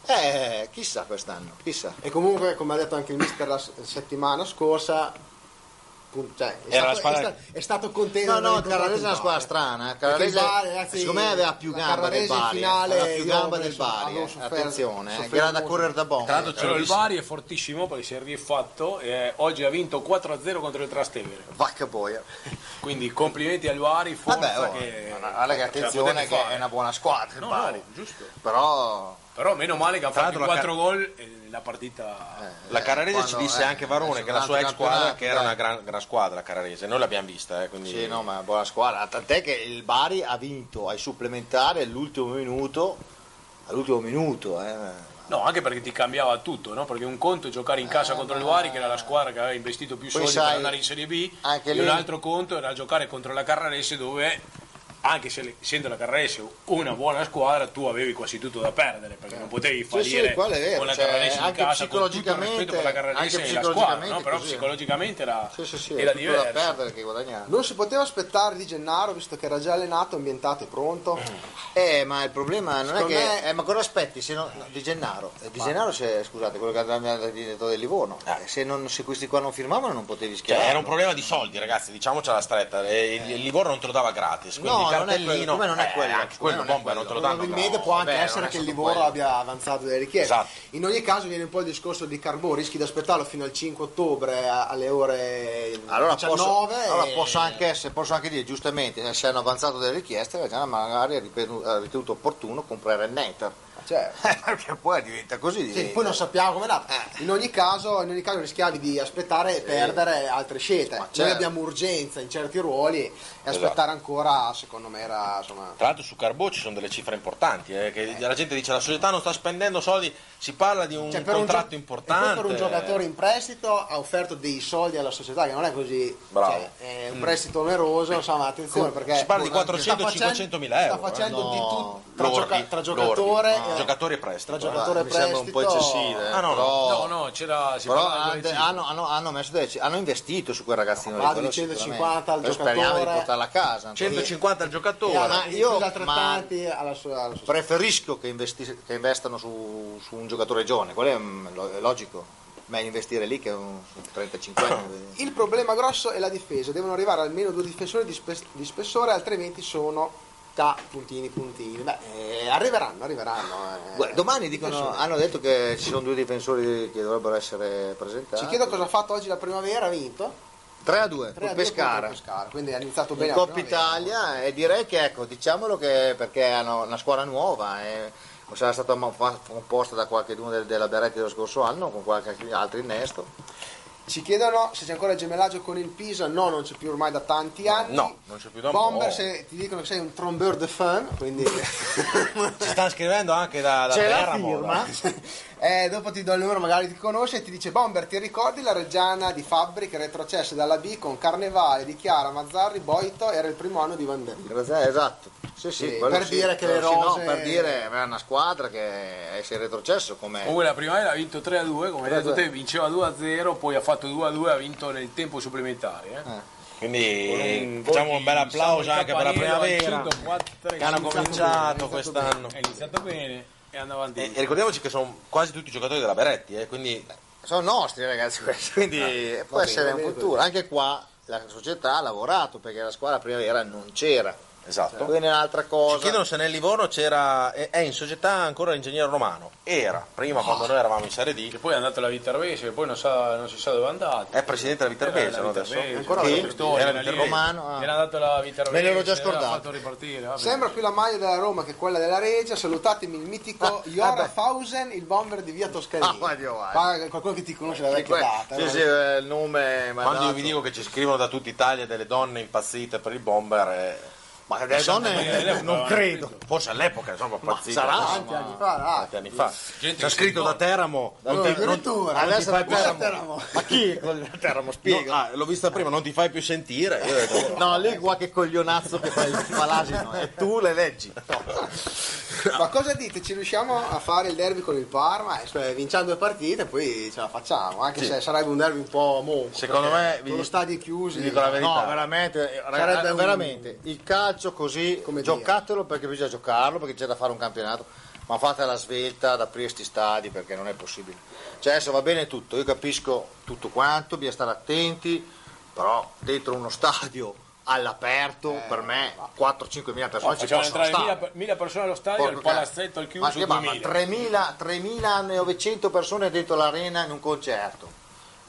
Speaker 4: Eh, chissà quest'anno, chissà.
Speaker 6: E comunque, come ha detto anche il mister la s- settimana scorsa, appunto, cioè, è,
Speaker 3: Era la
Speaker 6: stato,
Speaker 3: squadra-
Speaker 6: è sta- è stato contento.
Speaker 4: No,
Speaker 6: di aver
Speaker 4: no,
Speaker 6: incontrato
Speaker 4: Carrarese è
Speaker 6: il
Speaker 4: una squadra
Speaker 6: Bari.
Speaker 4: strana. eh.
Speaker 6: Perché il
Speaker 4: Carrarese,
Speaker 6: Bari, ragazzi,
Speaker 4: secondo me, aveva più
Speaker 6: la
Speaker 4: gamba del
Speaker 6: Carrarese in
Speaker 4: Bari. eh.
Speaker 6: finale,
Speaker 4: Aveva più
Speaker 6: io
Speaker 4: gamba
Speaker 6: avevo
Speaker 4: del
Speaker 6: preso-
Speaker 4: Bari.
Speaker 6: avevo
Speaker 4: eh.
Speaker 6: sofferto-
Speaker 4: Attenzione, eh,
Speaker 6: sofferto
Speaker 4: che era da
Speaker 6: molto.
Speaker 4: correre da bomba.
Speaker 3: Tra l'altro c'è-
Speaker 5: Però il Bari è fortissimo perché si è rifatto e oggi ha vinto 4-0 contro il Trastevere.
Speaker 4: Vacca boia.
Speaker 5: Quindi complimenti al Bari, forza
Speaker 4: Vabbè, oh,
Speaker 5: che
Speaker 4: ma- guarda che
Speaker 5: ce la
Speaker 4: attenzione
Speaker 5: potete
Speaker 4: che
Speaker 5: fare.
Speaker 4: è una buona squadra il
Speaker 5: No,
Speaker 4: Bari.
Speaker 5: no, giusto.
Speaker 4: Però
Speaker 5: Però meno male che ha
Speaker 3: Tra
Speaker 5: fatto
Speaker 3: l'altro la
Speaker 5: 4 gol e la
Speaker 4: Eh,
Speaker 5: partita
Speaker 3: La Carrarese ci
Speaker 4: Quando,
Speaker 3: disse
Speaker 4: eh,
Speaker 3: anche Varone
Speaker 4: adesso
Speaker 3: che la sua ex
Speaker 4: durante il
Speaker 3: squadra che era
Speaker 4: campionato,
Speaker 3: una
Speaker 4: eh.
Speaker 3: gran, gran squadra la Carrarese, noi l'abbiamo vista, eh, quindi
Speaker 4: Sì, no, ma è buona squadra. Tant'è che il Bari ha vinto ai supplementari all'ultimo minuto. All'ultimo minuto, eh.
Speaker 5: No, anche perché ti cambiava tutto, no? Perché un conto è giocare in casa contro il Bari, che era la squadra che aveva investito più soldi
Speaker 4: sai,
Speaker 5: per andare in Serie B,
Speaker 4: anche
Speaker 5: e
Speaker 4: lì-
Speaker 5: un altro conto era giocare contro la Carrarese dove, anche se le- essendo la Carrarese una buona squadra, tu avevi quasi tutto da perdere, perché non potevi
Speaker 4: Eh. Sì, sì,
Speaker 5: fallire
Speaker 4: quello è vero,
Speaker 5: con la
Speaker 4: cioè,
Speaker 5: Carrarese in
Speaker 4: anche
Speaker 5: casa, con tutto il
Speaker 4: psicologicamente-
Speaker 5: rispetto per la Carrarese
Speaker 4: anche
Speaker 5: e la squadra, no?
Speaker 4: psicologicamente
Speaker 5: Però
Speaker 4: così, eh.
Speaker 5: psicologicamente era,
Speaker 4: Sì, sì, sì,
Speaker 5: era
Speaker 4: è tutto da
Speaker 5: diverso.
Speaker 4: perdere che guadagnare.
Speaker 6: Non si poteva aspettare di Gennaro, visto che era già allenato, ambientato e pronto.
Speaker 4: Eh, ma il problema non è
Speaker 6: Secondo
Speaker 4: che.
Speaker 6: me-
Speaker 4: eh, ma cosa aspetti? Se no, no, di Gennaro. Eh, Di Gennaro, se, scusate, quello che andava al direttore del Livorno. Eh, Se, non- se questi qua non firmavano, non potevi
Speaker 3: Cioè,
Speaker 4: schierare.
Speaker 3: era un problema di soldi, ragazzi, diciamocela stretta. e il- Il Livorno non te lo dava gratis, quindi
Speaker 4: No,
Speaker 3: il
Speaker 4: non è quello,
Speaker 3: cartellino
Speaker 4: come non è
Speaker 3: eh,
Speaker 4: quello,
Speaker 3: anche
Speaker 4: come
Speaker 3: quello
Speaker 4: non è
Speaker 3: bomba non te lo
Speaker 4: quello.
Speaker 3: danno.
Speaker 6: Probabilmente
Speaker 3: no.
Speaker 6: può anche
Speaker 4: vabbè, non
Speaker 6: essere
Speaker 4: è
Speaker 6: che il
Speaker 4: stato
Speaker 6: Livorno
Speaker 4: quello.
Speaker 6: abbia avanzato delle richieste.
Speaker 3: Esatto.
Speaker 6: In ogni caso viene un po' il discorso di Carbò, rischi di aspettarlo fino al 5 ottobre a- alle ore
Speaker 4: Allora,
Speaker 6: 19.
Speaker 4: posso, allora
Speaker 6: e-
Speaker 4: posso, anche essere- posso anche dire giustamente eh, se hanno avanzato delle richieste la Reggiana magari ha ripetu- ha ritenuto opportuno comprare il Netter Eh,
Speaker 6: Certo.
Speaker 4: perché poi diventa così eh,
Speaker 6: Sì,
Speaker 4: diventa.
Speaker 6: poi non sappiamo com'è andata.
Speaker 4: Eh.
Speaker 6: In ogni caso, in ogni caso rischiavi di aspettare e perdere altre scelte.
Speaker 4: Ma
Speaker 6: Noi
Speaker 4: certo. Esatto.
Speaker 6: abbiamo urgenza in certi ruoli e aspettare ancora, secondo me, era insomma.
Speaker 3: Tra l'altro su Carbò ci sono delle cifre importanti, eh, che la gente dice la società non sta spendendo soldi, si parla di un
Speaker 6: Cioè, per un
Speaker 3: contratto
Speaker 6: gio-
Speaker 3: importante.
Speaker 6: e poi per un giocatore in prestito ha offerto dei soldi alla società che non è così
Speaker 3: Bravo.
Speaker 6: cioè, è
Speaker 4: Mm.
Speaker 6: un prestito oneroso insomma attenzione perché
Speaker 3: Si parla di
Speaker 6: sta
Speaker 3: 400
Speaker 6: facendo-
Speaker 3: 500.000 euro,
Speaker 6: sta facendo
Speaker 4: eh.
Speaker 6: di
Speaker 4: No,
Speaker 6: tutto tra,
Speaker 3: Lordi,
Speaker 6: gioca- tra
Speaker 3: lordi.
Speaker 6: giocatore
Speaker 3: No.
Speaker 6: e-
Speaker 3: Giocatori e prestito.
Speaker 6: tra
Speaker 4: Ma
Speaker 6: giocatore e
Speaker 4: mi sembra un po'
Speaker 6: prestito-
Speaker 4: eccessivo eh,
Speaker 3: Ah, no, no.
Speaker 4: però,
Speaker 5: No, no, c'era, si
Speaker 4: però
Speaker 5: parlava di
Speaker 4: han-
Speaker 5: due cifre.
Speaker 4: hanno, hanno- hanno messo delle ci- hanno investito su quel ragazzino
Speaker 6: Ma
Speaker 4: lì, quello
Speaker 6: 250 al
Speaker 4: sicuramente. Però speriamo di
Speaker 6: giocatore.
Speaker 4: portarla a casa insomma.
Speaker 3: 150 al
Speaker 6: e
Speaker 3: giocatore.
Speaker 6: ha-
Speaker 4: Ma
Speaker 6: i
Speaker 4: io-
Speaker 6: soldi altrettanti alla sua, alla sua-
Speaker 4: preferisco che, investi- che investano su, su un giocatore giovane quello è, mm, lo- è logico meglio investire lì che un, su 35 anni
Speaker 6: il problema grosso è la difesa devono arrivare almeno due difensori di, spe- di spessore altrimenti sono da puntini puntini Beh, eh, arriveranno arriveranno eh.
Speaker 4: Guarda, domani dicono, hanno detto che ci sono due difensori che dovrebbero essere presentati.
Speaker 6: ci chiedo cosa ha fatto oggi la primavera ha vinto
Speaker 4: 3 a
Speaker 6: 3
Speaker 4: 2 con
Speaker 6: a 2
Speaker 4: Pescara.
Speaker 6: contro Pescara, quindi ha iniziato bene
Speaker 4: in
Speaker 6: la
Speaker 4: Coppa
Speaker 6: primavera.
Speaker 4: Italia e direi che ecco, diciamolo che perché hanno una squadra nuova e o sarà stata ma- fa- composta da qualche uno della Beretti dello scorso anno con qualche altro innesto.
Speaker 6: Ci chiedono se c'è ancora il gemellaggio con il Pisa. No, non c'è più ormai da tanti anni.
Speaker 3: No, non c'è più da un
Speaker 6: Bomber,
Speaker 3: po'.
Speaker 6: se ti dicono che sei un trombeur de fan, quindi
Speaker 3: Ci stanno scrivendo anche da, da
Speaker 6: c'è la
Speaker 3: Teramo,
Speaker 6: firma.
Speaker 3: da-
Speaker 6: Eh, dopo ti do il numero, magari ti conosce e ti dice: Bomber, ti ricordi la Reggiana di Fabri che retrocesse dalla B con Carnevale di Chiara, Mazzarri, Boito? Era il primo anno di Van Damme.
Speaker 4: Grazie, esatto. Sì,
Speaker 6: Sì,
Speaker 4: sì, quello
Speaker 6: per
Speaker 4: sì.
Speaker 6: dire che le
Speaker 4: Sì, no,
Speaker 6: rose-
Speaker 4: per dire aveva una squadra che è- si è retrocesso come
Speaker 5: Comunque la primavera ha vinto 3 a 2, come hai detto te, vinceva 2 a 0, poi ha fatto 2 a 2, ha vinto nel tempo supplementare. Eh?
Speaker 3: Quindi facciamo un bel applauso anche per la primavera che hanno cominciato quest'anno.
Speaker 5: È iniziato bene e andava avanti.
Speaker 4: Eh,
Speaker 3: E, e ricordiamoci che sono quasi tutti i giocatori della Beretti, eh, quindi
Speaker 4: sono nostri
Speaker 3: Eh,
Speaker 4: ragazzi questi, quindi può
Speaker 6: bene,
Speaker 4: essere
Speaker 6: va
Speaker 4: un
Speaker 6: bene
Speaker 4: futuro. Anche qua la società ha lavorato perché la squadra primavera non c'era.
Speaker 3: esatto.
Speaker 4: Quindi è un'altra
Speaker 3: Ci
Speaker 4: cosa.
Speaker 3: chiedono se nel Livorno c'era, è è in società ancora l'ingegnere romano. Era,
Speaker 4: Oh.
Speaker 3: prima quando noi eravamo in Serie D,
Speaker 5: Che poi è andato alla Viterbese, che poi non, sa- non si sa dove è andato.
Speaker 3: è presidente della Viterbese, no, adesso?
Speaker 5: Ancora
Speaker 4: Sì,
Speaker 3: era
Speaker 5: era lì.
Speaker 4: Romano, ah.
Speaker 5: Era andato alla Viterbese.
Speaker 4: Me l'ero già
Speaker 5: l'aveva
Speaker 4: scordato.
Speaker 5: fatto ripartire. vabbè.
Speaker 6: Sembra più la maglia della Roma che quella della Regia. Salutatemi il mitico Jora Fausen, il bomber di via Toscanini.
Speaker 4: Ah, ma Dio, vai.
Speaker 6: Ma qualcuno che ti conosce la vecchia
Speaker 4: Que-
Speaker 6: data.
Speaker 4: sì,
Speaker 6: no?
Speaker 4: sì, eh, il nome ma
Speaker 3: Quando io
Speaker 4: dato-
Speaker 3: vi dico che ci scrivono da tutta Italia delle donne impazzite per il bomber, eh,
Speaker 4: ma delle donne non credo.
Speaker 3: forse all'epoca insomma impazzite.
Speaker 4: sarà?
Speaker 6: Tanti anni fa, ah.
Speaker 3: Tanti anni fa.
Speaker 5: Gente
Speaker 3: C'è
Speaker 5: che
Speaker 3: scritto
Speaker 5: si
Speaker 3: da Teramo, non ti, non-
Speaker 6: Addirittura,
Speaker 4: Adesso
Speaker 6: non
Speaker 4: la
Speaker 6: ti fai
Speaker 4: Teramo.
Speaker 6: più- Teramo.
Speaker 4: Ma chi è col Teramo?
Speaker 3: No,
Speaker 4: Spiega.
Speaker 3: ah, l'ho vista prima, non ti fai più sentire. Io ho detto,
Speaker 4: No, lì qua che coglionazzo che fa il eh. palasino e tu le leggi.
Speaker 6: Ma cosa dite? Ci riusciamo a fare il derby con il Parma? Eh, Cioè, vinciamo due partite e poi ce la facciamo. Anche se sarebbe un derby un po' monco.
Speaker 3: Secondo
Speaker 6: perché
Speaker 3: me vi-
Speaker 6: Con lo stadio chiusi.
Speaker 3: vi dico la verità.
Speaker 4: No, veramente, eh, raga-
Speaker 6: Sarebbe un-
Speaker 4: veramente, il calcio così
Speaker 6: Come dire.
Speaker 4: giocatelo perché bisogna giocarlo, perché c'è da fare un campionato, ma fate la svelta ad aprire sti stadi perché non è possibile. Cioè adesso va bene tutto, io capisco tutto quanto, bisogna stare attenti, però dentro uno stadio all'aperto
Speaker 6: Eh,
Speaker 4: per me 4-5 mila
Speaker 5: Oh,
Speaker 4: persone ci
Speaker 5: facciamo
Speaker 4: possono
Speaker 5: entrare
Speaker 4: stare.
Speaker 5: 1000 mila persone allo stadio, il
Speaker 4: Porco cane.
Speaker 5: palazzetto al
Speaker 4: ma
Speaker 5: chiuso,
Speaker 4: che mamma,
Speaker 5: 2000.
Speaker 4: 3.000, 3.900 persone dentro l'arena in un concerto.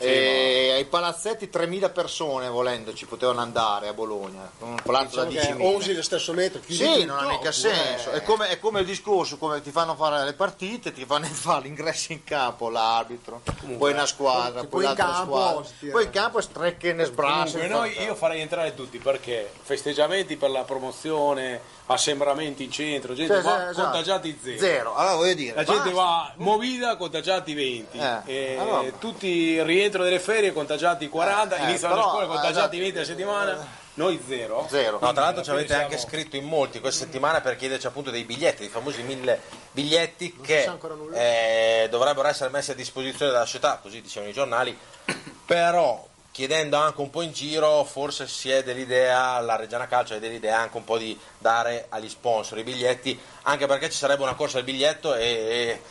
Speaker 4: e ai palazzetti 3.000 persone volendo ci potevano andare a Bologna, con un palazzo da 10.000.
Speaker 6: Usi lo stesso metro. chiudi
Speaker 4: Sì,
Speaker 6: tutto,
Speaker 4: non ha mica
Speaker 6: oppure-
Speaker 4: senso. È come, è come il discorso, come ti fanno fare le partite, ti fanno fare l'ingresso in campo l'arbitro, poi una squadra,
Speaker 6: poi-
Speaker 4: poi
Speaker 6: poi in
Speaker 4: l'altra
Speaker 6: campo,
Speaker 4: squadra.
Speaker 6: ostia.
Speaker 4: Poi in campo strecchene sbrasse.
Speaker 5: Comunque, noi io farei entrare tutti perché festeggiamenti per la promozione, assembramenti in centro, gente
Speaker 4: Cioè,
Speaker 5: va
Speaker 4: se- esatto.
Speaker 5: contagiati zero.
Speaker 4: Zero. Allora voglio dire,
Speaker 5: La gente
Speaker 4: basta.
Speaker 5: va movida, contagiati 20,
Speaker 4: Eh,
Speaker 5: e
Speaker 4: allora.
Speaker 5: tutti rientro delle ferie, contagiati 40,
Speaker 4: Eh, eh,
Speaker 5: iniziano la
Speaker 4: però,
Speaker 5: scuola, contagiati
Speaker 4: esatto.
Speaker 5: 20 a settimana, noi zero.
Speaker 4: Zero.
Speaker 3: No, tra l'altro ci avete
Speaker 5: Siamo-
Speaker 3: anche scritto in molti questa settimana per chiederci appunto dei biglietti, i famosi mille biglietti che eh, dovrebbero essere messi a disposizione dalla società, così dicevano i giornali, però chiedendo anche un po' in giro forse si è dell'idea, la Reggiana Calcio è dell'idea anche un po' di dare agli sponsor i biglietti, anche perché ci sarebbe una corsa al biglietto e... e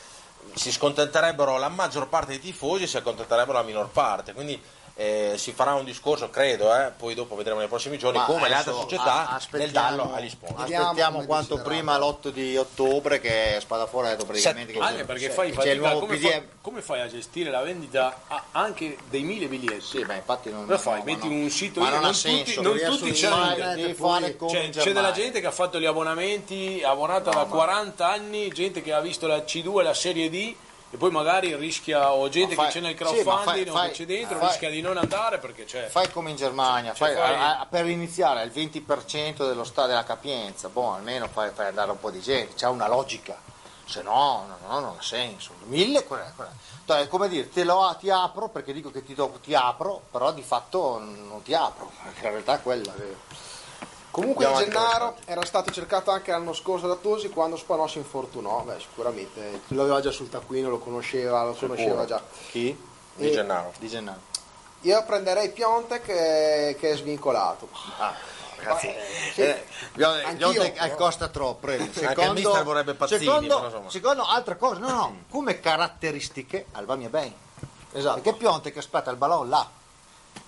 Speaker 3: si scontenterebbero la maggior parte dei tifosi si accontenterebbero la minor parte quindi eh, si farà un discorso credo eh, poi dopo vedremo nei prossimi giorni
Speaker 4: Ma
Speaker 3: come le
Speaker 4: adesso
Speaker 3: altre società
Speaker 4: a-
Speaker 3: nel
Speaker 4: aspettiamo-
Speaker 3: darlo agli sponsor.
Speaker 6: Vediamo
Speaker 4: Aspettiamo
Speaker 6: come
Speaker 4: quanto
Speaker 6: decideranno.
Speaker 4: prima l'8 di ottobre che Spadafora ha detto praticamente che
Speaker 5: Anche perché
Speaker 4: Cioè, c'è-
Speaker 5: fai
Speaker 4: c'è il
Speaker 5: fatica,
Speaker 4: nuovo
Speaker 5: come,
Speaker 4: PDM.
Speaker 5: fai, come fai a gestire la vendita a- anche dei mille biglietti?
Speaker 4: Sì, ma infatti non
Speaker 5: Cosa fai?
Speaker 4: no, ma
Speaker 5: Metti
Speaker 4: no.
Speaker 5: un sito
Speaker 4: ma
Speaker 5: in-
Speaker 4: non,
Speaker 5: non
Speaker 4: ha senso.
Speaker 5: tutti- non
Speaker 4: devi
Speaker 5: tutti
Speaker 4: assumere,
Speaker 5: c'hanno-
Speaker 4: devi fare come
Speaker 5: Cioè,
Speaker 4: in
Speaker 5: c'è della
Speaker 4: Germania.
Speaker 5: gente che ha fatto gli abbonamenti, abbonata da 40 anni, gente che ha visto la C2 e la Serie D e poi magari rischia, o gente
Speaker 4: Ma fai-
Speaker 5: che c'è nel
Speaker 4: sì, ma fai-
Speaker 5: crowdfunding o
Speaker 4: fai-
Speaker 5: che c'è dentro,
Speaker 4: fai-
Speaker 5: rischia di non andare perché c'è.
Speaker 4: Fai come in Germania,
Speaker 5: Cioè,
Speaker 4: fai-
Speaker 5: fai-
Speaker 4: a- a- per iniziare al 20% dello sta- della capienza, boh, almeno fai, fai andare un po' di gente, c'è una logica, se no, no, no, non ha senso. Mille, quella- quella- Cioè, è come dire, te lo, ti apro perché dico che ti, do- ti apro, però di fatto non ti apro, perché in realtà è quella.
Speaker 6: Comunque
Speaker 4: Andiamo avanti con
Speaker 6: Gennaro era stato cercato anche l'anno scorso da Tosi quando Spanò si infortunò, beh sicuramente lo aveva già sul taccuino, lo conosceva, lo conosceva già.
Speaker 4: Chi?
Speaker 3: Di Gennaro.
Speaker 4: Di Gennaro.
Speaker 6: Io prenderei Piontek eh, che è svincolato.
Speaker 4: Ah, ragazzi,
Speaker 6: sì.
Speaker 4: eh, Bionte-
Speaker 6: Anch'io,
Speaker 4: Bionte-
Speaker 6: però.
Speaker 4: eh, costa troppo. eh.
Speaker 3: il mister vorrebbe Pazzini, però,
Speaker 4: secondo,
Speaker 3: insomma. Mm.
Speaker 4: secondo altre cose, no, no, come caratteristiche Alba Mia Bay.
Speaker 6: Esatto.
Speaker 4: Perché Pionte che aspetta il ballon là.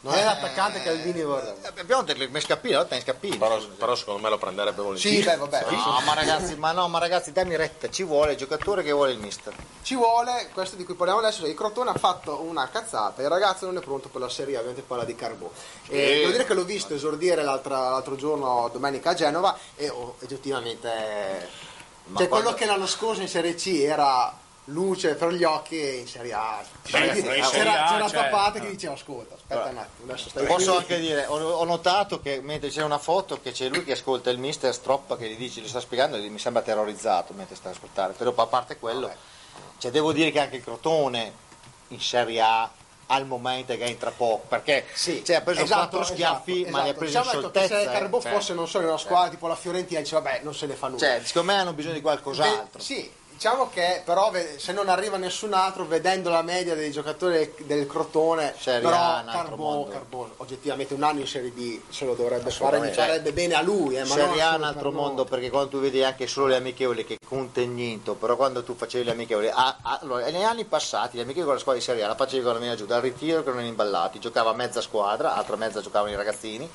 Speaker 6: Non è l'attaccante che Albini vorrebbe.
Speaker 4: Eh, Pionte mi scappino, la volta mi scappino.
Speaker 3: Però, però secondo me lo prenderebbe volentieri.
Speaker 6: Sì, beh, vabbè.
Speaker 4: Eh, No, ma ragazzi, ma no, ma ragazzi, dammi retta, ci vuole il giocatore che vuole il mister.
Speaker 6: Ci vuole, questo di cui parliamo adesso, cioè il Crotone ha fatto una cazzata, il ragazzo non è pronto per la Serie A, ovviamente parla di Carbò. E
Speaker 4: Sì.
Speaker 6: devo dire che l'ho visto esordire l'altra- l'altro giorno, domenica a Genova, e oh, oggettivamente...
Speaker 4: Ma
Speaker 6: cioè,
Speaker 4: quando-
Speaker 6: quello che l'anno scorso in Serie C era luce fra gli occhi in Serie A.
Speaker 5: Beh,
Speaker 6: Quindi
Speaker 5: in
Speaker 6: c'era,
Speaker 5: Serie A,
Speaker 6: c'era
Speaker 5: cioè,
Speaker 6: Papate
Speaker 5: eh.
Speaker 6: che diceva ascolta, aspetta un attimo, adesso stai
Speaker 4: certo. Posso
Speaker 6: qui".
Speaker 4: anche dire, ho, ho notato che mentre c'è una foto che c'è lui che ascolta il mister Stroppa che gli dice, gli sta spiegando, e mi sembra terrorizzato mentre sta ad ascoltare, però a parte quello, cioè, devo dire che anche il Crotone in Serie A al momento è che entra poco, perché
Speaker 6: Sì,
Speaker 4: cioè, ha preso
Speaker 6: esatto,
Speaker 4: quattro
Speaker 6: esatto,
Speaker 4: schiaffi ma
Speaker 6: esatto.
Speaker 4: li ha presi
Speaker 6: Diciamo,
Speaker 4: in
Speaker 6: ecco, che
Speaker 4: soltezza.
Speaker 6: se il Carbo
Speaker 4: eh.
Speaker 6: fosse non solo in una squadra tipo la Fiorentina dice vabbè non se ne fa nulla.
Speaker 4: Cioè, secondo me hanno bisogno di
Speaker 6: Beh,
Speaker 4: qualcos'altro.
Speaker 6: Sì, diciamo che però ve- se non arriva nessun altro, vedendo la media dei giocatori del, del Crotone,
Speaker 4: Serie
Speaker 6: però
Speaker 4: A, un altro
Speaker 6: Carbo,
Speaker 4: mondo.
Speaker 6: Carbo, oggettivamente un anno in Serie D ce lo dovrebbe fare, gli
Speaker 4: Assolutamente.
Speaker 6: farebbe bene a lui, eh, ma non
Speaker 4: Serie A è un
Speaker 6: solo
Speaker 4: altro
Speaker 6: per noi.
Speaker 4: mondo perché quando tu vedi anche solo le amichevoli che contegnito, però quando tu facevi le amichevoli, a- a- allora, negli anni passati le amichevoli con la squadra di Serie A la facevi con la mia giù, dal ritiro che erano imballati, giocava mezza squadra, altra mezza giocavano i ragazzini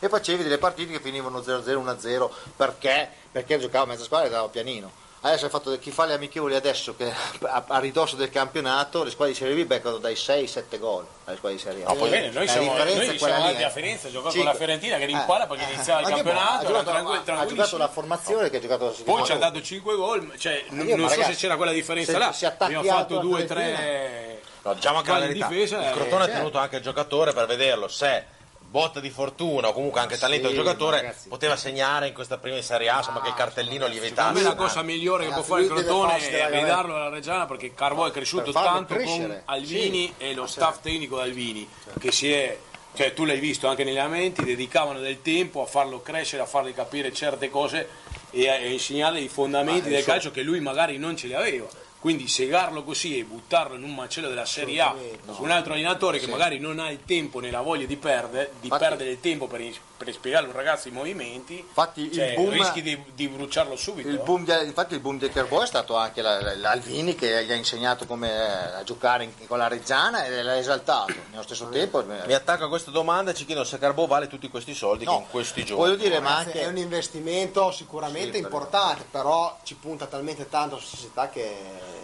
Speaker 4: e facevi delle partite che finivano 0-0, 1-0 perché? Perché giocava mezza squadra e andava pianino. Adesso hai fatto chi fa le amichevoli adesso che a, a ridosso del campionato le squadre di Serie B beccano dai 6-7 gol alle squadre di Serie A.
Speaker 5: Ma poi bene, noi
Speaker 4: La
Speaker 5: siamo,
Speaker 4: differenza è
Speaker 5: noi
Speaker 4: quella
Speaker 5: siamo
Speaker 4: lì,
Speaker 5: andati a
Speaker 4: eh.
Speaker 5: Firenze, giocò con
Speaker 4: Cinque.
Speaker 5: la Fiorentina che rimpara perché iniziava il
Speaker 4: Anche
Speaker 5: campionato,
Speaker 4: buono, ha giocato,
Speaker 5: era tranqui-
Speaker 4: ha
Speaker 5: tranquilli-
Speaker 4: giocato la formazione che ha giocato la
Speaker 5: poi ci ha
Speaker 4: settimana
Speaker 5: dato 5 gol, cioè, non,
Speaker 4: io, ma
Speaker 5: non so
Speaker 4: ragazzi,
Speaker 5: se c'era quella differenza
Speaker 4: se-
Speaker 5: là,
Speaker 4: se attacchi
Speaker 5: abbiamo fatto
Speaker 4: alto la
Speaker 5: 2-3
Speaker 3: No, diciamo anche la
Speaker 5: Poi in
Speaker 3: verità.
Speaker 5: difesa
Speaker 3: il
Speaker 5: è-
Speaker 3: Crotone ha
Speaker 5: cioè-
Speaker 3: tenuto anche il giocatore per vederlo se botta di fortuna o comunque anche talento
Speaker 4: sì,
Speaker 3: del giocatore
Speaker 4: ma ragazzi.
Speaker 3: poteva segnare in questa prima di Serie A, insomma che il cartellino gli
Speaker 5: Per me
Speaker 3: evitasse.
Speaker 5: la cosa migliore che può fare il
Speaker 4: lui deve
Speaker 5: Crotone
Speaker 4: farsi
Speaker 5: è
Speaker 4: della-
Speaker 5: ridarlo alla Reggiana perché Carbo è cresciuto
Speaker 4: per farlo
Speaker 5: tanto con
Speaker 4: crescere.
Speaker 5: Alvini e lo staff tecnico di Alvini che si è cioè tu l'hai visto anche negli allenamenti dedicavano del tempo a farlo crescere a fargli capire certe cose e a, e a insegnargli i fondamenti del calcio che lui magari non ce li aveva quindi segarlo così e buttarlo in un macello della Serie A su un altro allenatore che magari non ha il tempo né la voglia di perdere, di
Speaker 4: Infatti-
Speaker 5: perdere il tempo per, per spiegare a un ragazzo i movimenti
Speaker 4: Infatti il
Speaker 5: cioè,
Speaker 4: boom-
Speaker 5: rischi di, di bruciarlo subito
Speaker 4: Il
Speaker 5: eh.
Speaker 4: boom di- infatti il boom di Kerbo è stato anche la- la- l'Alvini che gli ha insegnato come eh, a giocare in- con la Reggiana e l'ha esaltato nello stesso tempo. eh,
Speaker 3: Mi attacco a questa domanda e ci chiedono se Carbò vale tutti questi soldi che
Speaker 4: No,
Speaker 3: in questi
Speaker 4: voglio
Speaker 3: giorni.
Speaker 4: dire, ma
Speaker 6: Ragazzi,
Speaker 4: anche
Speaker 6: Eh, È un investimento sicuramente importante, però ci punta talmente tanto la società che...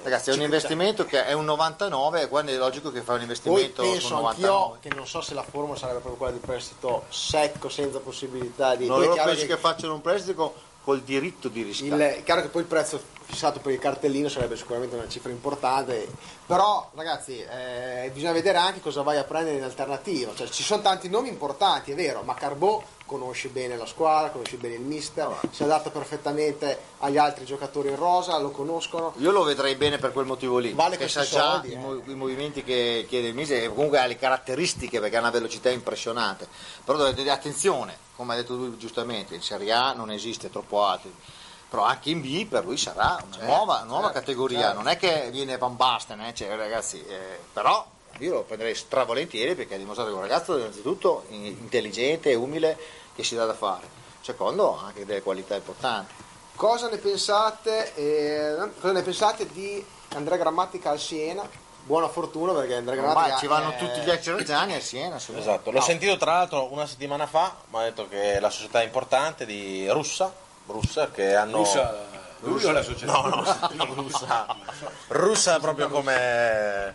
Speaker 4: ragazzi, è un
Speaker 6: ci-
Speaker 4: investimento che è un 99, quindi è logico che fa un
Speaker 6: Poi
Speaker 4: investimento su
Speaker 6: penso
Speaker 4: 99.
Speaker 6: anch'io che non so se la formula sarebbe proprio quella di prestito secco, senza possibilità di...
Speaker 4: Non
Speaker 6: Poi è
Speaker 4: loro
Speaker 6: chiaro
Speaker 4: penso che... facciano un prestito col diritto di
Speaker 6: Il-
Speaker 4: riscatto.
Speaker 6: è chiaro che poi il prezzo fissato per il cartellino sarebbe sicuramente una cifra importante, però ragazzi eh, bisogna vedere anche cosa vai a prendere in alternativa, cioè, ci sono tanti nomi importanti, è vero, ma Carbò conosce bene la squadra, conosce bene il mister, si adatta perfettamente agli altri giocatori in rosa, lo conoscono.
Speaker 4: Io lo vedrei bene per quel motivo lì,
Speaker 6: Vale
Speaker 4: che
Speaker 6: questi
Speaker 4: sa già
Speaker 6: soldi,
Speaker 4: i,
Speaker 6: eh.
Speaker 4: mo- i movimenti che chiede il Mise e comunque ha le caratteristiche perché ha una velocità impressionante. Però dovete dire attenzione, come ha detto lui giustamente, in Serie A non esiste troppo alto. Però anche in B per lui sarà una
Speaker 6: Certo,
Speaker 4: nuova, nuova categoria, non è che viene Van Basten, eh, cioè, ragazzi, eh, però io lo prenderei stravolentieri perché ha dimostrato che è un ragazzo innanzitutto in- intelligente, umile, che si dà da fare. Secondo ha anche delle qualità importanti.
Speaker 6: Cosa ne pensate, eh, cosa ne pensate di Andrea Grammatica al Siena? Buona fortuna perché Andrea Grammatica...
Speaker 4: Ormai ci vanno
Speaker 6: è-
Speaker 4: tutti gli ex Reggiani a Siena, assolutamente.
Speaker 3: Esatto, l'ho sentito tra l'altro una settimana fa, mi ha detto che la società è importante di Russa, Russa che hanno...
Speaker 5: Russa, lui o la società?
Speaker 3: No, no, no, russa. Russa proprio come,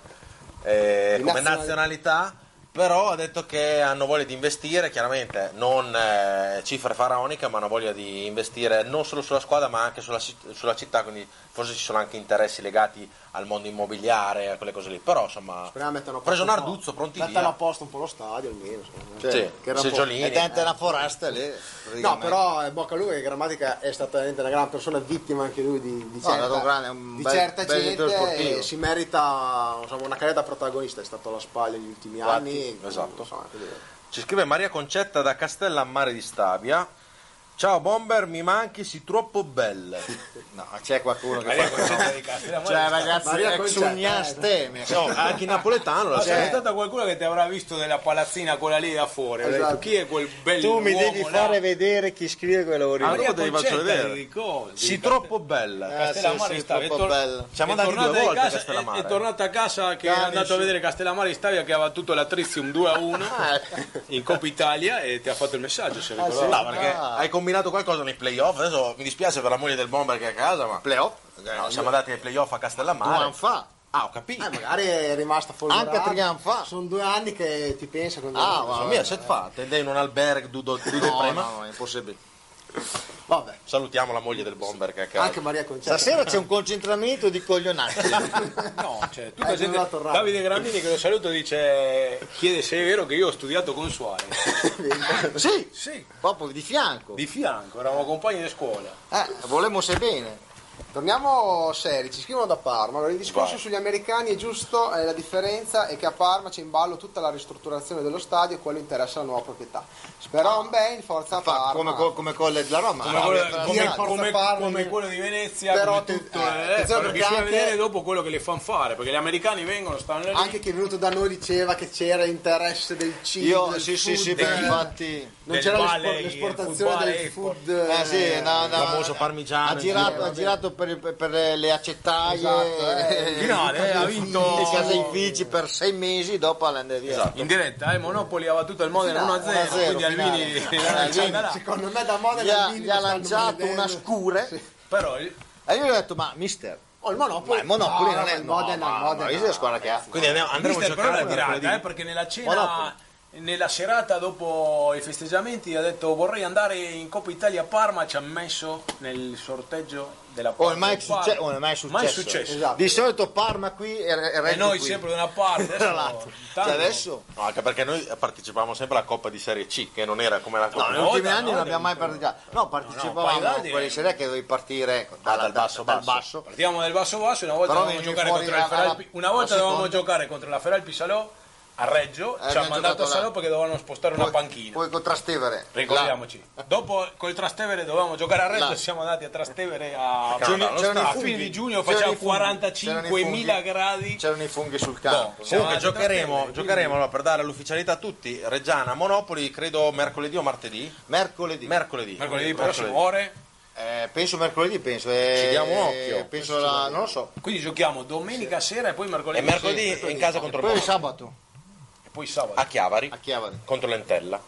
Speaker 3: eh,
Speaker 6: Di
Speaker 3: come
Speaker 6: nazionalità.
Speaker 3: nazionalità, però ha detto che hanno voglia di investire, chiaramente non eh, cifre faraoniche, ma hanno voglia di investire non solo sulla squadra ma anche sulla, citt- sulla città, quindi forse ci sono anche interessi legati al mondo immobiliare, a quelle cose lì, però insomma...
Speaker 6: Speriamo mettano a
Speaker 3: Preso
Speaker 6: posto un po'.
Speaker 3: Narduzzo, pronti
Speaker 6: Mettano a
Speaker 3: via.
Speaker 6: posto un po' lo stadio almeno. secondo me.
Speaker 3: Sì,
Speaker 4: che era
Speaker 3: seggiolini.
Speaker 4: È dentro una foresta lì.
Speaker 6: No,
Speaker 4: praticamente.
Speaker 6: però eh, bocca a lui che Grammatica è stata veramente una gran persona, vittima anche lui di, di
Speaker 4: No, è
Speaker 6: certa,
Speaker 4: stato un grande, un
Speaker 6: di
Speaker 4: bel-
Speaker 6: certa
Speaker 4: bel direttore
Speaker 6: gente
Speaker 4: sportivo.
Speaker 6: e si merita insomma, una carriera da protagonista, è stato alla spalla negli ultimi anni. quindi,
Speaker 3: esatto.
Speaker 6: insomma, quindi-
Speaker 3: Ci scrive Maria Concetta da Castellammare di Stabia. Ciao Bomber, mi manchi, si troppo belle.
Speaker 4: No, c'è qualcuno che
Speaker 5: Maria
Speaker 4: fa
Speaker 5: Concetta di Castellammare
Speaker 4: Cioè, ragazzi,
Speaker 6: Maria
Speaker 4: ex
Speaker 6: Concetta,
Speaker 4: ugnasteme.
Speaker 3: No, anche in napoletano la
Speaker 5: Ma c'è
Speaker 4: cioè-
Speaker 3: sento.
Speaker 5: stato qualcuno che ti avrà visto nella palazzina quella lì da fuori. avrà
Speaker 6: Esatto.
Speaker 5: detto, Chi è quel bel
Speaker 4: Tu mi
Speaker 5: uomo
Speaker 4: devi
Speaker 5: là?"
Speaker 4: fare vedere chi scrive quello
Speaker 3: Ah,
Speaker 4: origine.
Speaker 3: dopo te li faccio
Speaker 5: Concetta,
Speaker 3: vedere.
Speaker 5: ti ricordi?
Speaker 3: Si troppo bella.
Speaker 5: Castellammare
Speaker 4: Eh, sì,
Speaker 5: di Stabia,
Speaker 4: troppo
Speaker 5: è tor-
Speaker 4: bello.
Speaker 3: Siamo
Speaker 5: Eh. è
Speaker 3: andati
Speaker 5: tornata
Speaker 3: due
Speaker 5: di
Speaker 3: volte a
Speaker 5: casa-
Speaker 3: Castellammare.
Speaker 5: È, è tornata a casa che
Speaker 4: Cani,
Speaker 5: è andato a
Speaker 4: sì.
Speaker 5: vedere Castellammare di Stabia che aveva battuto la Trizium 2 a 1
Speaker 4: Eh,
Speaker 5: in Coppa Italia e ti ha fatto il messaggio. Se Eh, ricordi.
Speaker 3: No, perché
Speaker 4: Ah, Ah.
Speaker 3: hai combinato qualcosa nei playoff. Adesso mi dispiace per la moglie del Bomber che è a casa, ma
Speaker 4: Playoff?
Speaker 3: no, siamo andati ai playoff a
Speaker 4: Un anno
Speaker 3: Castellammare.
Speaker 4: fa.
Speaker 3: Ah, ho capito.
Speaker 6: Eh, magari è rimasta folgorante.
Speaker 4: Anche tre anni fa.
Speaker 6: Sono due anni che ti pensa. quando-
Speaker 4: Ah,
Speaker 3: Mamma mia, se fate, dai in un albergo, dudo, dudo
Speaker 4: No,
Speaker 3: prima.
Speaker 4: no, no, è impossibile.
Speaker 6: Vabbè.
Speaker 3: Salutiamo la moglie del bomber che è a casa.
Speaker 6: Anche Maria Concetti.
Speaker 4: Stasera c'è un concentramento di coglionati.
Speaker 5: No, cioè, tutta
Speaker 6: Eh,
Speaker 5: gente-
Speaker 6: non la torrata.
Speaker 5: Davide Gramini che lo saluto dice chiede se è vero che io ho studiato con Suarez.
Speaker 4: sì,
Speaker 5: Sì,
Speaker 4: proprio di fianco.
Speaker 5: di fianco, eravamo compagni di scuola.
Speaker 4: Eh, volemo se bene.
Speaker 6: Torniamo seri, ci scrivono da Parma. Allora, il discorso sugli americani è giusto, eh, la differenza è che a Parma c'è in ballo tutta la ristrutturazione dello stadio e quello interessa la nuova proprietà. Spero un bene, forza
Speaker 4: Fa
Speaker 6: Parma.
Speaker 4: come, co- come con le- la Roma.
Speaker 5: Come,
Speaker 4: Ah,
Speaker 5: quello,
Speaker 4: la-
Speaker 5: come-
Speaker 4: la-
Speaker 6: Forza
Speaker 5: come-
Speaker 6: Parma,
Speaker 5: come
Speaker 6: quindi-
Speaker 5: quello di Venezia,
Speaker 6: Però
Speaker 5: come
Speaker 6: te-
Speaker 5: tutto,
Speaker 6: eh,
Speaker 5: eh,
Speaker 6: attenzione
Speaker 5: perché
Speaker 6: perché
Speaker 5: bisogna
Speaker 6: anche-
Speaker 5: vedere dopo quello che le fanno fare, perché gli americani vengono, stanno lì.
Speaker 6: Anche chi è venuto da noi diceva che c'era interesse del cibo.
Speaker 4: Io,
Speaker 6: del
Speaker 4: sì, sì,
Speaker 6: food,
Speaker 4: sì,
Speaker 6: del-
Speaker 4: beh, infatti.
Speaker 6: Non
Speaker 5: del
Speaker 6: c'era l'espo-
Speaker 5: valley,
Speaker 6: l'esportazione
Speaker 5: il
Speaker 6: del
Speaker 5: football
Speaker 6: food.
Speaker 4: Eh, sì, no, eh,
Speaker 3: Il
Speaker 4: no,
Speaker 3: famoso
Speaker 4: ha
Speaker 3: parmigiano.
Speaker 4: girato, ha girato per, per- per le accettaie,
Speaker 6: Esatto, eh.
Speaker 4: eh,
Speaker 5: Finale, eh, ha vinto-
Speaker 4: i caseifici per sei mesi dopo andare via.
Speaker 5: in diretta, eh, Monopoli aveva tutto il Modena 1-0,
Speaker 4: 1-0,
Speaker 5: quindi Alvini
Speaker 4: finale.
Speaker 5: l'ha lanciata là.
Speaker 6: Secondo me da Modena
Speaker 4: Gli ha,
Speaker 6: Alvini
Speaker 4: gli ha
Speaker 6: lo stanno
Speaker 4: lanciato
Speaker 6: maledendo.
Speaker 4: una scure
Speaker 5: Però il-
Speaker 4: e io gli ho detto: Ma mister,
Speaker 6: Oh, il Monopoli.
Speaker 4: ma il Monopoli
Speaker 6: No,
Speaker 4: non è
Speaker 6: il Modena,
Speaker 4: no,
Speaker 6: il
Speaker 4: ma-
Speaker 6: Modena. Eh,
Speaker 4: ma questa è la squadra che ha.
Speaker 3: Quindi andiamo- andremo a
Speaker 5: Mister, però
Speaker 3: giocare
Speaker 5: è
Speaker 3: a
Speaker 5: una pirata, eh,
Speaker 3: mercoledì.
Speaker 5: perché nella
Speaker 4: Monopoli.
Speaker 5: cena, nella serata dopo i festeggiamenti ha detto vorrei andare in Coppa Italia a Parma, ci ha messo nel sorteggio della Parma.
Speaker 4: Ormai Oh, è, succe-
Speaker 5: Parma.
Speaker 4: ormai è successo.
Speaker 5: Mai successo.
Speaker 6: Esatto.
Speaker 4: Di solito Parma qui e, Re-
Speaker 5: E
Speaker 4: Reggio
Speaker 5: noi
Speaker 4: qui.
Speaker 5: sempre da una parte,
Speaker 4: Tra
Speaker 5: adesso,
Speaker 4: l'altro. Cioè,
Speaker 5: tanto-
Speaker 4: adesso
Speaker 3: No, anche perché noi partecipavamo sempre alla Coppa di Serie C, che non era come la Coppa.
Speaker 4: negli
Speaker 5: no,
Speaker 4: ultimi
Speaker 5: no,
Speaker 4: anni
Speaker 5: no,
Speaker 4: non abbiamo mai
Speaker 5: no.
Speaker 4: partecipato. No,
Speaker 5: No, no,
Speaker 4: partecipavamo
Speaker 5: poi là
Speaker 4: a
Speaker 5: di-
Speaker 4: quelle serie che dovevi partire ecco, dalla-
Speaker 3: dal basso,
Speaker 4: dal
Speaker 3: basso.
Speaker 4: basso.
Speaker 5: Partiamo dal basso basso, una volta
Speaker 4: Però
Speaker 5: dovevamo
Speaker 4: venivi
Speaker 5: giocare
Speaker 4: fuori
Speaker 5: contro il
Speaker 4: alla-
Speaker 5: Feral- una
Speaker 4: alla
Speaker 5: volta dovevamo
Speaker 4: seconda.
Speaker 5: giocare contro la Feral Pisalò a Reggio,
Speaker 4: Eh,
Speaker 5: ci ha
Speaker 4: abbiamo
Speaker 5: mandato a
Speaker 4: giocato là.
Speaker 5: Salò perché dovevano spostare una
Speaker 4: Poi,
Speaker 5: panchina.
Speaker 4: poi con Trastevere.
Speaker 5: Ricordiamoci, dopo col Trastevere dovevamo giocare a Reggio,
Speaker 4: Là.
Speaker 5: siamo andati a Trastevere a,
Speaker 3: Giugno-
Speaker 5: a
Speaker 4: c'erano i
Speaker 5: fine
Speaker 4: funghi.
Speaker 5: di giugno,
Speaker 4: C'erano
Speaker 5: faceva
Speaker 4: i funghi. C'erano i
Speaker 5: 45.000
Speaker 4: funghi.
Speaker 5: gradi.
Speaker 4: Là, c'erano i funghi sul campo.
Speaker 5: Boh.
Speaker 3: Comunque
Speaker 5: Siamo
Speaker 3: giocheremo,
Speaker 5: andati a
Speaker 3: giocheremo allora, per dare l'ufficialità a tutti Reggiana Monopoli credo mercoledì o martedì
Speaker 4: Mercoledì.
Speaker 3: mercoledì
Speaker 5: Mercoledì prossimo ore.
Speaker 4: Eh, penso mercoledì, penso. eh,
Speaker 3: Ci diamo un occhio.
Speaker 4: Penso la, non lo so.
Speaker 5: Quindi giochiamo domenica sera e poi
Speaker 3: e
Speaker 5: mercoledì
Speaker 3: mercoledì
Speaker 5: sera,
Speaker 3: in casa contro il
Speaker 4: Poi
Speaker 3: Monopoli.
Speaker 4: sabato
Speaker 5: e poi sabato.
Speaker 4: Ah.
Speaker 3: a Chiavari
Speaker 4: a Chiavari.
Speaker 3: contro l'Entella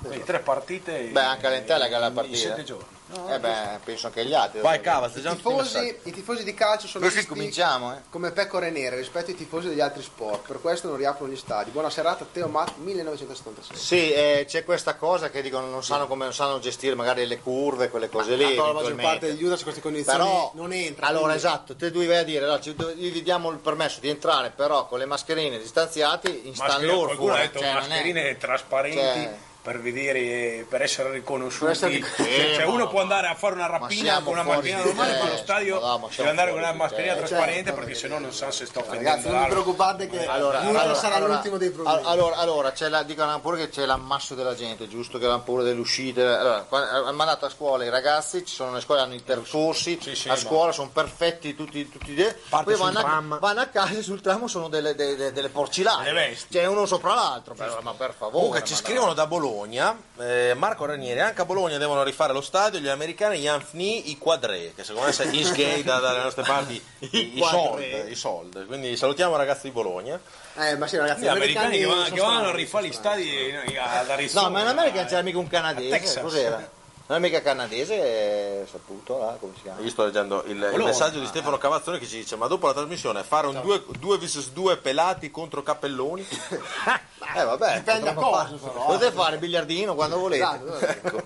Speaker 5: Quindi tre partite.
Speaker 4: Beh, anche a Lentella che è la
Speaker 5: in-
Speaker 4: partita.
Speaker 5: In sette giorni.
Speaker 4: eh beh, penso anche agli altri.
Speaker 3: vai Cava stai
Speaker 6: I
Speaker 3: già
Speaker 6: tifosi, I tifosi di calcio sono
Speaker 4: Così
Speaker 6: visti
Speaker 4: cominciamo, eh.
Speaker 6: come pecore nere rispetto ai tifosi degli altri sport, per questo non riaprono gli stadi. Buona serata, Teo Matt 1976.
Speaker 4: Sì, eh, c'è questa cosa che dicono non sanno come non sanno gestire magari le curve, quelle cose lì.
Speaker 6: Tanto la maggior
Speaker 4: eventualmente.
Speaker 6: parte degli Judas queste condizioni
Speaker 4: Però
Speaker 6: non entra.
Speaker 4: Allora,
Speaker 6: quindi-
Speaker 4: esatto, te due vai a dire, allora, ci do- gli diamo il permesso di entrare, però con le mascherine distanziati in stan
Speaker 5: Mascherine,
Speaker 4: loro.
Speaker 5: qualcuno ha
Speaker 4: fuori,
Speaker 5: detto
Speaker 4: cioè, non è-
Speaker 5: mascherine trasparenti
Speaker 4: cioè-
Speaker 5: per vedere per essere riconosciuti
Speaker 6: Per essere riconosciuti.
Speaker 5: Cioè, cioè,
Speaker 4: Eh,
Speaker 5: uno
Speaker 4: ma-
Speaker 5: può andare a fare una rapina
Speaker 4: siamo
Speaker 5: con una
Speaker 4: fuori
Speaker 5: macchina
Speaker 4: di
Speaker 5: normale
Speaker 4: testa.
Speaker 5: ma allo stadio
Speaker 4: Ma no, ma siamo
Speaker 5: deve andare con una
Speaker 4: fuori di
Speaker 5: mascherina
Speaker 4: testa.
Speaker 5: trasparente
Speaker 6: Certo,
Speaker 5: perché
Speaker 6: perché-
Speaker 5: sennò non sa se sto
Speaker 6: Ragazzi,
Speaker 5: offendendo
Speaker 6: non vi
Speaker 5: l'arbitro.
Speaker 6: preoccupate che
Speaker 4: Allora,
Speaker 6: uno
Speaker 4: allora,
Speaker 6: sarà
Speaker 4: allora,
Speaker 6: l'ultimo dei problemi.
Speaker 4: al- Allora, allora, c'è la, dicono pure che c'è l'ammasso della gente, giusto? Che hanno paura delle uscite. Allora, qua- eh, hanno mandato a scuola i ragazzi, ci sono le scuole, hanno i percorsi,
Speaker 5: Sì, sì,
Speaker 4: a
Speaker 5: ma-
Speaker 4: scuola sono perfetti tutti, tutti de-
Speaker 3: Parte
Speaker 4: poi
Speaker 3: sul
Speaker 4: vanno a,
Speaker 3: tram.
Speaker 4: vanno a casa e sul tram sono delle, de- de- delle
Speaker 5: Le
Speaker 4: porcellane.
Speaker 5: vesti.
Speaker 4: Cioè uno sopra l'altro, però, ma per favore.
Speaker 3: comunque ci
Speaker 4: ma
Speaker 3: scrivono da Bologna eh, Marco Ranieri anche a Bologna devono rifare lo stadio gli americani gli anfni i quadré che secondo me se gli sgay da- dalle nostre parti i, i sold i sold quindi salutiamo i ragazzi di Bologna
Speaker 6: Eh, ma sì, ragazzi,
Speaker 5: gli americani che, vanno-
Speaker 6: sono
Speaker 5: che vanno a
Speaker 6: strani.
Speaker 5: rifare gli stadi eh, ad Arizona
Speaker 4: No, ma in America non c'era mica un
Speaker 5: a
Speaker 4: canadese,
Speaker 5: Texas.
Speaker 4: cos'era? Non è mica canadese, eh, saputo,
Speaker 6: ah,
Speaker 4: là, come si chiama?
Speaker 3: Io sto leggendo il, il messaggio di Stefano Cavazzone che ci dice: Ma dopo la trasmissione, fare un 2 vs 2 pelati contro cappelloni?
Speaker 4: Eh vabbè,
Speaker 6: Dipende da
Speaker 4: potremmo
Speaker 6: cosa,
Speaker 4: fare-
Speaker 6: però, eh.
Speaker 4: Potete fare biliardino quando volete.
Speaker 6: Esatto, esatto.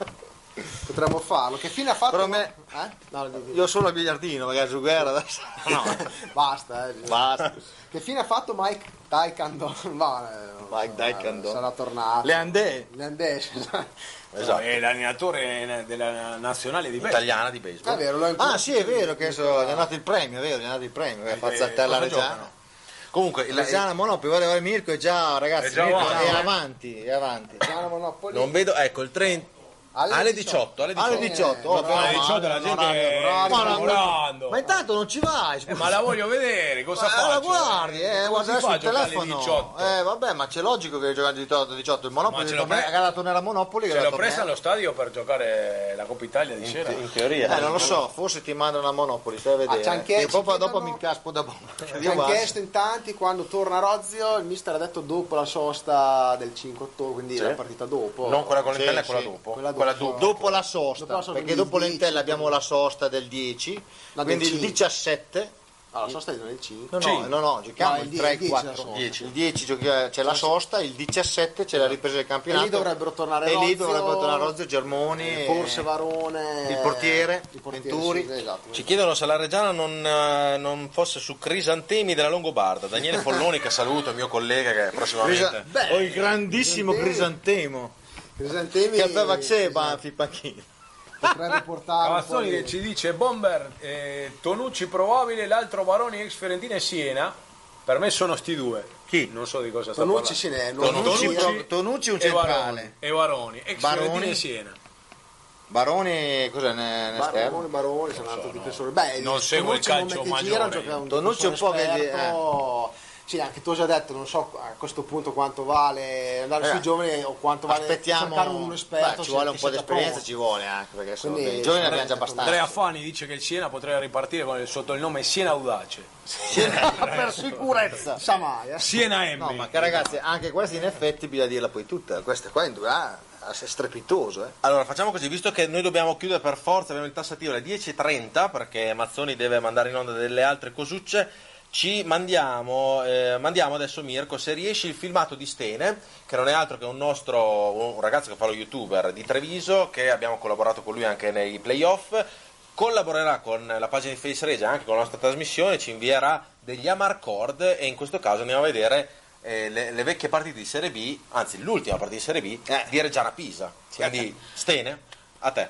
Speaker 6: Potremmo farlo. Che fine ha fatto?
Speaker 4: Però me-
Speaker 6: Eh? No, di- di-
Speaker 4: Io solo a biliardino, magari su guerra adesso. No,
Speaker 6: Basta, eh.
Speaker 4: basta.
Speaker 6: Che fine ha fatto Mike Taekwondo? No, eh, non
Speaker 4: Mike
Speaker 6: so,
Speaker 4: Taekwondo.
Speaker 6: eh, Sarà tornato.
Speaker 4: Le andee.
Speaker 6: Leandese, esatto.
Speaker 3: Esatto.
Speaker 5: è l'allenatore della nazionale di basket
Speaker 3: Italiana di
Speaker 6: È
Speaker 3: baseball.
Speaker 6: vero, lo
Speaker 4: Ah sì, è vero che adesso gli è andato il premio, è vero, gli è andato il premio, eh, Fazzatella
Speaker 3: cosa
Speaker 4: Reggiana.
Speaker 3: giocano? Comunque,
Speaker 4: La
Speaker 3: la-
Speaker 4: Reggiana Monopoli, guarda, guarda, Mirko è già, ragazzi,
Speaker 5: È già
Speaker 4: Mirko
Speaker 5: avanti,
Speaker 4: è
Speaker 5: eh.
Speaker 4: avanti, è avanti.
Speaker 6: Milano Monopoli.
Speaker 3: non vedo, ecco il 30 alle, 18. alle 18.
Speaker 4: Alle 18, oh,
Speaker 5: No, alle 18 la gente
Speaker 4: Ma,
Speaker 5: è- sta lavorando
Speaker 4: ma intanto non ci vai,
Speaker 5: Eh,
Speaker 4: scusa.
Speaker 5: ma la voglio vedere cosa
Speaker 4: Ma
Speaker 5: faccio
Speaker 4: la guardi, eh,
Speaker 5: Come
Speaker 4: guarda
Speaker 5: si fa
Speaker 4: sul
Speaker 5: a giocare alle
Speaker 4: telefono.
Speaker 5: 18
Speaker 4: Eh, vabbè, ma c'è logico che giocare 18 18 il Monopoli,
Speaker 5: Ma ce
Speaker 4: ha
Speaker 5: l'ho
Speaker 4: detto, beh,
Speaker 5: pre-
Speaker 4: era la tornera Monopoli,
Speaker 5: ce
Speaker 4: era
Speaker 5: lo
Speaker 4: la
Speaker 5: presta
Speaker 4: tornera.
Speaker 5: allo stadio per giocare la Coppa Italia di sera
Speaker 3: In teoria,
Speaker 4: Eh, non lo so, forse ti mandano a Monopoli, stai a
Speaker 6: Ah, c'è
Speaker 4: vedere.
Speaker 6: anche-
Speaker 4: e proprio
Speaker 6: ci
Speaker 4: dopo
Speaker 6: chiedono-
Speaker 4: mi caspo da bomba.
Speaker 6: Ci hanno chiesto in tanti quando torna Rozio, il mister ha detto dopo la sosta del 5 ottobre, quindi la partita dopo.
Speaker 3: non quella con
Speaker 4: Sì,
Speaker 3: l'Italia,
Speaker 4: sì,
Speaker 3: quella dopo.
Speaker 6: quella dopo.
Speaker 3: Quella dopo.
Speaker 4: Dopo la sosta,
Speaker 6: Dopo la sosta
Speaker 4: perché
Speaker 6: del
Speaker 4: dopo
Speaker 6: 10,
Speaker 4: l'entella abbiamo la sosta del 10,
Speaker 6: No, del
Speaker 4: quindi il
Speaker 6: 5.
Speaker 4: 17
Speaker 6: Allora, Ah, la sosta è nel 5.
Speaker 4: No, no, no, no, giochiamo
Speaker 6: No,
Speaker 4: il
Speaker 6: il
Speaker 4: 3
Speaker 6: 10 la
Speaker 4: 4.
Speaker 6: sosta.
Speaker 4: Il 10 giochi- c'è la sosta, il 17 c'è la ripresa del
Speaker 6: E
Speaker 4: campionato.
Speaker 6: lì dovrebbero tornare
Speaker 4: E lì
Speaker 6: Rozio,
Speaker 4: dovrebbero tornare Rozio, Germoni,
Speaker 6: Eh, Forse Varone.
Speaker 4: il portiere,
Speaker 6: il portiere,
Speaker 4: Venturi.
Speaker 6: sì, esatto.
Speaker 3: Ci chiedono se la Reggiana non, eh, non fosse su Crisantemi della Longobarda. Daniele Folloni, che saluto, mio collega, che
Speaker 4: Crisa-
Speaker 3: prossimamente.
Speaker 6: Beh,
Speaker 4: o il grandissimo
Speaker 6: Crisantemi.
Speaker 4: Crisantemo
Speaker 6: Crisantemi
Speaker 4: che aveva
Speaker 6: esatto.
Speaker 4: Xeba Pipacchino.
Speaker 6: potrei riportare un po'
Speaker 7: Cavazzoni che
Speaker 6: di-
Speaker 7: ci dice Bomber, eh, Tonucci probabile, l'altro Baroni ex Fiorentina e Siena. Per me sono sti due.
Speaker 4: Chi?
Speaker 7: Non so di cosa sta parlando.
Speaker 6: Tonucci se ne è
Speaker 4: Tonucci,
Speaker 7: Tonucci
Speaker 4: pro- Tonucci un
Speaker 7: e
Speaker 4: eh. centrale.
Speaker 7: Varoni, e Varoni, ex
Speaker 4: Baroni. Ah.
Speaker 7: Fiorentina e Siena.
Speaker 4: Baroni cos'è ne- ne
Speaker 6: Barone,
Speaker 4: esterno?
Speaker 6: Barone, sono un altro difensore. Beh,
Speaker 7: Eh, Non
Speaker 6: il
Speaker 7: seguo il
Speaker 6: Tonucci nel
Speaker 7: calcio
Speaker 6: momento in
Speaker 7: maggiore,
Speaker 6: giro gioca un
Speaker 4: Tonucci un po' che- eh.
Speaker 6: esperto. Sì, anche tu hai già detto, non so a questo punto quanto vale andare
Speaker 4: Eh,
Speaker 6: sui giovani o quanto vale cercare
Speaker 4: Aspettiamo,
Speaker 6: un esperto.
Speaker 4: Beh, ci
Speaker 6: se-
Speaker 4: vuole un
Speaker 6: che
Speaker 4: po'
Speaker 6: sia
Speaker 4: di
Speaker 6: da
Speaker 4: esperienza, ci vuole anche perché sono
Speaker 6: Quindi-
Speaker 4: dei giovani ne abbiamo già
Speaker 7: Andrea
Speaker 4: abbastanza.
Speaker 7: Fani dice che il Siena potrebbe ripartire con il- sotto il nome Siena Audace.
Speaker 4: per sicurezza.
Speaker 6: provo. Sa mai, eh.
Speaker 7: Siena M.
Speaker 4: No, ma che ragazzi, anche questa in effetti bisogna dirla poi tutta. Questa qua in due A è strepitoso, eh.
Speaker 3: Allora, facciamo così, visto che noi dobbiamo chiudere per forza, abbiamo il tassativo alle 10.30, perché Mazzoni deve mandare in onda delle altre cosucce, ci mandiamo, eh, mandiamo adesso Mirko, se riesci, il filmato di Stene, che non è altro che un nostro, un ragazzo che fa lo youtuber di Treviso, che abbiamo collaborato con lui anche nei playoff, collaborerà con la pagina di Face Regia, anche con la nostra trasmissione, ci invierà degli Amarcord e in questo caso andiamo a vedere eh, le, le vecchie partite di Serie B, anzi l'ultima partita di Serie B, di Reggiana Pisa. Quindi Stene, a te.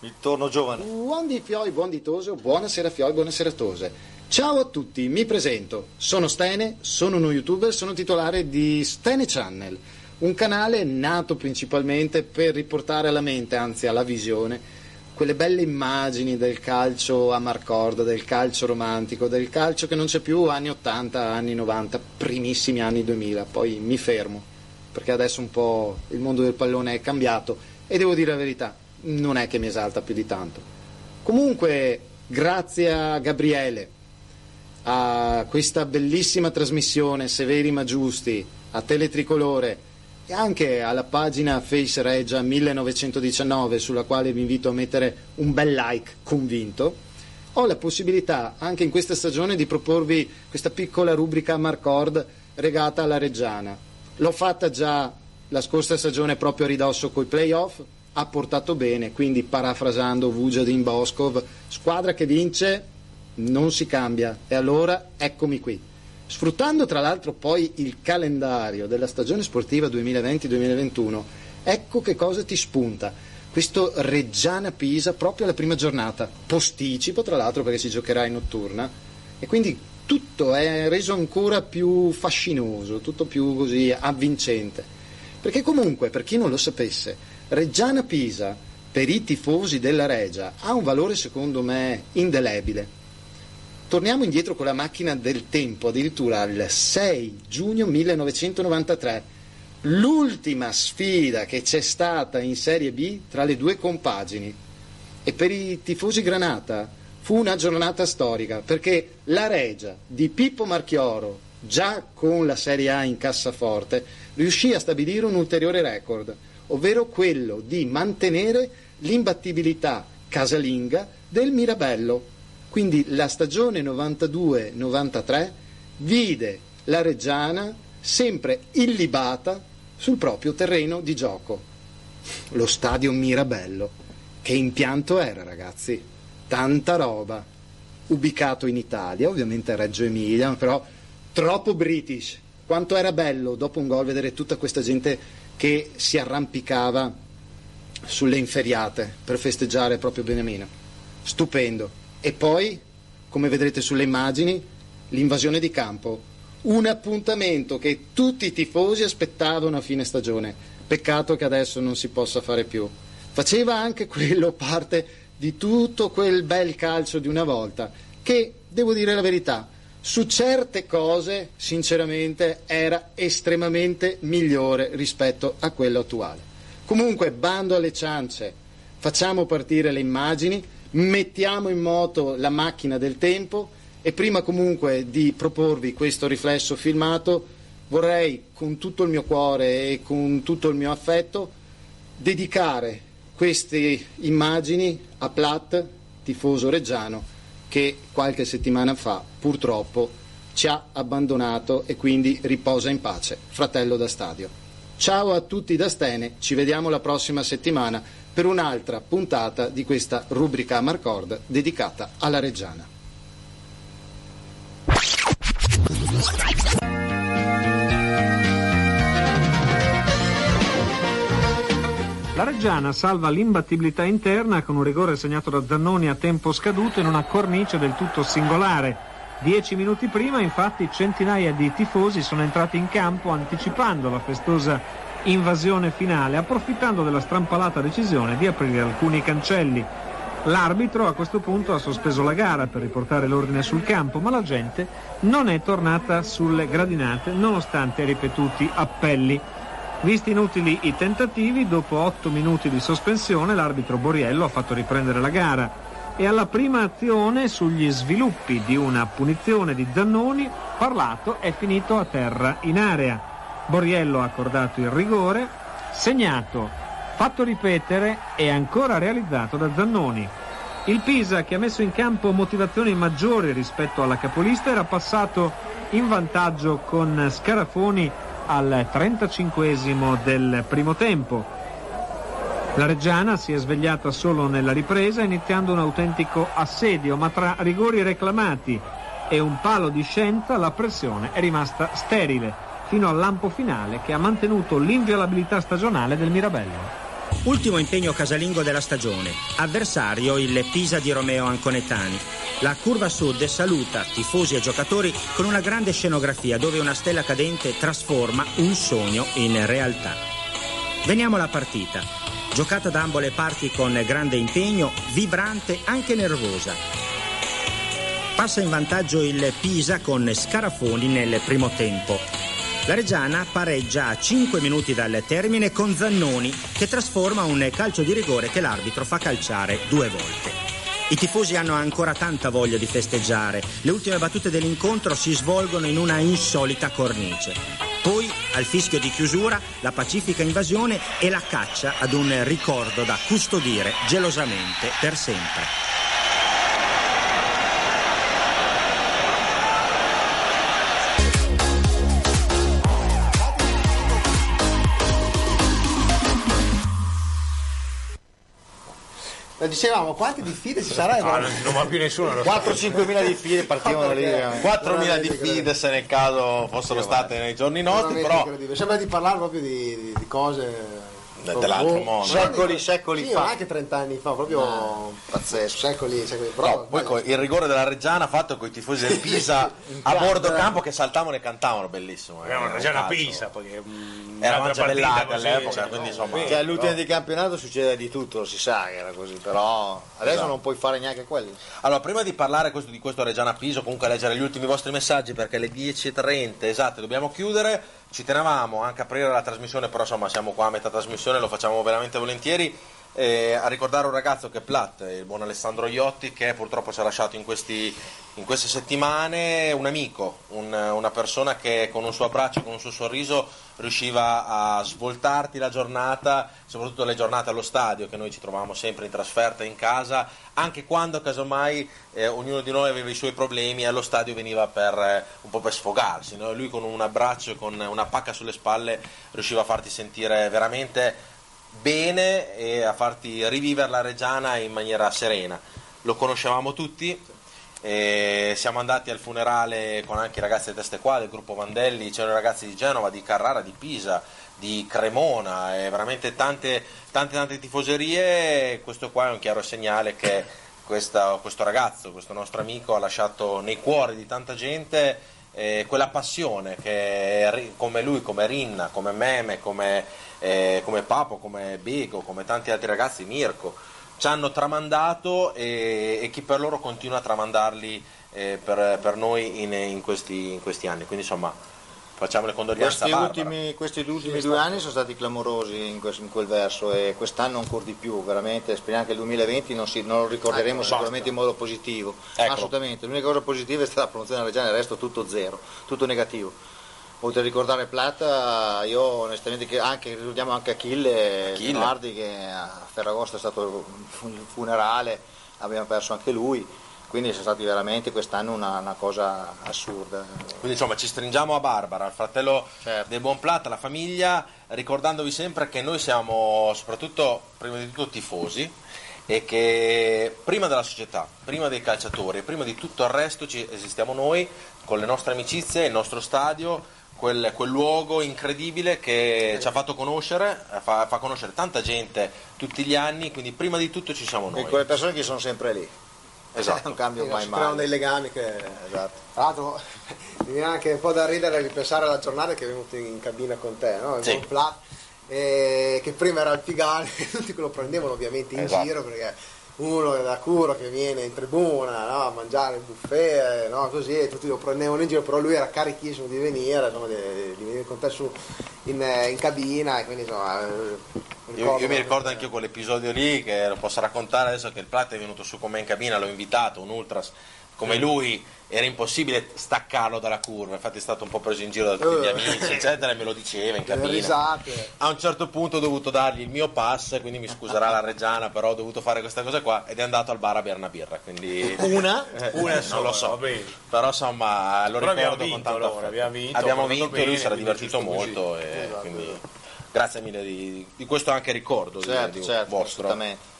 Speaker 4: Il torno giovane.
Speaker 8: Buon di Fioi, buon di Toseo, buonasera Fioi, buonasera Tose. Ciao a tutti, mi presento. Sono Stene, sono uno youtuber, sono titolare di Stene Channel, un canale nato principalmente per riportare alla mente, anzi alla visione, quelle belle immagini del calcio a marcorda, del calcio romantico, del calcio che non c'è più anni 80, anni 90, primissimi anni 2000. Poi mi fermo, perché adesso un po' il mondo del pallone è cambiato e devo dire la verità, non è che mi esalta più di tanto. Comunque, grazie a Gabriele, a questa bellissima trasmissione Severi ma Giusti, a Teletricolore e anche alla pagina Face Regia 1919, sulla quale vi invito a mettere un bel like convinto, ho la possibilità anche in questa stagione di proporvi questa piccola rubrica Marcord regata alla Reggiana. L'ho fatta già la scorsa stagione proprio a ridosso coi playoff, ha portato bene, quindi parafrasando Vujadin Boskov, squadra che vince non si cambia e allora eccomi qui. Sfruttando tra l'altro poi il calendario della stagione sportiva 2020-2021, ecco che cosa ti spunta. Questo Reggiana Pisa proprio alla prima giornata, posticipo tra l'altro perché si giocherà in notturna e quindi tutto è reso ancora più fascinoso, tutto più così avvincente. Perché comunque, per chi non lo sapesse, Reggiana Pisa, per i tifosi della Regia, ha un valore secondo me indelebile. Torniamo indietro con la macchina del tempo, addirittura al 6 giugno 1993, l'ultima sfida che c'è stata in Serie B tra le due compagini. E per i tifosi Granata fu una giornata storica perché la Regia di Pippo Marchioro, già con la Serie A in cassaforte, riuscì a stabilire un ulteriore record, ovvero quello di mantenere l'imbattibilità casalinga del Mirabello. Quindi la stagione 92-93 vide la Reggiana sempre illibata sul proprio terreno di gioco lo stadio Mirabello. Che impianto era, ragazzi? Tanta roba. Ubicato in Italia, ovviamente a Reggio Emilia, però troppo british. Quanto era bello dopo un gol vedere tutta questa gente che si arrampicava sulle inferiate per festeggiare proprio Beniamino. Stupendo. E poi, come vedrete sulle immagini, l'invasione di campo. Un appuntamento che tutti i tifosi aspettavano a fine stagione. Peccato che adesso non si possa fare più. Faceva anche quello parte di tutto quel bel calcio di una volta, che, devo dire la verità, su certe cose, sinceramente, era estremamente migliore rispetto a quello attuale. Comunque, bando alle ciance, facciamo partire le immagini, mettiamo in moto la macchina del tempo e prima comunque di proporvi questo riflesso filmato vorrei con tutto il mio cuore e con tutto il mio affetto dedicare queste immagini a Platt, tifoso reggiano, che qualche settimana fa purtroppo ci ha abbandonato e quindi riposa in pace, fratello da stadio. Ciao a tutti da Stene, ci vediamo la prossima settimana per un'altra puntata di questa rubrica Marcord dedicata alla Reggiana.
Speaker 9: La Reggiana salva l'imbattibilità interna con un rigore segnato da Zannoni a tempo scaduto in una cornice del tutto singolare. Dieci minuti prima, infatti, centinaia di tifosi sono entrati in campo anticipando la festosa invasione finale, approfittando della strampalata decisione di aprire alcuni cancelli. L'arbitro a questo punto ha sospeso la gara per riportare l'ordine sul campo, ma la gente non è tornata sulle gradinate nonostante ripetuti appelli. Visti inutili i tentativi, dopo 8 minuti di sospensione l'arbitro Boriello ha fatto riprendere la gara e alla prima azione sugli sviluppi di una punizione di Zannoni, parlato è finito a terra in area. Boriello ha accordato il rigore, segnato, fatto ripetere e ancora realizzato da Zannoni. Il Pisa, che ha messo in campo motivazioni maggiori rispetto alla capolista, era passato in vantaggio con Scarafoni al 35 del primo tempo. La Reggiana si è svegliata solo nella ripresa, iniziando un autentico assedio, ma tra rigori reclamati e un palo di scienza la pressione è rimasta sterile, fino al lampo finale che ha mantenuto l'inviolabilità stagionale del Mirabello.
Speaker 10: Ultimo impegno casalingo della stagione. Avversario il Pisa di Romeo Anconetani. La curva sud saluta tifosi e giocatori con una grande scenografia dove una stella cadente trasforma un sogno in realtà. Veniamo alla partita. Giocata da ambo le parti con grande impegno, vibrante anche nervosa. Passa in vantaggio il Pisa con Scarafoni nel primo tempo. La Reggiana pareggia a 5 minuti dal termine con Zannoni che trasforma un calcio di rigore che l'arbitro fa calciare due volte. I tifosi hanno ancora tanta voglia di festeggiare. Le ultime battute dell'incontro si svolgono in una insolita cornice. Poi, al fischio di chiusura, la pacifica invasione e la caccia ad un ricordo da custodire gelosamente per sempre.
Speaker 6: Eh, Dicevamo, quante diffide ci sarebbero?
Speaker 7: Ah, non, non va più nessuno. allo
Speaker 4: 4-5 mila di file partivano da lì. eh.
Speaker 3: 4.000 di FIDE se nel caso fossero state nei giorni nostri,
Speaker 6: Veramente
Speaker 3: però
Speaker 6: incredibile. Sembra di parlare proprio di, di- di cose...
Speaker 3: De- dell'altro mondo.
Speaker 4: Secoli, secoli
Speaker 6: Sì,
Speaker 4: fa.
Speaker 6: ma anche 30 anni fa, proprio
Speaker 4: Pazzesco.
Speaker 6: secoli, secoli. Però,
Speaker 3: No, poi co- il rigore della Reggiana fatto con i tifosi del Pisa a bordo campo che saltavano e cantavano, bellissimo. eh,
Speaker 7: Era una
Speaker 3: un
Speaker 7: Reggiana
Speaker 3: calcio.
Speaker 7: Pisa, perché mm,
Speaker 3: Era
Speaker 7: un'altra
Speaker 3: già
Speaker 7: partita
Speaker 3: bellata
Speaker 7: così,
Speaker 3: all'epoca,
Speaker 7: cioè,
Speaker 3: quindi
Speaker 7: no,
Speaker 3: insomma,
Speaker 7: beh,
Speaker 4: Cioè, all'ultimo di campionato succede di tutto, lo si sa che era così, però adesso
Speaker 3: Esatto.
Speaker 4: non puoi fare neanche quello.
Speaker 3: Allora, prima di parlare questo- di questo Reggiana Piso, comunque leggere gli ultimi vostri messaggi perché alle 10.30 esatto dobbiamo chiudere. Ci tenevamo anche a aprire la trasmissione, però insomma siamo qua a metà trasmissione, lo facciamo veramente volentieri. eh, a ricordare un ragazzo che è Platt, eh, il buon Alessandro Iotti, che purtroppo ci ha lasciato in, questi- in queste settimane un amico, un- una persona che con un suo abbraccio, con un suo sorriso riusciva a svoltarti la giornata, soprattutto le giornate allo stadio, che noi ci trovavamo sempre in trasferta, in casa, anche quando casomai eh, ognuno di noi aveva i suoi problemi e allo stadio veniva per, eh, un po' per sfogarsi. no? Lui con un abbraccio, e con una pacca sulle spalle, riusciva a farti sentire veramente bene e a farti rivivere la Reggiana in maniera serena. Lo conoscevamo tutti, e siamo andati al funerale con anche i ragazzi di Teste Qua, del gruppo Vandelli, c'erano i ragazzi di Genova, di Carrara, di Pisa, di Cremona, e veramente tante, tante, tante tifoserie. Questo qua è un chiaro segnale che questa- questo ragazzo, questo nostro amico ha lasciato nei cuori di tanta gente eh, quella passione che ri- come lui, come Rinna, come Meme, come, eh, come Papo, come Bego, come tanti altri ragazzi, Mirko, ci hanno tramandato e, e chi per loro continua a tramandarli eh, per, per noi in, in questi, in questi anni. Quindi insomma facciamo le condoglianze
Speaker 4: Questi
Speaker 3: a Barbara.
Speaker 4: ultimi, questi ultimi due anni sono stati clamorosi in, quel- in quel verso e quest'anno ancora di più, veramente speriamo che il 2020 non, si- non lo ricorderemo sicuramente in modo positivo,
Speaker 3: Ecco.
Speaker 4: assolutamente, l'unica cosa positiva è stata la promozione della Reggiana, il resto tutto zero, tutto negativo. Oltre a ricordare Plata, io onestamente che anche, ricordiamo anche Achille,
Speaker 3: Achille.
Speaker 4: Leonardi che a Ferragosto è stato un funerale, abbiamo perso anche lui, Quindi sono stati veramente quest'anno una, una cosa assurda.
Speaker 3: Quindi insomma ci stringiamo a Barbara, al fratello del Buon Plata, alla famiglia, ricordandovi sempre che noi siamo soprattutto, prima di tutto, tifosi e che prima della società, prima dei calciatori, prima di tutto il resto ci esistiamo noi con le nostre amicizie, il nostro stadio, quel, quel luogo incredibile che ci ha fatto conoscere, eh, fa, fa conoscere tanta gente tutti gli anni, quindi prima di tutto ci siamo
Speaker 4: E
Speaker 3: noi.
Speaker 4: quelle persone che sono sempre lì.
Speaker 3: Esatto.
Speaker 4: Non cambio mai
Speaker 6: si creano
Speaker 4: mai.
Speaker 6: dei legami che
Speaker 4: Esatto.
Speaker 6: tra l'altro mi viene anche un po' da ridere e ripensare alla giornata che è venuto in cabina con te no? Il
Speaker 3: Sì.
Speaker 6: buon Plat, eh, che prima era il Pigan e tutti che lo prendevano ovviamente in
Speaker 3: Esatto.
Speaker 6: giro perché uno da curo che viene in tribuna no? a mangiare il buffet eh, no? così e tutti lo prendevano in giro però lui era carichissimo di venire insomma, di, di venire con te su in, eh, in cabina e quindi insomma eh, mi
Speaker 3: Io, io mi ricordo anche io quell'episodio lì che lo posso raccontare adesso che il Plata è venuto su con me in cabina, l'ho invitato, un ultras come lui, era impossibile staccarlo dalla curva, infatti è stato un po' preso in giro da tutti gli
Speaker 6: Eh.
Speaker 3: amici, eccetera, e me lo diceva in
Speaker 6: delle
Speaker 3: cabina.
Speaker 6: risate
Speaker 3: A un certo punto ho dovuto dargli il mio pass, e quindi mi scuserà la Reggiana, però ho dovuto fare questa cosa qua ed è andato al bar a bere una birra, quindi
Speaker 4: Una?
Speaker 3: una non lo so. Però insomma lo
Speaker 7: Però abbiamo
Speaker 3: ricordo con
Speaker 7: vinto,
Speaker 3: tanto
Speaker 7: allora,
Speaker 3: affetto.
Speaker 7: abbiamo vinto,
Speaker 3: abbiamo
Speaker 7: abbiamo
Speaker 3: vinto
Speaker 7: fatto
Speaker 3: lui
Speaker 7: bene,
Speaker 3: si era
Speaker 7: quindi
Speaker 3: divertito
Speaker 7: giusto così.
Speaker 3: molto e eh,
Speaker 4: Esatto,
Speaker 3: quindi grazie mille di, di questo anche ricordo di-
Speaker 4: Certo,
Speaker 3: di-
Speaker 4: certo,
Speaker 3: vostro.
Speaker 4: assolutamente.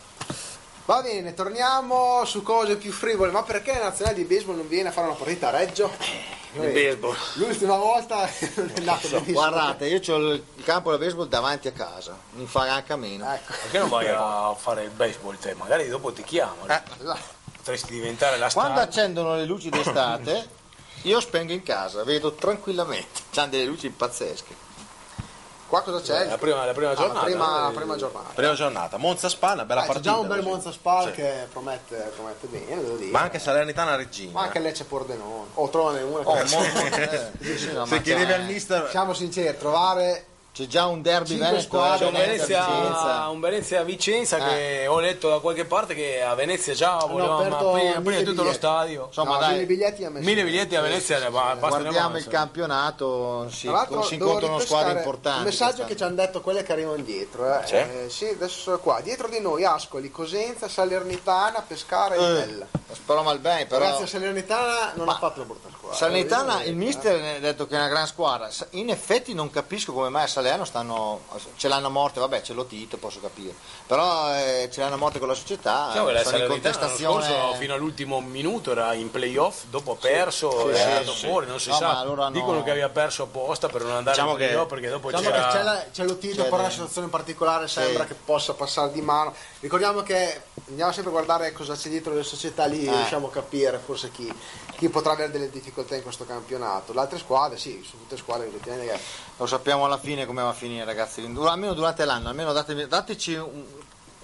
Speaker 6: Va bene, torniamo su cose più frivole, ma perché la nazionale di baseball non viene a fare una partita a Reggio? Noi-
Speaker 4: baseball.
Speaker 6: L'ultima volta non è andato benissimo.
Speaker 4: Guardate, io ho il il campo da baseball davanti a casa, mi fa anche a meno.
Speaker 6: Ecco.
Speaker 7: Perché non vai a fare il baseball te? Magari dopo ti chiamano. Potresti diventare la
Speaker 4: Eh, Quando
Speaker 7: star.
Speaker 4: accendono le luci d'estate, io spengo in casa, vedo tranquillamente. C'hanno delle luci pazzesche.
Speaker 6: Qua cosa c'è?
Speaker 7: La prima, la prima
Speaker 6: Ah,
Speaker 7: giornata.
Speaker 6: la prima,
Speaker 7: eh,
Speaker 6: prima giornata.
Speaker 3: Prima giornata, Monza Spa, una bella
Speaker 4: Ah,
Speaker 6: Dai, c'è
Speaker 3: partita.
Speaker 6: già un bel
Speaker 3: così.
Speaker 6: Monza Spal
Speaker 3: Sì.
Speaker 6: che promette, promette bene, devo dire.
Speaker 3: Ma anche Salernitana Reggina.
Speaker 6: Ma anche Lecce Pordenone. O trovane una. che-
Speaker 4: Oh, mo- eh, sì, sì, no, ma
Speaker 3: Se chiedevi
Speaker 4: c'è-
Speaker 3: al mister
Speaker 6: Siamo sinceri, trovare
Speaker 4: C'è già un derby
Speaker 6: Cinque
Speaker 4: veneto
Speaker 6: squadre,
Speaker 4: eh,
Speaker 7: C'è un Venezia,
Speaker 4: Venezia.
Speaker 7: Ah,
Speaker 4: Eh.
Speaker 7: un Venezia a Vicenza che ho letto da qualche parte che a Venezia già volevamo
Speaker 6: aperto
Speaker 7: aprire, aprire
Speaker 6: mille
Speaker 7: tutto lo
Speaker 6: biglietti.
Speaker 7: stadio.
Speaker 4: Insomma,
Speaker 6: no,
Speaker 4: dai,
Speaker 6: mille biglietti a me.
Speaker 7: Mille biglietti a Venezia, ne va- basta ne
Speaker 4: Guardiamo il
Speaker 7: avanza.
Speaker 4: campionato, si,
Speaker 6: Tra l'altro
Speaker 4: si
Speaker 6: devo
Speaker 4: incontrano squadre
Speaker 6: ripescare
Speaker 4: importanti. Cioè?
Speaker 6: Un messaggio che
Speaker 4: quest'anno.
Speaker 6: ci hanno detto quelle che arrivano dietro. Eh.
Speaker 3: Sì?
Speaker 6: Eh, sì, adesso sono qua. Dietro di noi Ascoli, Cosenza, Salernitana, Pescara e Bella.
Speaker 4: Spero malbene, Eh, però.
Speaker 6: Ragazzi, la Salernitana non ha fatto una brutta squadra.
Speaker 4: Salernitana,
Speaker 6: Eh,
Speaker 4: il mister ne ha detto che è una gran squadra. Sa- In effetti non capisco come mai a Salerno stanno, ce l'hanno a morte, vabbè ce l'ho Tito, posso capire. Però eh, ce l'hanno a morte con la società,
Speaker 7: Diciamo che
Speaker 4: eh,
Speaker 7: la
Speaker 4: sono in
Speaker 7: Salernitana l'anno
Speaker 4: contestazione.
Speaker 7: scorso fino all'ultimo minuto era in playoff, dopo ha perso,
Speaker 4: sì,
Speaker 7: è andato
Speaker 4: sì.
Speaker 7: fuori, non si
Speaker 4: No, ma
Speaker 7: sa.
Speaker 4: allora no.
Speaker 7: Dicono che aveva perso apposta per non andare
Speaker 3: Diciamo
Speaker 7: in playoff
Speaker 3: che-
Speaker 7: perché dopo
Speaker 6: Diciamo
Speaker 7: c'era...
Speaker 6: che c'è, la- c'è lo Tito,
Speaker 4: c'è
Speaker 6: però
Speaker 4: le-
Speaker 6: la situazione in particolare sembra che possa passare di mano. Ricordiamo che andiamo sempre a guardare cosa c'è dietro le società
Speaker 4: Eh.
Speaker 6: lì, riusciamo a capire forse chi, chi potrà avere delle difficoltà in questo campionato. Le altre squadre, sì, sono tutte squadre effettivamente che
Speaker 4: Lo sappiamo alla fine come va a finire, ragazzi. Du- Almeno durante l'anno, almeno datemi- dateci un,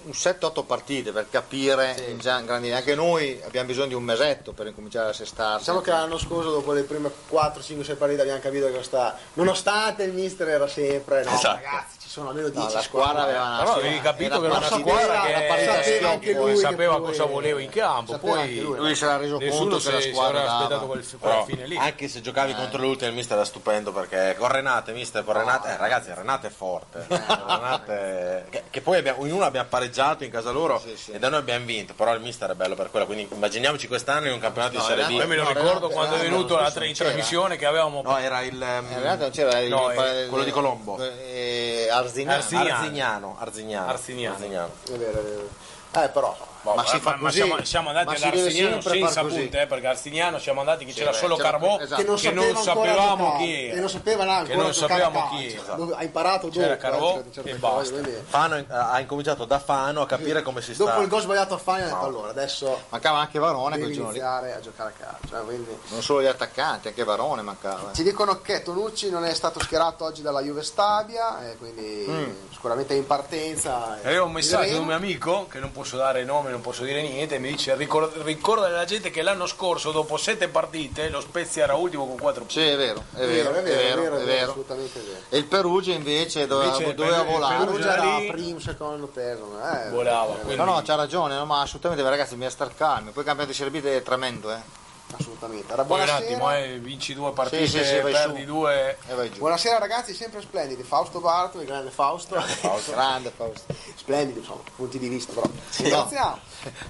Speaker 4: un 7-8 partite per capire in già in grandi linee. Anche noi abbiamo bisogno di un mesetto per incominciare a sestarsi.
Speaker 6: Diciamo che l'anno scorso, dopo le prime 4, 5, 6 partite, abbiamo capito che sta. Nonostante il mister era sempre. No,
Speaker 3: Esatto.
Speaker 6: ragazzi, ci sono almeno 10
Speaker 4: No, la squadra
Speaker 6: squadre.
Speaker 4: aveva una
Speaker 7: Però avevi capito che era una
Speaker 6: partita-
Speaker 7: squadra
Speaker 6: era una partita
Speaker 7: che
Speaker 6: schioppo, anche lui
Speaker 7: poi
Speaker 6: che
Speaker 7: sapeva
Speaker 6: poi-
Speaker 7: cosa voleva in campo,
Speaker 6: sapeva
Speaker 7: poi
Speaker 6: anche lui.
Speaker 4: eh. lui si era reso
Speaker 7: nessuno
Speaker 4: conto
Speaker 7: si
Speaker 4: che la
Speaker 7: si
Speaker 4: squadra eh,
Speaker 7: era
Speaker 4: dava.
Speaker 7: aspettato quel, quel
Speaker 3: Però,
Speaker 7: fine lì.
Speaker 3: anche se giocavi contro l'ultima il mister era stupendo perché con Renate mister con Renate eh, ragazzi Renate è forte eh,
Speaker 4: Eh,
Speaker 3: Renate- che, che poi abbiamo, in uno abbiamo pareggiato in casa loro e da noi abbiamo vinto però il mister è bello per quello quindi immaginiamoci quest'anno in un campionato di Serie
Speaker 7: Poi
Speaker 3: B
Speaker 7: me lo
Speaker 4: No,
Speaker 7: ricordo
Speaker 4: Renate-
Speaker 7: quando è
Speaker 4: Renate
Speaker 7: venuto
Speaker 4: non
Speaker 7: la
Speaker 4: c'era.
Speaker 7: in trasmissione che avevamo
Speaker 3: no era il
Speaker 4: Eh, in
Speaker 3: ehm,
Speaker 4: realtà non c'era il-
Speaker 7: No,
Speaker 4: il-
Speaker 7: eh,
Speaker 3: quello di Colombo.
Speaker 4: eh, Arzinà.
Speaker 7: Arzinà.
Speaker 3: Arzignano Arzignano
Speaker 7: Arzignano.
Speaker 6: È vero, è vero. Eh, però.
Speaker 7: Boh,
Speaker 4: Ma si fa così.
Speaker 7: siamo, siamo
Speaker 4: Ma
Speaker 7: andati ad
Speaker 4: si deve
Speaker 7: Arsignano
Speaker 4: sempre far
Speaker 7: senza
Speaker 4: così.
Speaker 7: punte, eh, perché Arsignano siamo andati che c'era
Speaker 4: beh,
Speaker 7: solo
Speaker 4: c'era-
Speaker 7: Carbò
Speaker 4: esatto.
Speaker 7: che non,
Speaker 6: sapeva ancora
Speaker 7: sapevamo
Speaker 6: giocare,
Speaker 7: chi era.
Speaker 6: Che non sapeva neanche
Speaker 7: Che non sapevamo chi era.
Speaker 6: Ha imparato dopo.
Speaker 7: C'era Carvò
Speaker 6: eh, certe
Speaker 7: e
Speaker 6: cose,
Speaker 7: basta.
Speaker 6: quindi-
Speaker 3: Fano eh, ha incominciato da Fano a capire come si sta
Speaker 6: Dopo il gol sbagliato a Fagna, ha detto allora, adesso.
Speaker 4: Mancava anche Varone quel
Speaker 6: Devi
Speaker 4: giorno lì.
Speaker 6: iniziare a giocare a calcio. eh, quindi-
Speaker 4: Non solo gli attaccanti, anche Varone mancava.
Speaker 6: Ci dicono che Tonucci non è stato schierato oggi dalla Juve Stabia, eh, quindi
Speaker 4: Mm.
Speaker 6: sicuramente è in partenza. eh,
Speaker 7: E Avevo un messaggio di
Speaker 6: vedremo.
Speaker 7: un mio amico, che non posso dare nome, non posso dire niente, mi dice "Ricor- ricorda alla gente che l'anno scorso, dopo sette partite, lo Spezia era ultimo con quattro punti.
Speaker 4: Sì, è vero, è vero, è vero, è vero.
Speaker 6: assolutamente vero.
Speaker 4: E il Perugia invece doveva,
Speaker 7: Invece il
Speaker 4: doveva
Speaker 7: Perugia-
Speaker 4: volare.
Speaker 7: il
Speaker 6: Perugia era
Speaker 7: lì-
Speaker 6: primo, secondo, terzo, eh.
Speaker 7: Volava, quindi
Speaker 4: No, no, c'ha ragione, no, ma assolutamente ragazzi bisogna star calmi. Poi il campionato di Serie B è tremendo, eh.
Speaker 6: assolutamente. Allora,
Speaker 5: Poi un
Speaker 6: buonasera.
Speaker 5: attimo, eh, vinci due partite,
Speaker 4: Sì, sì, sì, vai
Speaker 5: perdi
Speaker 4: su.
Speaker 5: due.
Speaker 4: E vai giù.
Speaker 6: Buonasera ragazzi, sempre splendidi. Fausto Barto, il grande Fausto.
Speaker 4: Grande Fausto.
Speaker 6: splendidi, insomma, punti di vista però.
Speaker 4: Sì,
Speaker 6: Ringraziamo.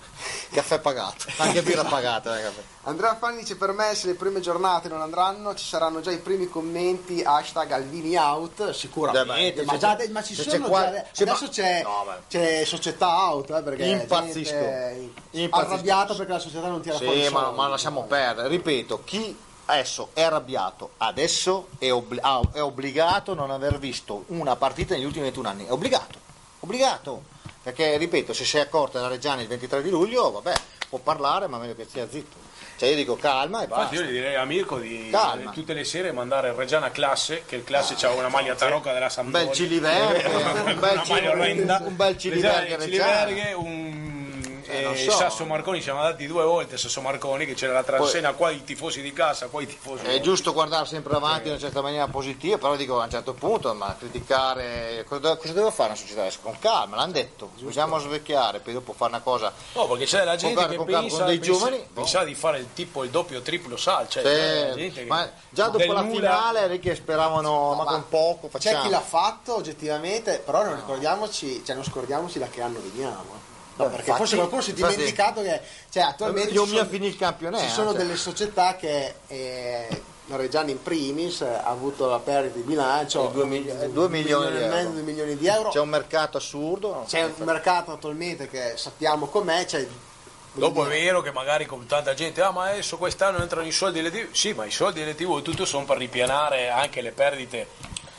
Speaker 4: Caffè pagato. Anche birra pagata, eh, caffè.
Speaker 6: Andrea Fanni dice per me se le prime giornate non andranno ci saranno già i primi commenti hashtag Alvini out sicuramente
Speaker 4: Beh, beh,
Speaker 6: ma,
Speaker 4: se
Speaker 6: già,
Speaker 4: c'è-
Speaker 6: ma ci
Speaker 4: se
Speaker 6: sono
Speaker 4: c'è
Speaker 6: già
Speaker 4: qua- se
Speaker 6: adesso
Speaker 4: ma-
Speaker 6: c'è,
Speaker 4: No, ma-
Speaker 6: c'è società out eh, perché
Speaker 4: Impazzisco.
Speaker 6: gente
Speaker 4: Impazzisco.
Speaker 6: arrabbiata perché la società non tira fuori
Speaker 4: Sì, ma,
Speaker 6: soldi.
Speaker 4: ma lasciamo perdere. Ripeto, chi adesso è arrabbiato, adesso è, obbli- ah, è obbligato a non aver visto una partita negli ultimi 21 anni. È obbligato, obbligato. Perché, ripeto, se si è accorta la Reggiani il 23 di luglio, vabbè, può parlare, ma meglio che stia zitto. Cioè io dico calma e
Speaker 5: Infatti io
Speaker 4: basta.
Speaker 5: gli direi a Mirko di di
Speaker 4: Calma.
Speaker 5: tutte le sere mandare Reggiana a classe, che il classe c'ha una maglia tarocca della
Speaker 4: Un
Speaker 5: Sampdoria.
Speaker 4: bel Ciliverde, un bel
Speaker 5: Una maglia orrenda. Esatto,
Speaker 4: Ciliverde, un bel Ciliverghe
Speaker 5: Reggiana,
Speaker 4: Reggiano.
Speaker 5: Ciliverghe, un
Speaker 4: Eh,
Speaker 5: eh,
Speaker 4: non so.
Speaker 5: Sasso Marconi ci siamo andati due volte a Sasso Marconi che c'era la transena qua i tifosi di casa qua i tifosi
Speaker 4: È giusto guardare sempre avanti in una certa maniera positiva, però dico a un certo punto, ma criticare cosa deve, cosa deve fare una società adesso? Con calma, l'hanno detto, bisogna svecchiare, poi dopo fare una cosa.
Speaker 5: No, perché c'è la gente
Speaker 4: Comprare,
Speaker 5: che
Speaker 4: comprare
Speaker 5: pensa,
Speaker 4: con dei
Speaker 5: pensa-
Speaker 4: giovani, boh.
Speaker 5: pensa di fare il tipo il doppio o triplo sal, cioè, c'è la gente
Speaker 4: Cioè,
Speaker 5: che-
Speaker 4: ma già dopo
Speaker 5: del
Speaker 4: la
Speaker 5: nulla-
Speaker 4: finale lì che speravano, ma
Speaker 6: ma
Speaker 4: con poco
Speaker 6: c'è
Speaker 4: facciamo.
Speaker 6: chi l'ha fatto oggettivamente però non ricordiamo non scordiamoci da che anno veniamo eh. No, perché
Speaker 4: infatti-
Speaker 6: forse qualcuno si è
Speaker 4: infatti-
Speaker 6: dimenticato che cioè, attualmente
Speaker 4: Non
Speaker 6: ci
Speaker 4: mi ha
Speaker 6: sono-
Speaker 4: finito il campionato.
Speaker 6: Ci sono
Speaker 4: cioè.
Speaker 6: delle società che eh, Reggiani in primis eh, ha avuto la perdita di bilancio
Speaker 4: Di Eh, due mil-
Speaker 6: un-
Speaker 4: due
Speaker 6: un
Speaker 4: milioni
Speaker 6: milione
Speaker 4: di
Speaker 6: e mezzo,
Speaker 4: euro.
Speaker 6: due milioni di euro.
Speaker 4: C'è un mercato assurdo. no?
Speaker 6: C'è un mercato attualmente che sappiamo com'è, c'è
Speaker 5: Dopo è vero che magari con tanta gente, ah ma adesso quest'anno entrano i soldi delle TV, sì ma i soldi delle TV tutto sono per ripianare anche le perdite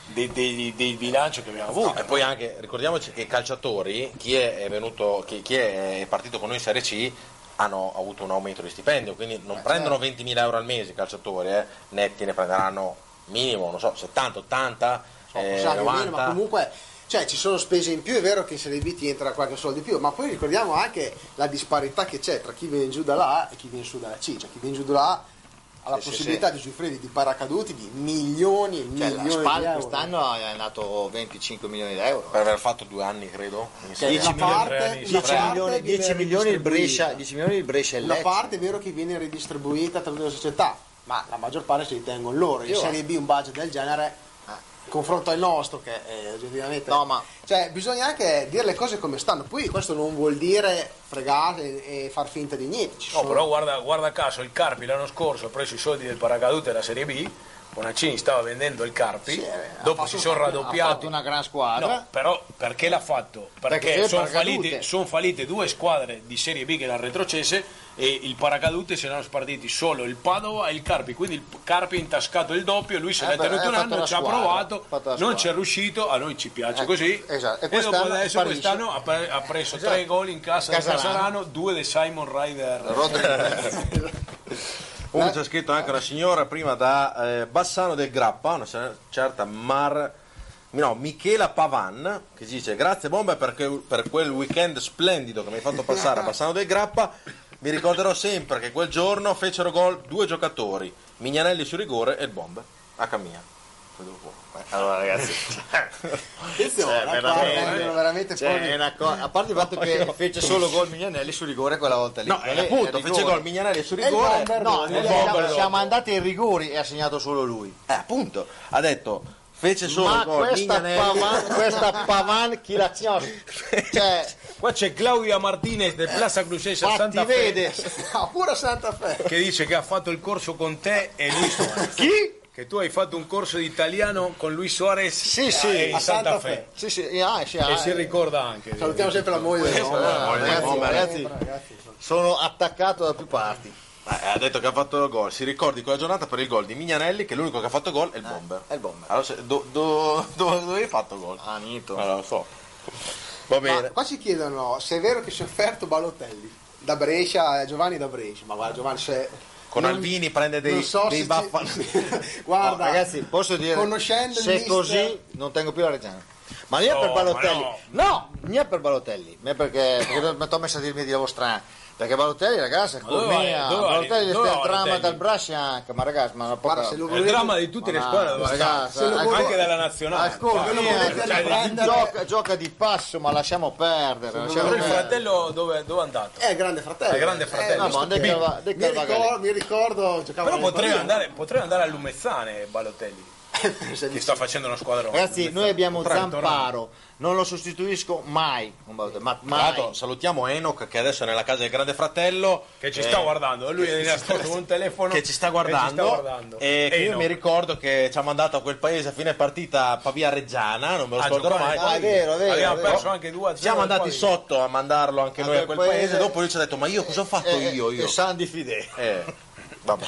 Speaker 5: dei, dei- dei bilanci che abbiamo avuto.
Speaker 3: No, e poi anche ricordiamoci che i calciatori, chi è, venuto, chi, chi è partito con noi in Serie C, hanno avuto un aumento di stipendio, quindi non
Speaker 6: Eh,
Speaker 3: prendono
Speaker 6: certo.
Speaker 3: 20.000 euro al mese i calciatori, eh. netti ne prenderanno minimo, non so, 70, 80, eh,
Speaker 6: possiamo dire,
Speaker 3: 90.
Speaker 6: ma comunque cioè, ci sono spese in più, è vero che in Serie B ti entra qualche soldo in più, ma poi ricordiamo anche la disparità che c'è tra chi viene giù dalla A e chi viene su dalla C, cioè chi viene giù dalla A ha la
Speaker 4: Sì, sì,
Speaker 6: possibilità
Speaker 4: sì.
Speaker 6: di usufruire di paracaduti di milioni e
Speaker 4: Cioè, la
Speaker 6: milioni di
Speaker 4: Spal
Speaker 6: euro.
Speaker 4: quest'anno è andato 25 milioni di euro.
Speaker 3: Per aver fatto due anni, credo. in
Speaker 6: Cioè,
Speaker 3: Serie
Speaker 6: la
Speaker 3: C.
Speaker 6: parte, la
Speaker 4: 10
Speaker 6: parte
Speaker 4: milioni,
Speaker 6: viene
Speaker 4: 10 milioni il
Speaker 6: ridistribuita.
Speaker 4: Brescia, 10 milioni il Brescia e il
Speaker 6: La
Speaker 4: Lecce.
Speaker 6: parte è vero che viene ridistribuita tra le società, ma la maggior parte si ritengono loro. In
Speaker 4: Io-
Speaker 6: Serie B un budget del genere, eh, in confronto al nostro, che è oggettivamente...
Speaker 4: No, ma-
Speaker 6: Cioè, bisogna anche dire le cose come stanno. Poi questo non vuol dire fregare e far finta di niente. Ci
Speaker 5: No,
Speaker 6: sono-
Speaker 5: però guarda, guarda caso il Carpi l'anno scorso ha preso i soldi del paracadute della Serie B, Bonaccini stava vendendo il Carpi,
Speaker 6: Sì, eh, ha
Speaker 5: dopo
Speaker 6: fatto
Speaker 5: si sono
Speaker 6: una- Eh, ha
Speaker 4: ha
Speaker 5: raddoppiati.
Speaker 4: fatto una gran squadra.
Speaker 5: No, eh, però perché l'ha fatto? Perché,
Speaker 4: Ah, Perché
Speaker 5: sono,
Speaker 4: paracadute.
Speaker 5: fallite, sono fallite due squadre di Serie B che erano retrocesse e il paracadute se ne erano spartiti solo il Padova e il Carpi. Quindi il Carpi ha intascato il doppio, lui se
Speaker 4: Eh,
Speaker 5: l'è
Speaker 4: beh,
Speaker 5: tenuto
Speaker 4: ha
Speaker 5: un
Speaker 4: fatto
Speaker 5: anno,
Speaker 4: la
Speaker 5: ci ha
Speaker 4: squadra,
Speaker 5: provato,
Speaker 4: ha fatto la
Speaker 5: non
Speaker 4: squadra.
Speaker 5: ci è riuscito, a noi ci piace
Speaker 4: Eh,
Speaker 5: così.
Speaker 4: esatto, e
Speaker 5: E, dopo
Speaker 4: quest'anno
Speaker 5: adesso
Speaker 4: sparisce.
Speaker 5: quest'anno ha, pre- ha preso
Speaker 4: Esatto.
Speaker 5: tre gol in casa di
Speaker 4: Casalano.
Speaker 5: Casarano, due di Simon Ryder.
Speaker 3: Comunque c'è scritto anche una signora prima da eh, Bassano del Grappa, una cer- certa Mar. No, Michela Pavan che dice grazie bomba perché, per quel weekend splendido che mi hai fatto passare a Bassano del Grappa mi ricorderò sempre che quel giorno fecero gol due giocatori Mignanelli su rigore e il bomba a Camia
Speaker 4: Allora ragazzi,
Speaker 6: Attenzione,
Speaker 4: cioè,
Speaker 6: qua
Speaker 4: veramente-
Speaker 6: vengono veramente
Speaker 4: cioè,
Speaker 6: fuori-
Speaker 4: è una co- a parte il fatto che fece solo gol Mignanelli su rigore quella volta lì.
Speaker 3: no
Speaker 4: Quello
Speaker 3: e
Speaker 4: è
Speaker 3: appunto
Speaker 4: il
Speaker 3: fece
Speaker 4: eh, rigore.
Speaker 3: gol Mignanelli su
Speaker 6: E il
Speaker 3: rigore
Speaker 6: bomber
Speaker 4: No,
Speaker 6: dopo.
Speaker 4: noi
Speaker 3: bomber
Speaker 4: siamo,
Speaker 3: dopo.
Speaker 4: siamo andati ai rigori e ha segnato solo lui.
Speaker 3: eh, appunto ha detto fece solo
Speaker 4: Ma
Speaker 3: gol
Speaker 4: questa
Speaker 3: Mignanelli
Speaker 4: Pavan, questa Pavan chi la cioè,
Speaker 5: Qua c'è Claudia Martinez del Plaza Crucese a
Speaker 4: ma ti
Speaker 5: Santa Fe
Speaker 4: vede.
Speaker 6: Ah, pure a Santa Fe.
Speaker 5: che dice che ha fatto il corso con te e lui
Speaker 4: Chi?
Speaker 5: che tu hai fatto un corso di italiano con Luis Suarez
Speaker 4: Sì, sì,
Speaker 5: eh, in
Speaker 4: a Cioè,
Speaker 5: Santa,
Speaker 6: Santa
Speaker 5: Fe.
Speaker 4: Sì, sì, ah, sì, ah,
Speaker 5: E si ricorda anche.
Speaker 6: Salutiamo sempre la moglie. del
Speaker 4: eh,
Speaker 6: nonno.
Speaker 4: ragazzi,
Speaker 3: bomber.
Speaker 4: ragazzi, sono attaccato da più parti.
Speaker 3: Eh, ha detto che ha fatto il gol, si ricordi quella giornata per il gol di Mignanelli che l'unico che ha fatto gol è il bomber.
Speaker 4: Eh, è il bomber.
Speaker 3: Allora, se- do- do- do- dove hai fatto gol?
Speaker 4: Ah, Nito.
Speaker 3: Allora, lo so. Va
Speaker 6: Ma
Speaker 3: bene.
Speaker 6: qua ci chiedono se è vero che si è offerto Balotelli da Brescia, eh, Giovanni da Brescia, ma guarda Giovanni se
Speaker 3: Con
Speaker 6: non-
Speaker 3: Alvini prende dei,
Speaker 6: non so
Speaker 3: dei
Speaker 6: se
Speaker 3: baffa-
Speaker 6: ci- guarda,
Speaker 4: No, ragazzi, posso dire
Speaker 6: conoscendo il
Speaker 4: se è
Speaker 6: mister-
Speaker 4: così non tengo più la Reggiana. Ma mia per
Speaker 5: Oh,
Speaker 4: Balotelli.
Speaker 5: ma
Speaker 4: No, mia per Balotelli. Mia perché, perché mi ho messo a dirmi di lavoro strano. Perché Balotelli, ragazzi, è
Speaker 5: Ma dove
Speaker 4: colpa
Speaker 5: vai?
Speaker 4: mia.
Speaker 5: Dove vai?
Speaker 4: Balotelli è
Speaker 5: Dove
Speaker 4: il
Speaker 5: vai,
Speaker 4: dramma
Speaker 5: Balotelli?
Speaker 4: dal Brescia anche, ma ragazzi, ma
Speaker 6: Guarda, se lo
Speaker 5: È il dramma di tutte le
Speaker 4: Ma
Speaker 5: squadre,
Speaker 4: no,
Speaker 5: ragazzi,
Speaker 4: se lo
Speaker 5: anche
Speaker 4: volete-
Speaker 5: della nazionale.
Speaker 4: Ascolta,
Speaker 5: Cioè,
Speaker 4: mia,
Speaker 5: cioè,
Speaker 4: cioè,
Speaker 5: il
Speaker 4: gioca, gioca di passo, ma lasciamo perdere. lasciamo
Speaker 5: fratello- il
Speaker 4: perdere.
Speaker 5: fratello dove, dove è andato?
Speaker 6: È il eh, grande fratello.
Speaker 5: È il grande fratello.
Speaker 6: Eh, no,
Speaker 4: No, ma
Speaker 6: sto-
Speaker 4: De Carva- De
Speaker 6: mi,
Speaker 4: Carvagale.
Speaker 6: ricordo, mi ricordo, giocavo
Speaker 5: Però
Speaker 6: nel
Speaker 5: potrebbe
Speaker 6: Torino.
Speaker 5: andare, potrebbe andare a Lumezzane Balotelli, che sta facendo una squadra.
Speaker 4: Eh, Ragazzi, noi abbiamo
Speaker 5: Potrebbe tornare.
Speaker 4: Zamparo, non lo sostituisco mai con Balotelli, ma
Speaker 3: Tra
Speaker 4: mai.
Speaker 3: l'altro salutiamo Enoch che adesso è nella casa del grande fratello
Speaker 5: Che ci
Speaker 3: Eh,
Speaker 5: sta guardando, lui è in ascolto con un telefono
Speaker 3: che ci sta
Speaker 5: che ci
Speaker 3: guardando,
Speaker 5: sta guardando.
Speaker 3: e che io
Speaker 5: no.
Speaker 3: mi ricordo che ci ha mandato a quel paese a fine partita Pavia Reggiana non me lo
Speaker 5: Ah,
Speaker 3: scorderò
Speaker 5: giocare
Speaker 3: mai
Speaker 4: Ah, è vero, è vero.
Speaker 5: Abbiamo
Speaker 4: è vero.
Speaker 5: perso anche due a zero,
Speaker 3: siamo
Speaker 5: e
Speaker 3: andati
Speaker 5: poi-
Speaker 3: sotto a mandarlo anche noi a quel paese, dopo lui ci ha detto ma io cosa ho fatto
Speaker 4: Eh,
Speaker 3: io, io?
Speaker 4: E San di Fide.
Speaker 3: Eh, vabbè.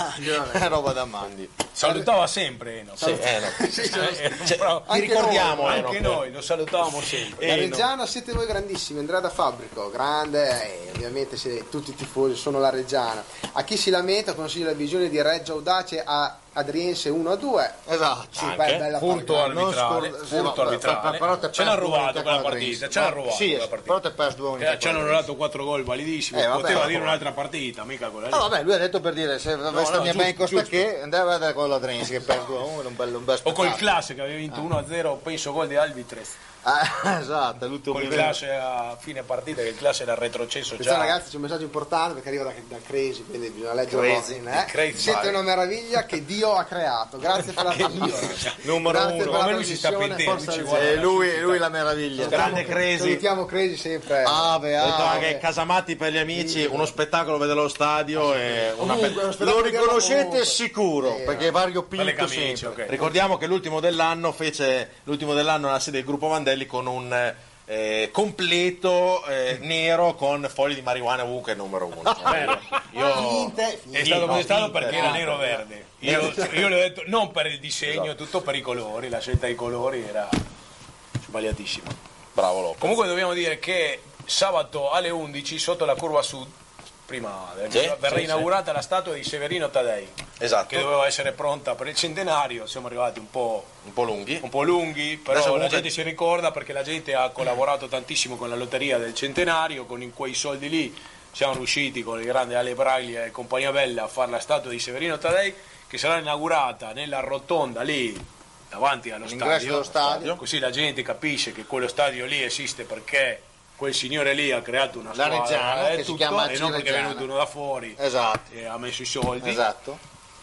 Speaker 4: È Eh, roba da mani.
Speaker 5: Salutava sempre Enoch.
Speaker 3: Sì, Enoch.
Speaker 5: Cioè, bravo.
Speaker 3: Ti ricordiamo
Speaker 5: anche
Speaker 3: Enoch.
Speaker 5: noi lo salutavamo sempre.
Speaker 6: La
Speaker 3: Eh, no.
Speaker 6: Reggiana siete voi grandissimi, Andrea da Fabbrico, grande, eh, ovviamente siete tutti i tifosi sono la Reggiana. A chi si lamenta consiglio la visione di Reggio Audace a Adriense 1 a 2.
Speaker 4: Esatto.
Speaker 6: Sì,
Speaker 5: Anche.
Speaker 6: beh, bella
Speaker 5: Furto
Speaker 6: partita. Eh,
Speaker 5: arbitrale,
Speaker 4: Non scor-
Speaker 5: furto
Speaker 4: sì, ma-
Speaker 5: arbitrale.
Speaker 4: però- però te
Speaker 5: Ce l'ha
Speaker 4: perdi
Speaker 5: rubato
Speaker 4: un'unità
Speaker 5: quella
Speaker 4: con la
Speaker 5: partita,
Speaker 4: Grecia.
Speaker 5: ce l'ha
Speaker 4: Ma-
Speaker 5: rubato
Speaker 4: sì,
Speaker 5: quella
Speaker 4: però
Speaker 5: partita.
Speaker 4: te perdi due unità
Speaker 5: Che ci
Speaker 4: con
Speaker 5: hanno
Speaker 4: la
Speaker 5: annullato quattro gol validissimi,
Speaker 4: Eh, vabbè,
Speaker 5: poteva
Speaker 4: ma-
Speaker 5: dire un'altra partita, mica quella lì.
Speaker 4: Ah, vabbè, lui ha detto per dire se questa
Speaker 5: no,
Speaker 4: mia
Speaker 5: giusto,
Speaker 4: ben costa
Speaker 5: giusto.
Speaker 4: che andava a vedere con la Drenzi che per 2 1 un bel, un bel
Speaker 5: o col
Speaker 4: spettacolo.
Speaker 5: Clash che aveva vinto 1-0, penso gol di Albitrez.
Speaker 4: Ah, esatto, l'ultimo
Speaker 5: Col
Speaker 4: livello.
Speaker 5: Clash a fine partita, che il Clash era retrocesso
Speaker 6: Attenzione,
Speaker 5: già.
Speaker 6: Cioè, ragazzi, c'è un messaggio importante perché arriva da, da Crazy, quindi bisogna leggere
Speaker 4: Crazy,
Speaker 6: eh?
Speaker 5: Crazy
Speaker 6: Siete
Speaker 5: Valley.
Speaker 6: una meraviglia che Dio ha creato. Grazie per la trasmissione.
Speaker 3: Numero
Speaker 6: Grazie
Speaker 3: uno.
Speaker 6: per la
Speaker 5: Ma lui si sta
Speaker 6: trasmissione,
Speaker 5: pentendo,
Speaker 6: forza
Speaker 5: ci
Speaker 6: Reggiana.
Speaker 5: guarda.
Speaker 4: E lui, lui la meraviglia.
Speaker 3: grande Cresi
Speaker 6: Salutiamo Crazy sempre.
Speaker 5: ah,
Speaker 4: Ave,
Speaker 3: Ho detto
Speaker 4: ave.
Speaker 3: anche Casamatti per gli amici, uno spettacolo vederlo allo stadio e una
Speaker 6: Comunque,
Speaker 3: be-
Speaker 6: uno spettacolo
Speaker 4: Lo
Speaker 6: che
Speaker 4: riconoscete
Speaker 6: comunque.
Speaker 4: sicuro, perché Vario
Speaker 5: Con le
Speaker 4: Pinto
Speaker 5: camicie,
Speaker 4: sempre.
Speaker 5: ok.
Speaker 3: Ricordiamo che l'ultimo dell'anno fece l'ultimo dell'anno alla sede del gruppo Vandelli con un eh, completo eh, nero con fogli di marijuana ovunque numero uno. Cioè, io
Speaker 6: Finte, finte.
Speaker 5: È stato
Speaker 3: no,
Speaker 5: contestato
Speaker 3: Inter,
Speaker 5: perché era
Speaker 3: Inter.
Speaker 5: nero-verde. Io, cioè, io le ho detto non per il disegno, tutto per i colori. La scelta dei colori era sbagliatissima.
Speaker 3: bravo Lopo.
Speaker 5: Comunque dobbiamo dire che sabato alle 11 sotto la curva sud, prima del-
Speaker 3: Sì,
Speaker 5: verrà
Speaker 3: sì,
Speaker 5: inaugurata la statua di Severino Taddei, che
Speaker 3: Esatto.
Speaker 5: doveva essere pronta per il centenario. Siamo arrivati un po',
Speaker 3: Un po' lunghi.
Speaker 5: un po' lunghi,
Speaker 3: Adesso
Speaker 5: però la
Speaker 3: comunque-
Speaker 5: gente si ricorda perché la gente ha collaborato tantissimo con la lotteria del centenario, con in quei soldi lì siamo riusciti con il grande Ale Braglia e compagnia bella a fare la statua di Severino Taddei che sarà inaugurata nella rotonda lì davanti allo
Speaker 4: All'ingresso
Speaker 5: stadio,
Speaker 4: dello stadio.
Speaker 5: così la gente capisce che quello stadio lì esiste perché quel signore lì ha creato una
Speaker 4: La
Speaker 5: squadra
Speaker 4: Reggiana,
Speaker 5: eh,
Speaker 4: che si
Speaker 5: tutto,
Speaker 4: chiama
Speaker 5: e non perché è
Speaker 4: Reggiana.
Speaker 5: venuto uno da fuori
Speaker 4: Esatto.
Speaker 5: e ha messo i soldi
Speaker 4: Esatto.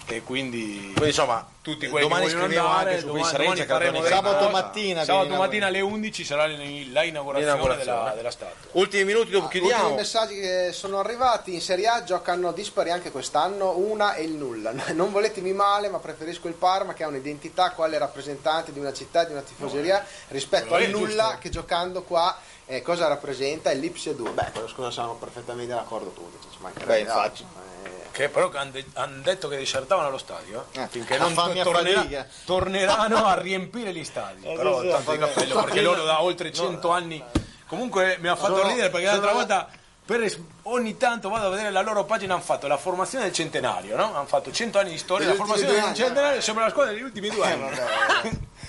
Speaker 5: e quindi
Speaker 3: Quindi insomma,
Speaker 5: tutti
Speaker 3: eh,
Speaker 5: quelli
Speaker 3: domani
Speaker 5: che vogliono
Speaker 3: scriviamo
Speaker 5: andare
Speaker 3: anche su Quiz Reggia che la
Speaker 5: faremo
Speaker 3: organizziamo.
Speaker 5: vedere
Speaker 4: Sabato
Speaker 5: cosa.
Speaker 4: mattina
Speaker 5: sabato
Speaker 4: viene
Speaker 5: mattina alle 11 sarà l'in- la inaugurazione,
Speaker 3: L'inaugurazione.
Speaker 5: Della, della statua
Speaker 3: Ultimi minuti
Speaker 5: Ah,
Speaker 3: dopo
Speaker 6: Ultimi
Speaker 3: chiudiamo.
Speaker 6: messaggi che sono arrivati in Serie A giocano dispari anche quest'anno, una e il nulla. Non voletemi male, ma preferisco il Parma che ha un'identità quale rappresentante di una città, di una tifoseria, rispetto al
Speaker 5: eh. è giusto. eh.
Speaker 6: nulla che giocando qua eh, cosa rappresenta? E l'Ipsia 2. Beh, quello scusa siamo perfettamente d'accordo tutti, ci mancherebbe
Speaker 4: Beh, infatti.
Speaker 6: altro.
Speaker 5: che però hanno detto che disertavano lo stadio eh,
Speaker 4: Eh,
Speaker 5: finché
Speaker 4: a
Speaker 5: non
Speaker 4: farmi a
Speaker 5: tornerà-
Speaker 4: fatica.
Speaker 5: torneranno a riempire gli stadi però
Speaker 4: sì,
Speaker 5: tanto di
Speaker 4: a farmi-
Speaker 5: cappello perché loro da oltre 100 anni comunque mi ha fatto ridere perché l'altra volta per es- ogni tanto vado a vedere la loro pagina hanno fatto la formazione del centenario no? hanno fatto 100 anni di storia
Speaker 6: Degli
Speaker 5: la formazione
Speaker 6: ultimi
Speaker 5: del
Speaker 6: due anni,
Speaker 5: centenario sembra la squadra degli ultimi
Speaker 4: Eh,
Speaker 5: due anni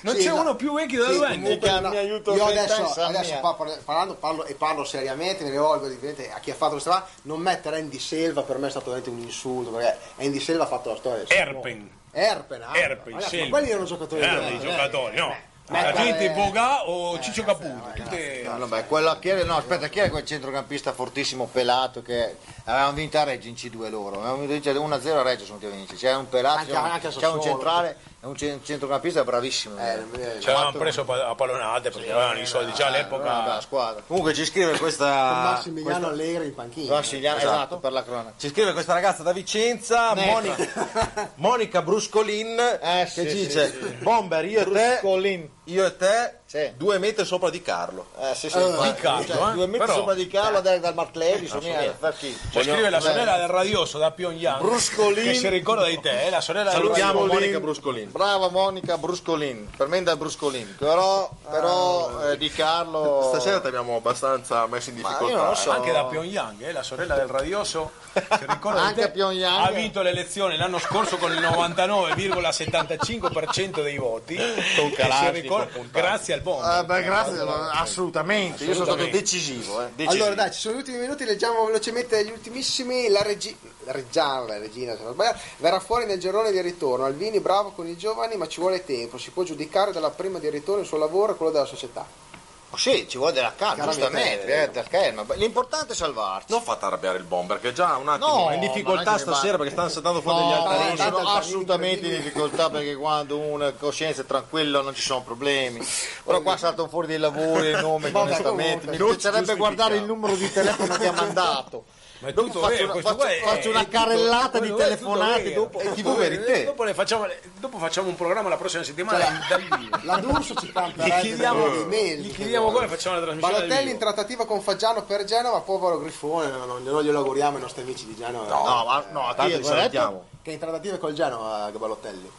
Speaker 5: non
Speaker 6: Sì,
Speaker 5: c'è
Speaker 6: no.
Speaker 5: uno più vecchio da
Speaker 6: Sì,
Speaker 5: due anni
Speaker 6: comunque,
Speaker 4: che
Speaker 6: no,
Speaker 4: mi aiuto
Speaker 6: io
Speaker 4: a pensare,
Speaker 6: adesso,
Speaker 4: sa
Speaker 6: adesso
Speaker 4: mia.
Speaker 6: pa- par- parlando parlo, e parlo seriamente, mi rivolgo evidentemente a chi ha fatto questa là, non mettere Andy Selva per me è stato veramente un insulto, perché Andy Selva ha fatto la storia.
Speaker 5: Erpen
Speaker 6: Erpen, ah,
Speaker 5: Erpen,
Speaker 6: ma ragazzi,
Speaker 5: Selva.
Speaker 6: ma quelli erano giocatori
Speaker 5: erano
Speaker 6: bravi,
Speaker 5: dei
Speaker 6: eh.
Speaker 5: giocatori no
Speaker 6: Ma
Speaker 5: la
Speaker 6: dai,
Speaker 5: gente
Speaker 6: eh.
Speaker 5: Boga o Ciccio
Speaker 4: eh,
Speaker 5: Caputo tutte-
Speaker 4: No, no, beh, quello chi era- no, aspetta, chi era quel centrocampista fortissimo pelato che avevano vinto a Reggio in C2 loro? Avevano vinto a 1-0 a Reggio sono venuti a vincere. C'era un pelato,
Speaker 6: Anche-
Speaker 4: c'era un-
Speaker 6: anche a
Speaker 4: c'era un
Speaker 6: Sassuolo.
Speaker 4: centrale, e un cen- centrocampista bravissimo.
Speaker 6: Eh, eh,
Speaker 5: Ci avevano preso pa- a pallonate perché avevano i soldi già
Speaker 4: Una bella
Speaker 5: all'epoca.
Speaker 4: squadra. Comunque ci scrive
Speaker 6: con
Speaker 3: Questa
Speaker 6: Massimiliano Allegri in panchina.
Speaker 4: Vassiliano, esatto. per la cronaca.
Speaker 3: Ci scrive questa ragazza da Vicenza,
Speaker 4: Netta.
Speaker 3: Monica, Monica Bruscolin,
Speaker 4: Eh,
Speaker 3: che
Speaker 4: sì, sì,
Speaker 3: dice:
Speaker 4: sì.
Speaker 3: Bomber, io e te,
Speaker 4: Bruscolin.
Speaker 3: io e te
Speaker 4: Sì.
Speaker 3: due metri sopra di Carlo.
Speaker 4: Eh, sì, sì,
Speaker 6: Eh,
Speaker 4: infatti.
Speaker 5: di Carlo,
Speaker 4: Cioè,
Speaker 5: eh. Cioè,
Speaker 4: due metri
Speaker 5: Però-
Speaker 4: sopra di Carlo dai, dal Martelli, su mia,
Speaker 5: Ci scrive la sorella del radioso da Pyongyang.
Speaker 4: Bruscolin.
Speaker 5: Che si ricorda di te, eh, la sorella del
Speaker 4: Cioè,
Speaker 3: Salutiamo
Speaker 5: radioso.
Speaker 3: Monica Bruscolin.
Speaker 4: Brava Monica Bruscolin, per me da Bruscolin, però, però eh, eh, Di Carlo.
Speaker 11: Stasera ti abbiamo abbastanza messo in difficoltà.
Speaker 4: io non lo so.
Speaker 5: Anche da Pyongyang, eh, la sorella del radioso. Se ricorda
Speaker 4: Anche a Pyongyang.
Speaker 5: Ha vinto le elezioni l'anno scorso con il 99,75% dei voti. E se
Speaker 3: Kalashnikov
Speaker 5: ricorda-
Speaker 3: puntato.
Speaker 5: grazie al bomb.
Speaker 6: Eh, beh, grazie, assolutamente.
Speaker 4: Io sono stato decisivo, eh. decisivo.
Speaker 6: Allora, dai, ci sono gli ultimi minuti, leggiamo velocemente gli ultimissimi. La, regi- la Reggiano, la regina, se non sbaglio, verrà fuori nel girone di ritorno. Alvini bravo con i giovani, ma ci vuole tempo. Si può giudicare dalla prima di ritorno il suo lavoro e quello della società.
Speaker 4: Sì, ci vuole della calma,
Speaker 6: Chiaramente,
Speaker 4: giustamente,
Speaker 6: eh,
Speaker 4: eh, della calma. Beh, L'importante è
Speaker 3: Ah,
Speaker 4: salvarci.
Speaker 11: Non fate arrabbiare il bomber, che è già un attimo
Speaker 4: No,
Speaker 11: è in
Speaker 4: ma
Speaker 11: difficoltà
Speaker 4: non è che ne
Speaker 11: stasera
Speaker 4: va-
Speaker 11: perché stanno saltando fuori degli
Speaker 4: No,
Speaker 11: altarini.
Speaker 4: sono assolutamente in difficoltà perché quando una coscienza è tranquilla non ci sono problemi. Ora qua saltano fuori dei lavori e nomi che
Speaker 6: Vabbè,
Speaker 4: onestamente.
Speaker 6: comunque.
Speaker 4: Mi
Speaker 6: Non
Speaker 4: piacerebbe guardare il numero di telefono che ha mandato. Dopo faccio, una, eh, faccio- faccio una carrellata di telefonate dopo e ti vedi te.
Speaker 5: Dopo, le facciamo, le- dopo facciamo un programma la prossima settimana
Speaker 4: Cioè,
Speaker 5: dal vivo.
Speaker 6: La D'Urso ci canta
Speaker 5: Gli chiediamo,
Speaker 6: mail.
Speaker 5: gli chiediamo come facciamo la trasmissione dal
Speaker 6: Balotelli in
Speaker 5: vivo.
Speaker 6: trattativa con Fagiano per Genova, povero Grifone, non, non- non glielo auguriamo ai nostri amici di Genova.
Speaker 4: No, ma no,
Speaker 3: tanto
Speaker 4: io
Speaker 3: li
Speaker 4: ho detto
Speaker 3: salutiamo.
Speaker 6: Che è in trattativa col Genova, eh, Balotelli.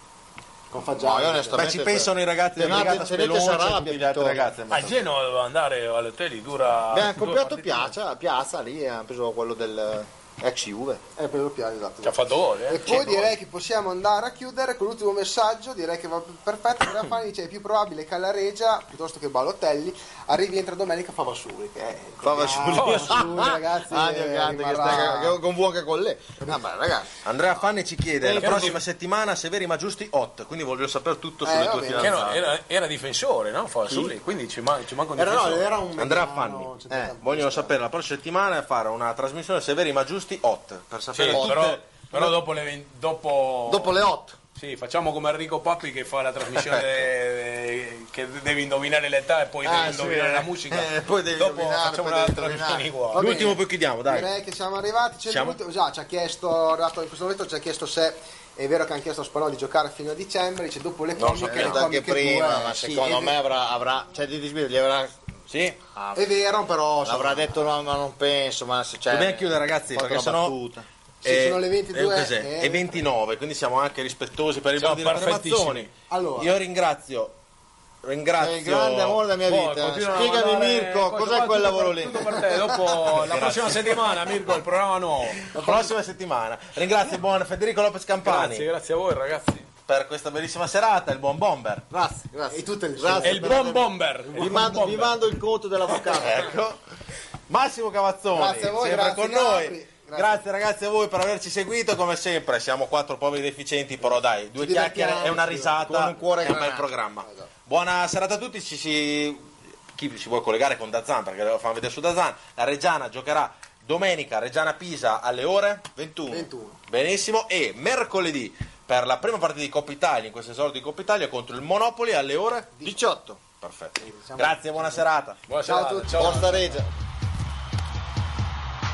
Speaker 6: Con
Speaker 4: No, io
Speaker 6: Fagiano.
Speaker 3: Ma
Speaker 4: onestamente.
Speaker 3: ci pensano i ragazzi
Speaker 4: Leonardo
Speaker 3: della regata
Speaker 4: Ancelotti
Speaker 3: Spelonce
Speaker 4: si
Speaker 3: e
Speaker 4: arrabbia,
Speaker 3: tutti gli altri
Speaker 4: Vittorio.
Speaker 3: ragazzi.
Speaker 7: A Genova doveva andare all'hotel, dura.
Speaker 4: Beh, hanno comprato
Speaker 7: due partite.
Speaker 4: piazza, piazza lì e hanno preso quello del ex Juve.
Speaker 6: Eh, per lo piano, esatto.
Speaker 4: Cioè,
Speaker 7: Ci ha fatto gol, eh.
Speaker 6: E poi direi che possiamo andare a chiudere con l'ultimo messaggio, direi che va perfetto, Grafani dice è più probabile che alla Regia, piuttosto che Balotelli, arrivi entro domenica Favasuri. Che è-
Speaker 4: Favasuri.
Speaker 6: Favasuri, ragazzi.
Speaker 4: Ah, che grande che stai che- che- con buon che con lei. Ah, beh, ragazzi.
Speaker 3: Andrea Fanni ci chiede
Speaker 4: Eh,
Speaker 3: la prossima settimana Severi ma giusti 8, quindi voglio sapere tutto
Speaker 6: Eh,
Speaker 3: sulle
Speaker 6: va
Speaker 3: tue
Speaker 6: bene.
Speaker 3: fidanzate.
Speaker 7: Che no, era, era difensore, no? Fasuli, quindi ci, man- ci manca un
Speaker 6: Era, no,
Speaker 5: eh,
Speaker 7: difensore.
Speaker 6: era un
Speaker 3: Andrea
Speaker 6: mediano,
Speaker 3: Fanni,
Speaker 6: cioè,
Speaker 3: eh, vogliono sapere la prossima settimana e fare una trasmissione Severi ma giusti 8 per
Speaker 7: Sì,
Speaker 3: sapere tutte-
Speaker 7: però, però dopo le ven- dopo,
Speaker 4: Dopo le 8.
Speaker 7: Sì, facciamo come Enrico Papi che fa la trasmissione de- che devi indovinare l'età e poi
Speaker 4: Ah,
Speaker 7: devi
Speaker 4: sì,
Speaker 7: indovinare
Speaker 4: eh.
Speaker 7: la musica.
Speaker 4: Eh, poi devi
Speaker 7: dopo
Speaker 4: indovinare,
Speaker 7: facciamo
Speaker 4: poi
Speaker 7: una
Speaker 4: devi
Speaker 7: trasmissione
Speaker 4: indovinare.
Speaker 7: uguale.
Speaker 6: Va bene.
Speaker 3: L'ultimo poi chiudiamo, dai.
Speaker 6: Direi che siamo arrivati. C'è
Speaker 3: Siamo?
Speaker 6: l'ultimo- già, ci ha chiesto, arrivato in questo momento, ci ha chiesto se è vero che hanno chiesto a Spanò di giocare fino a dicembre. Dice dopo le comiche, le
Speaker 4: Credo Eh, anche
Speaker 6: comiche
Speaker 4: prima,
Speaker 6: due,
Speaker 4: ma
Speaker 6: sì,
Speaker 4: secondo
Speaker 6: è
Speaker 4: me avrà, avrà cioè di disguido gli avrà
Speaker 3: Sì.
Speaker 6: ver- È vero, però.
Speaker 4: l'avrà detto no, ma non penso, ma se cioè, c'è
Speaker 3: Dobbiamo chiudere, ragazzi,
Speaker 4: fatto
Speaker 3: perché
Speaker 4: una
Speaker 3: sennò-
Speaker 4: battuta.
Speaker 6: Se
Speaker 3: Eh,
Speaker 6: sono le 22,
Speaker 3: eh, cos'è?
Speaker 6: eh,
Speaker 3: È 29, quindi siamo anche rispettosi per il
Speaker 7: Siamo
Speaker 3: buon di Leonardo
Speaker 7: perfettissimi.
Speaker 3: Mazzoni.
Speaker 6: Allora. Cioè,
Speaker 3: Io ringrazio ringrazio
Speaker 4: Sei il grande amore della mia
Speaker 7: Poi
Speaker 4: vita.
Speaker 7: continuano a
Speaker 4: Spiegami
Speaker 7: mandare
Speaker 4: Mirko,
Speaker 7: cose,
Speaker 4: cos'è
Speaker 7: ma
Speaker 4: quel
Speaker 7: tutto
Speaker 4: lavoro
Speaker 7: per-
Speaker 4: lì?
Speaker 7: tutto per te.
Speaker 3: Oh,
Speaker 7: Dopo la prossima settimana, Mirko, il programma nuovo.
Speaker 3: la prossima settimana. Ringrazio il buon Federico Lopez Campani
Speaker 7: Grazie, grazie a voi ragazzi.
Speaker 3: per questa bellissima serata, il buon Bomber.
Speaker 4: Grazie, grazie.
Speaker 6: E tutte le-
Speaker 4: grazie
Speaker 7: E il
Speaker 4: per-
Speaker 7: buon bomber. il
Speaker 4: vi
Speaker 7: buon
Speaker 4: mando, vi
Speaker 7: bomber.
Speaker 4: mando il conto dell'avvocato.
Speaker 3: Ecco. Massimo Cavazzoni,
Speaker 6: Grazie a voi,
Speaker 3: sempre
Speaker 6: grazie,
Speaker 3: con
Speaker 6: Gabri.
Speaker 3: noi.
Speaker 6: Grazie.
Speaker 3: Grazie ragazzi a voi per averci seguito, come sempre siamo quattro poveri deficienti, però dai, due
Speaker 6: Ci divertiamo,
Speaker 3: chiacchiere e una
Speaker 6: sì.
Speaker 3: risata
Speaker 4: Con un cuore
Speaker 3: è un bel
Speaker 4: granato.
Speaker 3: programma. Buona serata a tutti, ci si... chi si vuole collegare con Dazan, perché lo fanno vedere su Dazan, la Reggiana giocherà domenica Reggiana-Pisa alle ore 21.
Speaker 6: 21.
Speaker 3: Benissimo, e mercoledì per la prima partita di Coppa Italia, in questo esordio di Coppa Italia, contro il Monopoli alle ore
Speaker 4: 18.
Speaker 3: Perfetto. Grazie, buona serata.
Speaker 7: Buona
Speaker 6: Ciao a
Speaker 7: serata,
Speaker 6: tutti.
Speaker 7: ciao.
Speaker 4: Forza Regia.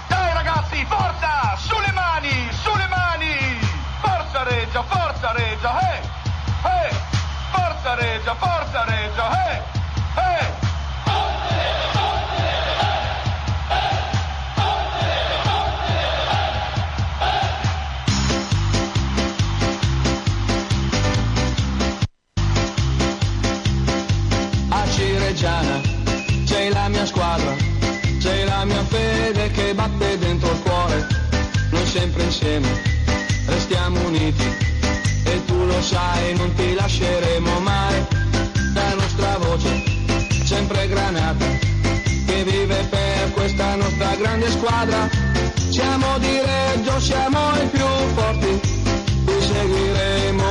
Speaker 1: Dai ragazzi, forza! Sulle mani, sulle mani! Forza Reggio, forza Reggio, eh! Eh! Forza Reggio, forza Reggio, eh! Eh!
Speaker 2: A Cireggiana c'è la mia squadra, c'è la mia fede che batte dentro il cuore. Noi sempre insieme restiamo uniti e tu lo sai, non ti lasceremo mai. La nostra voce sempre granata che vive per questa nostra grande squadra. Siamo di Reggio, siamo i più forti, ti seguiremo.